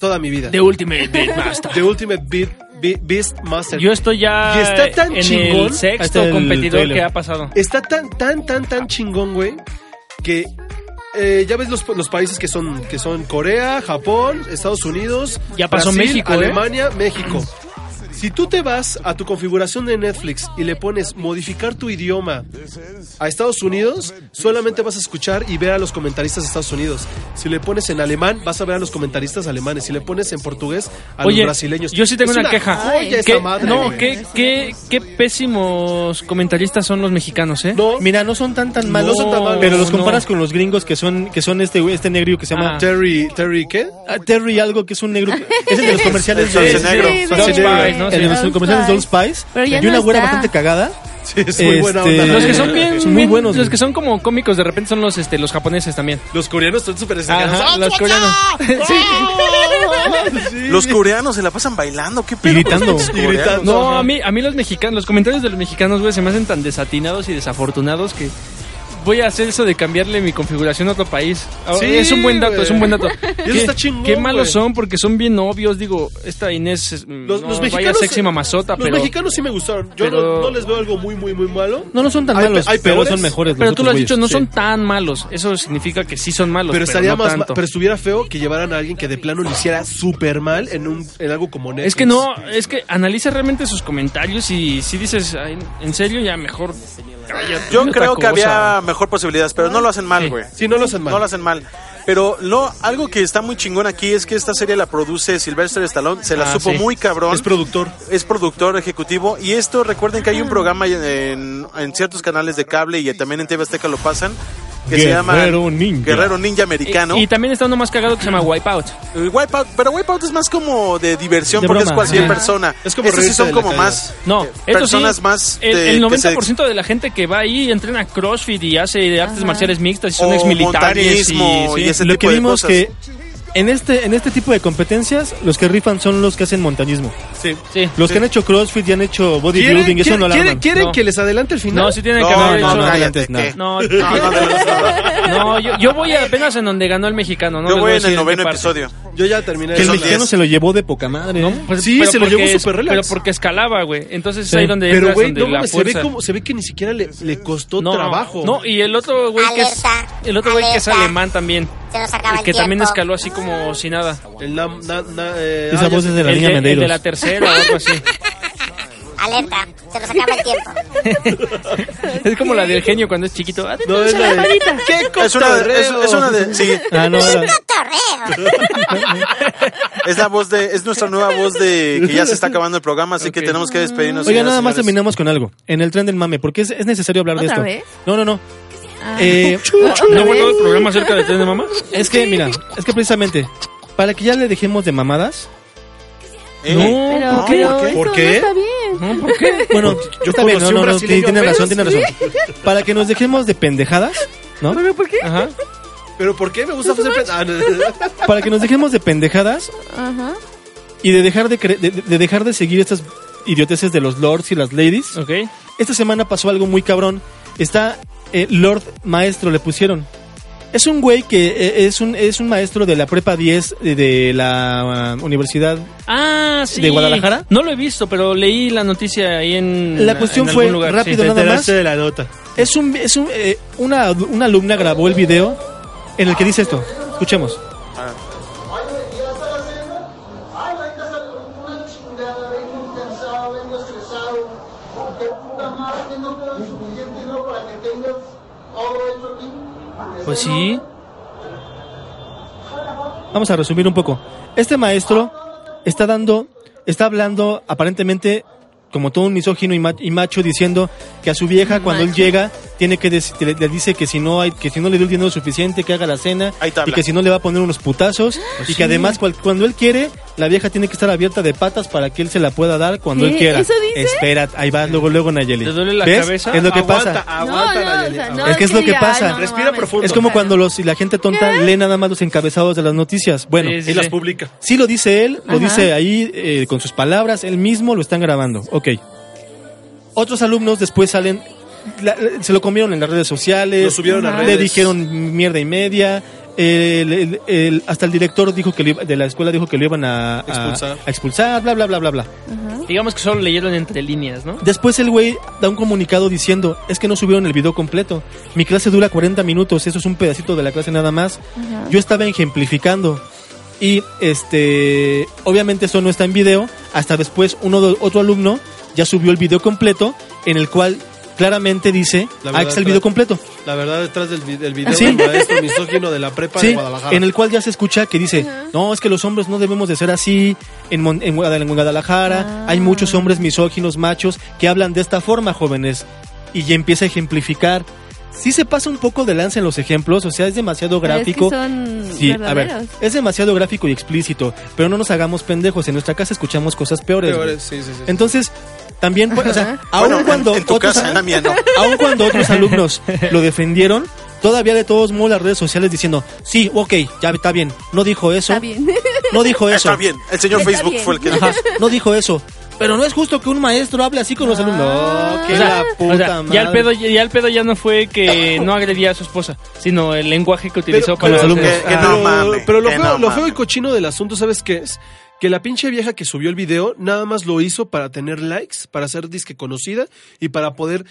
Speaker 3: toda mi vida.
Speaker 2: The Ultimate Beatmaster.
Speaker 3: The Ultimate Beat, Beat- Beast Master.
Speaker 2: Yo estoy ya
Speaker 3: Y está tan
Speaker 2: en
Speaker 3: chingón.
Speaker 2: el sexto
Speaker 1: Hasta el
Speaker 2: competidor
Speaker 1: trailer.
Speaker 2: que ha pasado.
Speaker 3: Está tan, tan, tan, tan chingón, güey, que eh, ya ves los, los países que son, que son Corea, Japón, Estados Unidos,
Speaker 2: Ya pasó México, ¿eh?
Speaker 3: Alemania, México. Si tú te vas a tu configuración de Netflix y le pones modificar tu idioma a Estados Unidos, solamente vas a escuchar y ver a los comentaristas de Estados Unidos. Si le pones en alemán, vas a ver a los comentaristas alemanes. Si le pones en portugués, a
Speaker 2: Oye,
Speaker 3: los brasileños.
Speaker 2: yo sí tengo
Speaker 3: Es
Speaker 2: una queja.
Speaker 3: joya esta
Speaker 2: ¿Qué-
Speaker 3: madre,
Speaker 2: no,
Speaker 3: güey.
Speaker 2: qué, qué, qué pésimos comentaristas son los mexicanos, ¿eh?
Speaker 3: No,
Speaker 1: Mira, no son tan tan
Speaker 3: No
Speaker 1: malos,
Speaker 3: son tan malos.
Speaker 1: pero los
Speaker 2: No.
Speaker 1: comparas con los gringos que son que son este güey, este negro que se llama
Speaker 2: Ah.
Speaker 3: Terry, Terry, ¿qué?
Speaker 1: Ah, Terry algo que es un negro, que- es el de los comerciales
Speaker 5: El
Speaker 1: de
Speaker 5: Salsa Negro.
Speaker 4: Sí,
Speaker 2: Salsa
Speaker 4: sí,
Speaker 2: Negro.
Speaker 4: sí.
Speaker 2: ¿no?
Speaker 1: el de los
Speaker 4: Old
Speaker 1: comerciales de Old
Speaker 4: Spice.
Speaker 1: Spice
Speaker 4: Pero ya
Speaker 1: y una
Speaker 4: no
Speaker 1: güera
Speaker 4: está.
Speaker 1: bastante cagada.
Speaker 3: Sí, es muy buena
Speaker 1: Este,
Speaker 3: onda. la
Speaker 2: Los que
Speaker 3: neta.
Speaker 2: son bien,
Speaker 1: Son muy
Speaker 2: bien-
Speaker 1: buenos,
Speaker 2: Los
Speaker 1: güey.
Speaker 2: que son como cómicos de repente son los este los japoneses también.
Speaker 3: Los coreanos están súper exagerados.
Speaker 2: Ajá, los coreanos.
Speaker 3: ¡Ah!
Speaker 2: Sí.
Speaker 5: Los coreanos se la pasan bailando, qué
Speaker 1: Y
Speaker 5: pedo.
Speaker 1: gritando.
Speaker 5: Los
Speaker 1: Y
Speaker 5: coreanos.
Speaker 3: gritando.
Speaker 2: No, a mí a mí los mexicanos, los comentarios de los mexicanos, güey, se me hacen tan desatinados y desafortunados que voy a hacer eso de cambiarle mi configuración a otro país. Ah,
Speaker 3: Sí,
Speaker 2: es un buen dato,
Speaker 3: güey.
Speaker 2: es un buen dato.
Speaker 3: eso está chingón,
Speaker 2: Qué malos
Speaker 3: güey.
Speaker 2: son porque son bien obvios, digo, esta Inés es, mm,
Speaker 3: Los,
Speaker 2: no,
Speaker 3: los
Speaker 2: vaya
Speaker 3: mexicanos.
Speaker 2: sexy mamazota,
Speaker 3: los
Speaker 2: pero
Speaker 3: mexicanos sí me gustaron. Yo
Speaker 2: pero-
Speaker 3: no, no les veo algo muy, muy, muy malo.
Speaker 1: No, no son tan
Speaker 3: Hay pe-
Speaker 1: malos,
Speaker 3: hay
Speaker 1: pero
Speaker 3: peores,
Speaker 1: son mejores. los
Speaker 2: Pero tú
Speaker 1: otros
Speaker 2: lo has
Speaker 1: güeyes.
Speaker 2: dicho, no
Speaker 1: Sí.
Speaker 2: son tan malos. Eso significa que sí son malos.
Speaker 3: Pero estaría
Speaker 2: no
Speaker 3: más. ma-
Speaker 2: tanto.
Speaker 3: Pero estuviera feo que llevaran a alguien que de plano lo hiciera súper mal en, un, en algo como Netflix.
Speaker 2: Es que no, es que analiza realmente sus comentarios y si dices, "Ay, en serio, ya mejor. cállate,
Speaker 5: Yo
Speaker 2: otra
Speaker 5: creo que
Speaker 2: cosa".
Speaker 5: había mejor posibilidades, pero no lo hacen mal,
Speaker 2: Sí.
Speaker 5: güey.
Speaker 3: Sí, no lo hacen mal.
Speaker 5: No lo hacen mal. Pero lo, algo que está muy chingón aquí es que esta serie la produce Sylvester Stallone, se la
Speaker 2: Ah,
Speaker 5: supo
Speaker 2: sí.
Speaker 5: muy cabrón.
Speaker 3: Es productor.
Speaker 5: es productor ejecutivo y esto recuerden que hay un programa en, en- en ciertos canales de cable y también en TV Azteca lo pasan que se llama
Speaker 1: Guerrero Ninja.
Speaker 5: Guerrero Ninja Americano.
Speaker 2: Y, y también está uno más cagado que se llama Wipeout.
Speaker 5: Eh, Wipeout, pero Wipeout es más como de diversión
Speaker 2: De
Speaker 5: porque es
Speaker 2: broma,
Speaker 5: cualquier
Speaker 2: ajá.
Speaker 5: persona.
Speaker 1: Es como
Speaker 5: Esos sí
Speaker 1: reírse
Speaker 5: son
Speaker 1: de la
Speaker 5: como
Speaker 1: caída.
Speaker 5: más
Speaker 2: No,
Speaker 5: eh,
Speaker 2: eso
Speaker 5: personas
Speaker 2: sí,
Speaker 5: más
Speaker 2: el,
Speaker 5: de-
Speaker 2: el
Speaker 5: que se-
Speaker 2: 90% de la gente que va ahí entrena CrossFit y hace de artes
Speaker 4: Ajá.
Speaker 2: marciales mixtas y son
Speaker 5: O
Speaker 2: exmilitares y,
Speaker 5: montañismo y
Speaker 2: sí.
Speaker 5: ese
Speaker 1: Lo que
Speaker 5: tipo de
Speaker 1: vimos
Speaker 5: cosas.
Speaker 1: que en este, en este tipo de competencias, los que rifan son los que hacen montañismo.
Speaker 3: Sí.
Speaker 2: Sí.
Speaker 1: Los que han hecho crossfit y han hecho
Speaker 3: ¿Quieren,
Speaker 1: bodybuilding, eso
Speaker 3: quieren-
Speaker 1: no la
Speaker 3: quieren- quieren
Speaker 2: No.
Speaker 3: que les adelante el final?
Speaker 2: No, sí tienen
Speaker 5: No,
Speaker 2: que haber
Speaker 5: no,
Speaker 2: hecho-
Speaker 5: no,
Speaker 1: antes,
Speaker 5: cállate.
Speaker 1: no.
Speaker 5: ¿qué?
Speaker 2: No,
Speaker 5: no, no,
Speaker 2: no, yo, yo voy apenas en donde ganó el mexicano. No
Speaker 5: Yo
Speaker 2: les
Speaker 5: voy en
Speaker 2: decir
Speaker 5: el
Speaker 2: qué
Speaker 5: noveno
Speaker 2: parte.
Speaker 5: episodio.
Speaker 3: Yo ya terminé.
Speaker 1: Que el
Speaker 5: son
Speaker 3: de-
Speaker 1: mexicano
Speaker 5: diez.
Speaker 1: se lo llevó de poca madre. ¿eh? ¿no?
Speaker 2: Pues,
Speaker 3: Sí,
Speaker 2: pero
Speaker 3: se lo
Speaker 2: porque
Speaker 3: llevó
Speaker 2: es-
Speaker 3: súper relax.
Speaker 2: Pero porque escalaba, güey. Entonces
Speaker 1: Sí.
Speaker 2: es ahí donde
Speaker 3: Pero
Speaker 2: entras
Speaker 3: güey,
Speaker 2: donde
Speaker 3: no
Speaker 2: la
Speaker 3: mames, se ve
Speaker 2: fuerza.
Speaker 3: como se ve que ni siquiera le, le costó
Speaker 2: no,
Speaker 3: trabajo.
Speaker 2: No, y el otro güey que es
Speaker 11: Alerta,
Speaker 2: el otro güey que es
Speaker 11: alerta. Ah.
Speaker 2: alemán también,
Speaker 11: Se nos acaba el
Speaker 2: que también
Speaker 11: tiempo.
Speaker 2: escaló así como si nada.
Speaker 3: El na- na- na- eh,
Speaker 1: Esa
Speaker 3: ah, ya
Speaker 1: voz
Speaker 3: sé.
Speaker 1: es de la
Speaker 2: el,
Speaker 1: niña
Speaker 2: de, el de
Speaker 1: Medeiros.
Speaker 2: la tercera o algo así.
Speaker 11: Alerta, se nos acaba el tiempo.
Speaker 2: es como la del genio cuando es chiquito. Ah,
Speaker 3: No, es la de- ¿Qué
Speaker 5: Es una de, es,
Speaker 3: cotorreo?
Speaker 5: es una de, sí,
Speaker 1: Ah, no, era-
Speaker 11: ¡Torreo!
Speaker 5: es la voz de, es nuestra nueva voz de que ya se está acabando el programa, así que tenemos que despedirnos.
Speaker 1: Oiga,
Speaker 5: señoras,
Speaker 1: nada más
Speaker 5: señores.
Speaker 1: terminamos con algo. En el tren del mame, porque es, es necesario hablar de
Speaker 4: ¿Otra
Speaker 1: esto.
Speaker 4: vez?
Speaker 1: No, no, no.
Speaker 4: Ah.
Speaker 1: Eh,
Speaker 4: ¿Otra
Speaker 2: ¿No fue todo
Speaker 4: vez?
Speaker 2: el programa acerca de tren de mamá?
Speaker 1: es que, mira, es que precisamente, para que ya le dejemos de mamadas.
Speaker 5: Eh,
Speaker 2: No.
Speaker 4: Pero,
Speaker 5: No,
Speaker 4: pero
Speaker 5: ¿por qué?
Speaker 4: eso
Speaker 3: ¿Por
Speaker 4: no
Speaker 3: qué?
Speaker 4: está bien.
Speaker 2: No, ¿por qué?
Speaker 1: Bueno, yo está bien,
Speaker 3: conocí
Speaker 1: no,
Speaker 3: un
Speaker 1: no, no,
Speaker 3: brasileño
Speaker 1: tiene
Speaker 3: apenas.
Speaker 1: razón, tiene razón. Para que nos dejemos de pendejadas, ¿no?
Speaker 4: ¿Pero por qué?
Speaker 2: Ajá.
Speaker 3: ¿Pero por qué me gusta hacer pe- Ah, no.
Speaker 1: Para que nos dejemos de pendejadas
Speaker 4: Ajá.
Speaker 1: y de dejar de, cre- de, de dejar de seguir estas idioteces de los lords y las ladies.
Speaker 2: Ok.
Speaker 1: Esta semana pasó algo muy cabrón. Está eh, Lord Maestro, le pusieron. Es un güey que eh, es, un, es un maestro de la prepa 10 de, de la ah, universidad.
Speaker 2: Ah, sí.
Speaker 1: ¿De Guadalajara?
Speaker 2: No lo he visto, pero leí la noticia ahí en
Speaker 1: La cuestión
Speaker 2: en
Speaker 1: fue
Speaker 2: algún lugar,
Speaker 1: rápido,
Speaker 2: sí.
Speaker 1: nada
Speaker 3: Te
Speaker 1: más.
Speaker 3: enteraste de la nota.
Speaker 1: Es un, es un, eh, una, una alumna grabó el video en el que dice esto. Escuchemos.
Speaker 2: Pues sí.
Speaker 1: Vamos a resumir un poco. Este maestro está dando, está hablando aparentemente como todo un misógino y ma- y macho diciendo que a su vieja cuando él
Speaker 4: Macho.
Speaker 1: llega tiene que dec- le, le dice que si no hay que si no le dio el dinero suficiente que haga la cena
Speaker 5: Ahí te
Speaker 1: y
Speaker 5: habla. Ah, pues
Speaker 1: que si no le va a poner unos putazos y que además cual- cuando él quiere la vieja tiene que estar abierta de patas para que él se la pueda dar cuando él
Speaker 4: ¿Qué?
Speaker 1: quiera.
Speaker 4: ¿Eso dice?
Speaker 1: Espera, ahí va luego luego Nayeli.
Speaker 2: ¿Te duele la
Speaker 1: ¿Ves?
Speaker 2: cabeza?
Speaker 1: Es lo que
Speaker 3: aguanta,
Speaker 1: pasa.
Speaker 4: no, no,
Speaker 3: Aguanta,
Speaker 4: o
Speaker 3: Nayeli,
Speaker 4: sea,
Speaker 3: aguanta.
Speaker 4: no,
Speaker 1: Es que es lo que
Speaker 4: diga,
Speaker 1: pasa.
Speaker 4: "Ay, no, no
Speaker 3: Respira
Speaker 4: mames".
Speaker 3: profundo.
Speaker 1: Es como
Speaker 4: Claro.
Speaker 1: cuando los, la gente tonta lee nada más los encabezados de las noticias. Bueno,
Speaker 2: Sí, sí,
Speaker 3: Y las
Speaker 2: sí.
Speaker 3: publica.
Speaker 1: Sí lo dice él, lo
Speaker 4: Ajá.
Speaker 1: dice ahí eh, con sus palabras, él mismo lo están grabando. Ok. Otros alumnos después salen, la- la- se lo comieron en las redes sociales,
Speaker 3: Lo subieron a
Speaker 4: Ajá.
Speaker 1: Eh, le
Speaker 3: redes.
Speaker 1: dijeron mierda y media. el- el- el- hasta el director dijo que lo iba- de la escuela dijo que lo iban a, a-
Speaker 3: Expulsar.
Speaker 1: a expulsar, bla, bla, bla, bla, bla.
Speaker 2: Digamos que solo leyeron entre líneas, ¿no?
Speaker 1: Después el güey da un comunicado diciendo, es que no subieron el video completo. Mi clase dura 40 minutos, eso es un pedacito de la clase nada más.
Speaker 4: Ajá.
Speaker 1: Yo estaba ejemplificando. Y este, obviamente eso no está en video. Hasta después uno de- otro alumno ya subió el video completo en el cual claramente dice,
Speaker 3: La
Speaker 1: ah,
Speaker 3: verdad,
Speaker 1: aquí está el video
Speaker 3: claro.
Speaker 1: completo.
Speaker 3: La verdad, detrás del, vi- del video
Speaker 1: Sí.
Speaker 3: del maestro misógino de la prepa de
Speaker 1: Sí,
Speaker 3: Guadalajara.
Speaker 1: en el cual ya se escucha que dice, no, es que los hombres no debemos de ser así, en, Mon- en Guadal- en Guadalajara
Speaker 4: Ah.
Speaker 1: hay muchos hombres misóginos, machos, que hablan de esta forma, jóvenes, y ya empieza a ejemplificar. Sí se pasa un poco de lanza en los ejemplos, o sea, es demasiado
Speaker 4: Pero es que
Speaker 1: gráfico.
Speaker 4: son
Speaker 1: Sí, a ver,
Speaker 4: verdaderos.
Speaker 1: es demasiado gráfico y explícito, pero no nos hagamos pendejos, en nuestra casa escuchamos cosas peores. güey.
Speaker 3: Peores, sí, sí, sí.
Speaker 1: Entonces, también, pues, o sea, aun
Speaker 5: Bueno, en-
Speaker 1: cuando
Speaker 5: en tu
Speaker 1: otros-
Speaker 5: casa, en la mía no.
Speaker 1: aun cuando otros alumnos lo defendieron, todavía de todos modos las redes sociales diciendo, sí, ok, ya está bien, no dijo eso,
Speaker 4: Está bien.
Speaker 1: no dijo eso,
Speaker 5: Está bien, el señor
Speaker 4: Está
Speaker 5: Facebook
Speaker 4: bien.
Speaker 5: fue el que
Speaker 1: Ajá, no dijo eso, pero no es justo que un maestro hable así con
Speaker 5: Ah.
Speaker 1: los alumnos. No, que
Speaker 2: O sea,
Speaker 1: la puta
Speaker 2: o sea,
Speaker 1: madre.
Speaker 2: ya, el pedo, ya el pedo ya no fue que no agredía a su esposa, sino el lenguaje que utilizó
Speaker 3: Pero-
Speaker 2: para
Speaker 1: pero-
Speaker 2: hacer-
Speaker 5: que- que
Speaker 3: pero,
Speaker 5: no mames,
Speaker 3: pero lo,
Speaker 5: que
Speaker 3: feo,
Speaker 5: no
Speaker 3: lo feo y
Speaker 5: mames.
Speaker 3: cochino del asunto, ¿sabes qué es? Que la pinche vieja que subió el video nada más lo hizo para tener likes, para ser disque conocida y para poder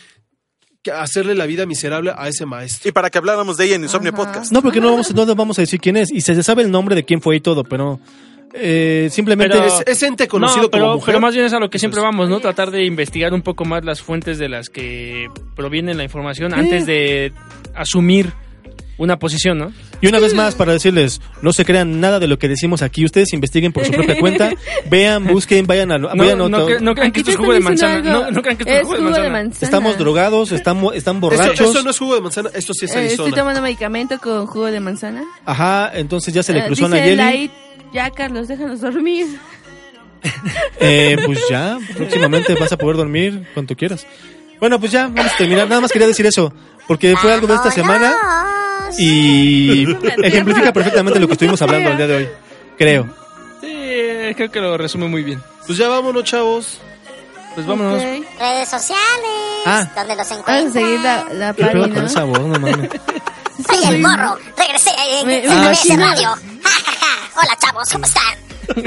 Speaker 3: que- hacerle la vida miserable a ese maestro.
Speaker 5: Y para que habláramos de ella en Insomnio Podcast.
Speaker 1: No, porque no vamos, no nos vamos a decir quién es, y se sabe el nombre de quién fue y todo, pero eh, simplemente...
Speaker 2: Pero-
Speaker 3: Es, es ente conocido
Speaker 2: no, pero,
Speaker 3: como mujer.
Speaker 2: pero más bien es a lo que siempre vamos, ¿no? Tratar de investigar un poco más las fuentes de las que proviene la información antes de asumir una posición, ¿no?
Speaker 1: Y una vez más, para decirles, no se crean nada de lo que decimos aquí. Ustedes investiguen por su propia cuenta. Vean, busquen, vayan a...
Speaker 2: No,
Speaker 1: vayan a
Speaker 2: no
Speaker 1: otro-
Speaker 2: cre- no crean que Aquí esto es te jugo de están diciendo manzana. algo. No- no crean que esto es
Speaker 4: Es jugo de jugo de manzana. manzana.
Speaker 1: Estamos drogados, estamos, están borrachos.
Speaker 3: Esto, esto no es jugo de manzana, esto sí es
Speaker 4: Eh, estoy
Speaker 3: Arizona.
Speaker 4: tomando medicamento con jugo de manzana.
Speaker 1: Ajá, entonces ya se le
Speaker 4: Eh,
Speaker 1: cruzó a
Speaker 4: dice
Speaker 1: Nayeli.
Speaker 4: Light, ya, Carlos, déjanos dormir.
Speaker 1: Eh, pues ya, próximamente vas a poder dormir cuanto quieras. Bueno, pues ya, vamos a terminar. Nada más quería decir eso, porque fue algo de esta semana y ejemplifica perfectamente lo que estuvimos hablando el día de hoy, creo.
Speaker 2: Sí, creo que lo resume muy bien.
Speaker 3: Pues ya vámonos, chavos.
Speaker 2: Pues vámonos.
Speaker 11: Redes sociales.
Speaker 1: Ah.
Speaker 11: Donde los encuentran.
Speaker 4: Vamos a seguir la, la
Speaker 1: ¿Qué pedo
Speaker 4: pari,
Speaker 1: con
Speaker 4: ¿no?
Speaker 1: esa voz? No mames.
Speaker 11: Soy el morro. Regresé en
Speaker 4: Me- me
Speaker 11: MBS
Speaker 4: imagino.
Speaker 11: Radio. Ja, ja, ja. Hola, chavos, ¿cómo están?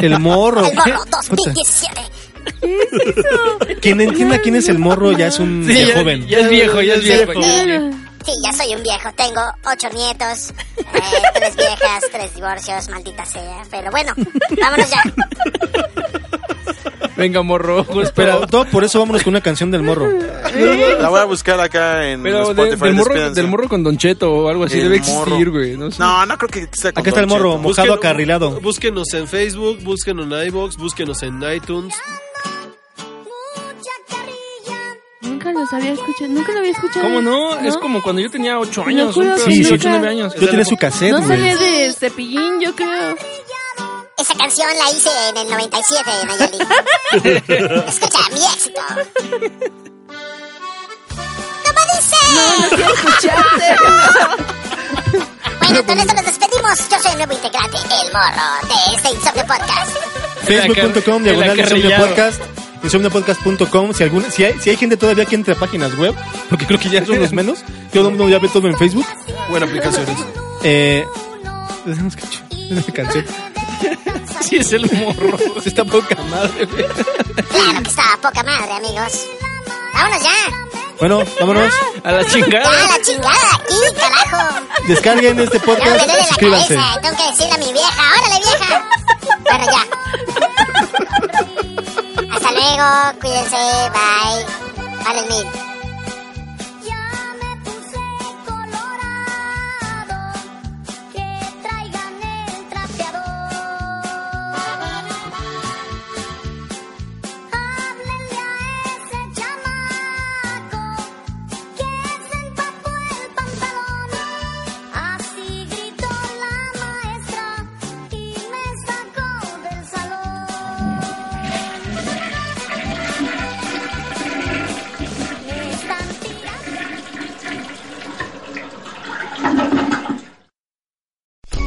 Speaker 1: El morro.
Speaker 11: El morro
Speaker 1: Puta.
Speaker 11: 2017.
Speaker 1: Quien entienda quién es el morro ya es un
Speaker 2: Sí,
Speaker 1: ya-
Speaker 2: Ya,
Speaker 1: joven.
Speaker 2: es viejo, ya es viejo. ya es viejo.
Speaker 11: Sí, ya soy un viejo. Tengo ocho nietos, eh, tres viejas, tres divorcios, maldita sea. Pero bueno, vámonos ya.
Speaker 2: Venga, morro.
Speaker 1: Pero todo por eso vámonos con una canción del morro.
Speaker 5: La voy a buscar acá en
Speaker 2: Pero de-
Speaker 5: Spotify.
Speaker 2: del, morro,
Speaker 5: despídanse.
Speaker 2: del morro con Don Cheto o algo así
Speaker 5: El
Speaker 2: debe
Speaker 5: morro.
Speaker 2: existir, güey. No, sé.
Speaker 5: No, no creo que sea con
Speaker 1: Acá está el
Speaker 5: Don
Speaker 1: morro,
Speaker 5: Cheto.
Speaker 1: mojado acarrilado.
Speaker 3: Búsquenos en Facebook, búsquenos en iBox, búsquenos en iTunes.
Speaker 4: Nunca los había escuchado, nunca lo había escuchado.
Speaker 2: ¿Cómo no? Es como cuando yo tenía 8
Speaker 4: Lo
Speaker 2: años.
Speaker 4: juro
Speaker 2: un pedo
Speaker 4: que
Speaker 2: así,
Speaker 4: nunca-
Speaker 2: ocho, nueve años.
Speaker 1: Yo tenía su cassette,
Speaker 4: No
Speaker 1: güey.
Speaker 4: salía de cepillín, yo creo.
Speaker 11: Esa canción la hice en el 97, Nayeli. Escucha, mi éxito. ¿Cómo dice?
Speaker 4: No, no escuchaste.
Speaker 11: Bueno, con esto nos despedimos. Yo soy el nuevo integrante, el morro, de este Insomnio Podcast.
Speaker 1: Facebook.com,
Speaker 2: El
Speaker 1: diagonal Insomnio
Speaker 2: acarrillado.
Speaker 1: Podcast. insomniopodcast.com. Si, alguna- si, hay, si hay gente todavía que entra a páginas web, porque creo que ya son los menos, todo el mundo ya ve todo en Facebook.
Speaker 3: Buena aplicación. esa.
Speaker 1: Eh, déjame escuchar esa canción.
Speaker 2: Sí, es el morro.
Speaker 1: Sí está poca madre, güey.
Speaker 11: Claro que estaba poca madre, amigos. Vámonos ya.
Speaker 1: Bueno, vámonos.
Speaker 2: A la chingada.
Speaker 11: Ya, la chingada aquí, carajo.
Speaker 1: Descarguen este
Speaker 11: Ya me
Speaker 1: podcast.
Speaker 11: duele la
Speaker 1: Suscríbanse.
Speaker 11: cabeza. Tengo que decirle a mi vieja. ¡Órale, vieja! Bueno, ya. Hasta luego. Cuídense. Bye. Vale, mil.
Speaker 12: Así gritó la maestra y me sacó del salón. Me están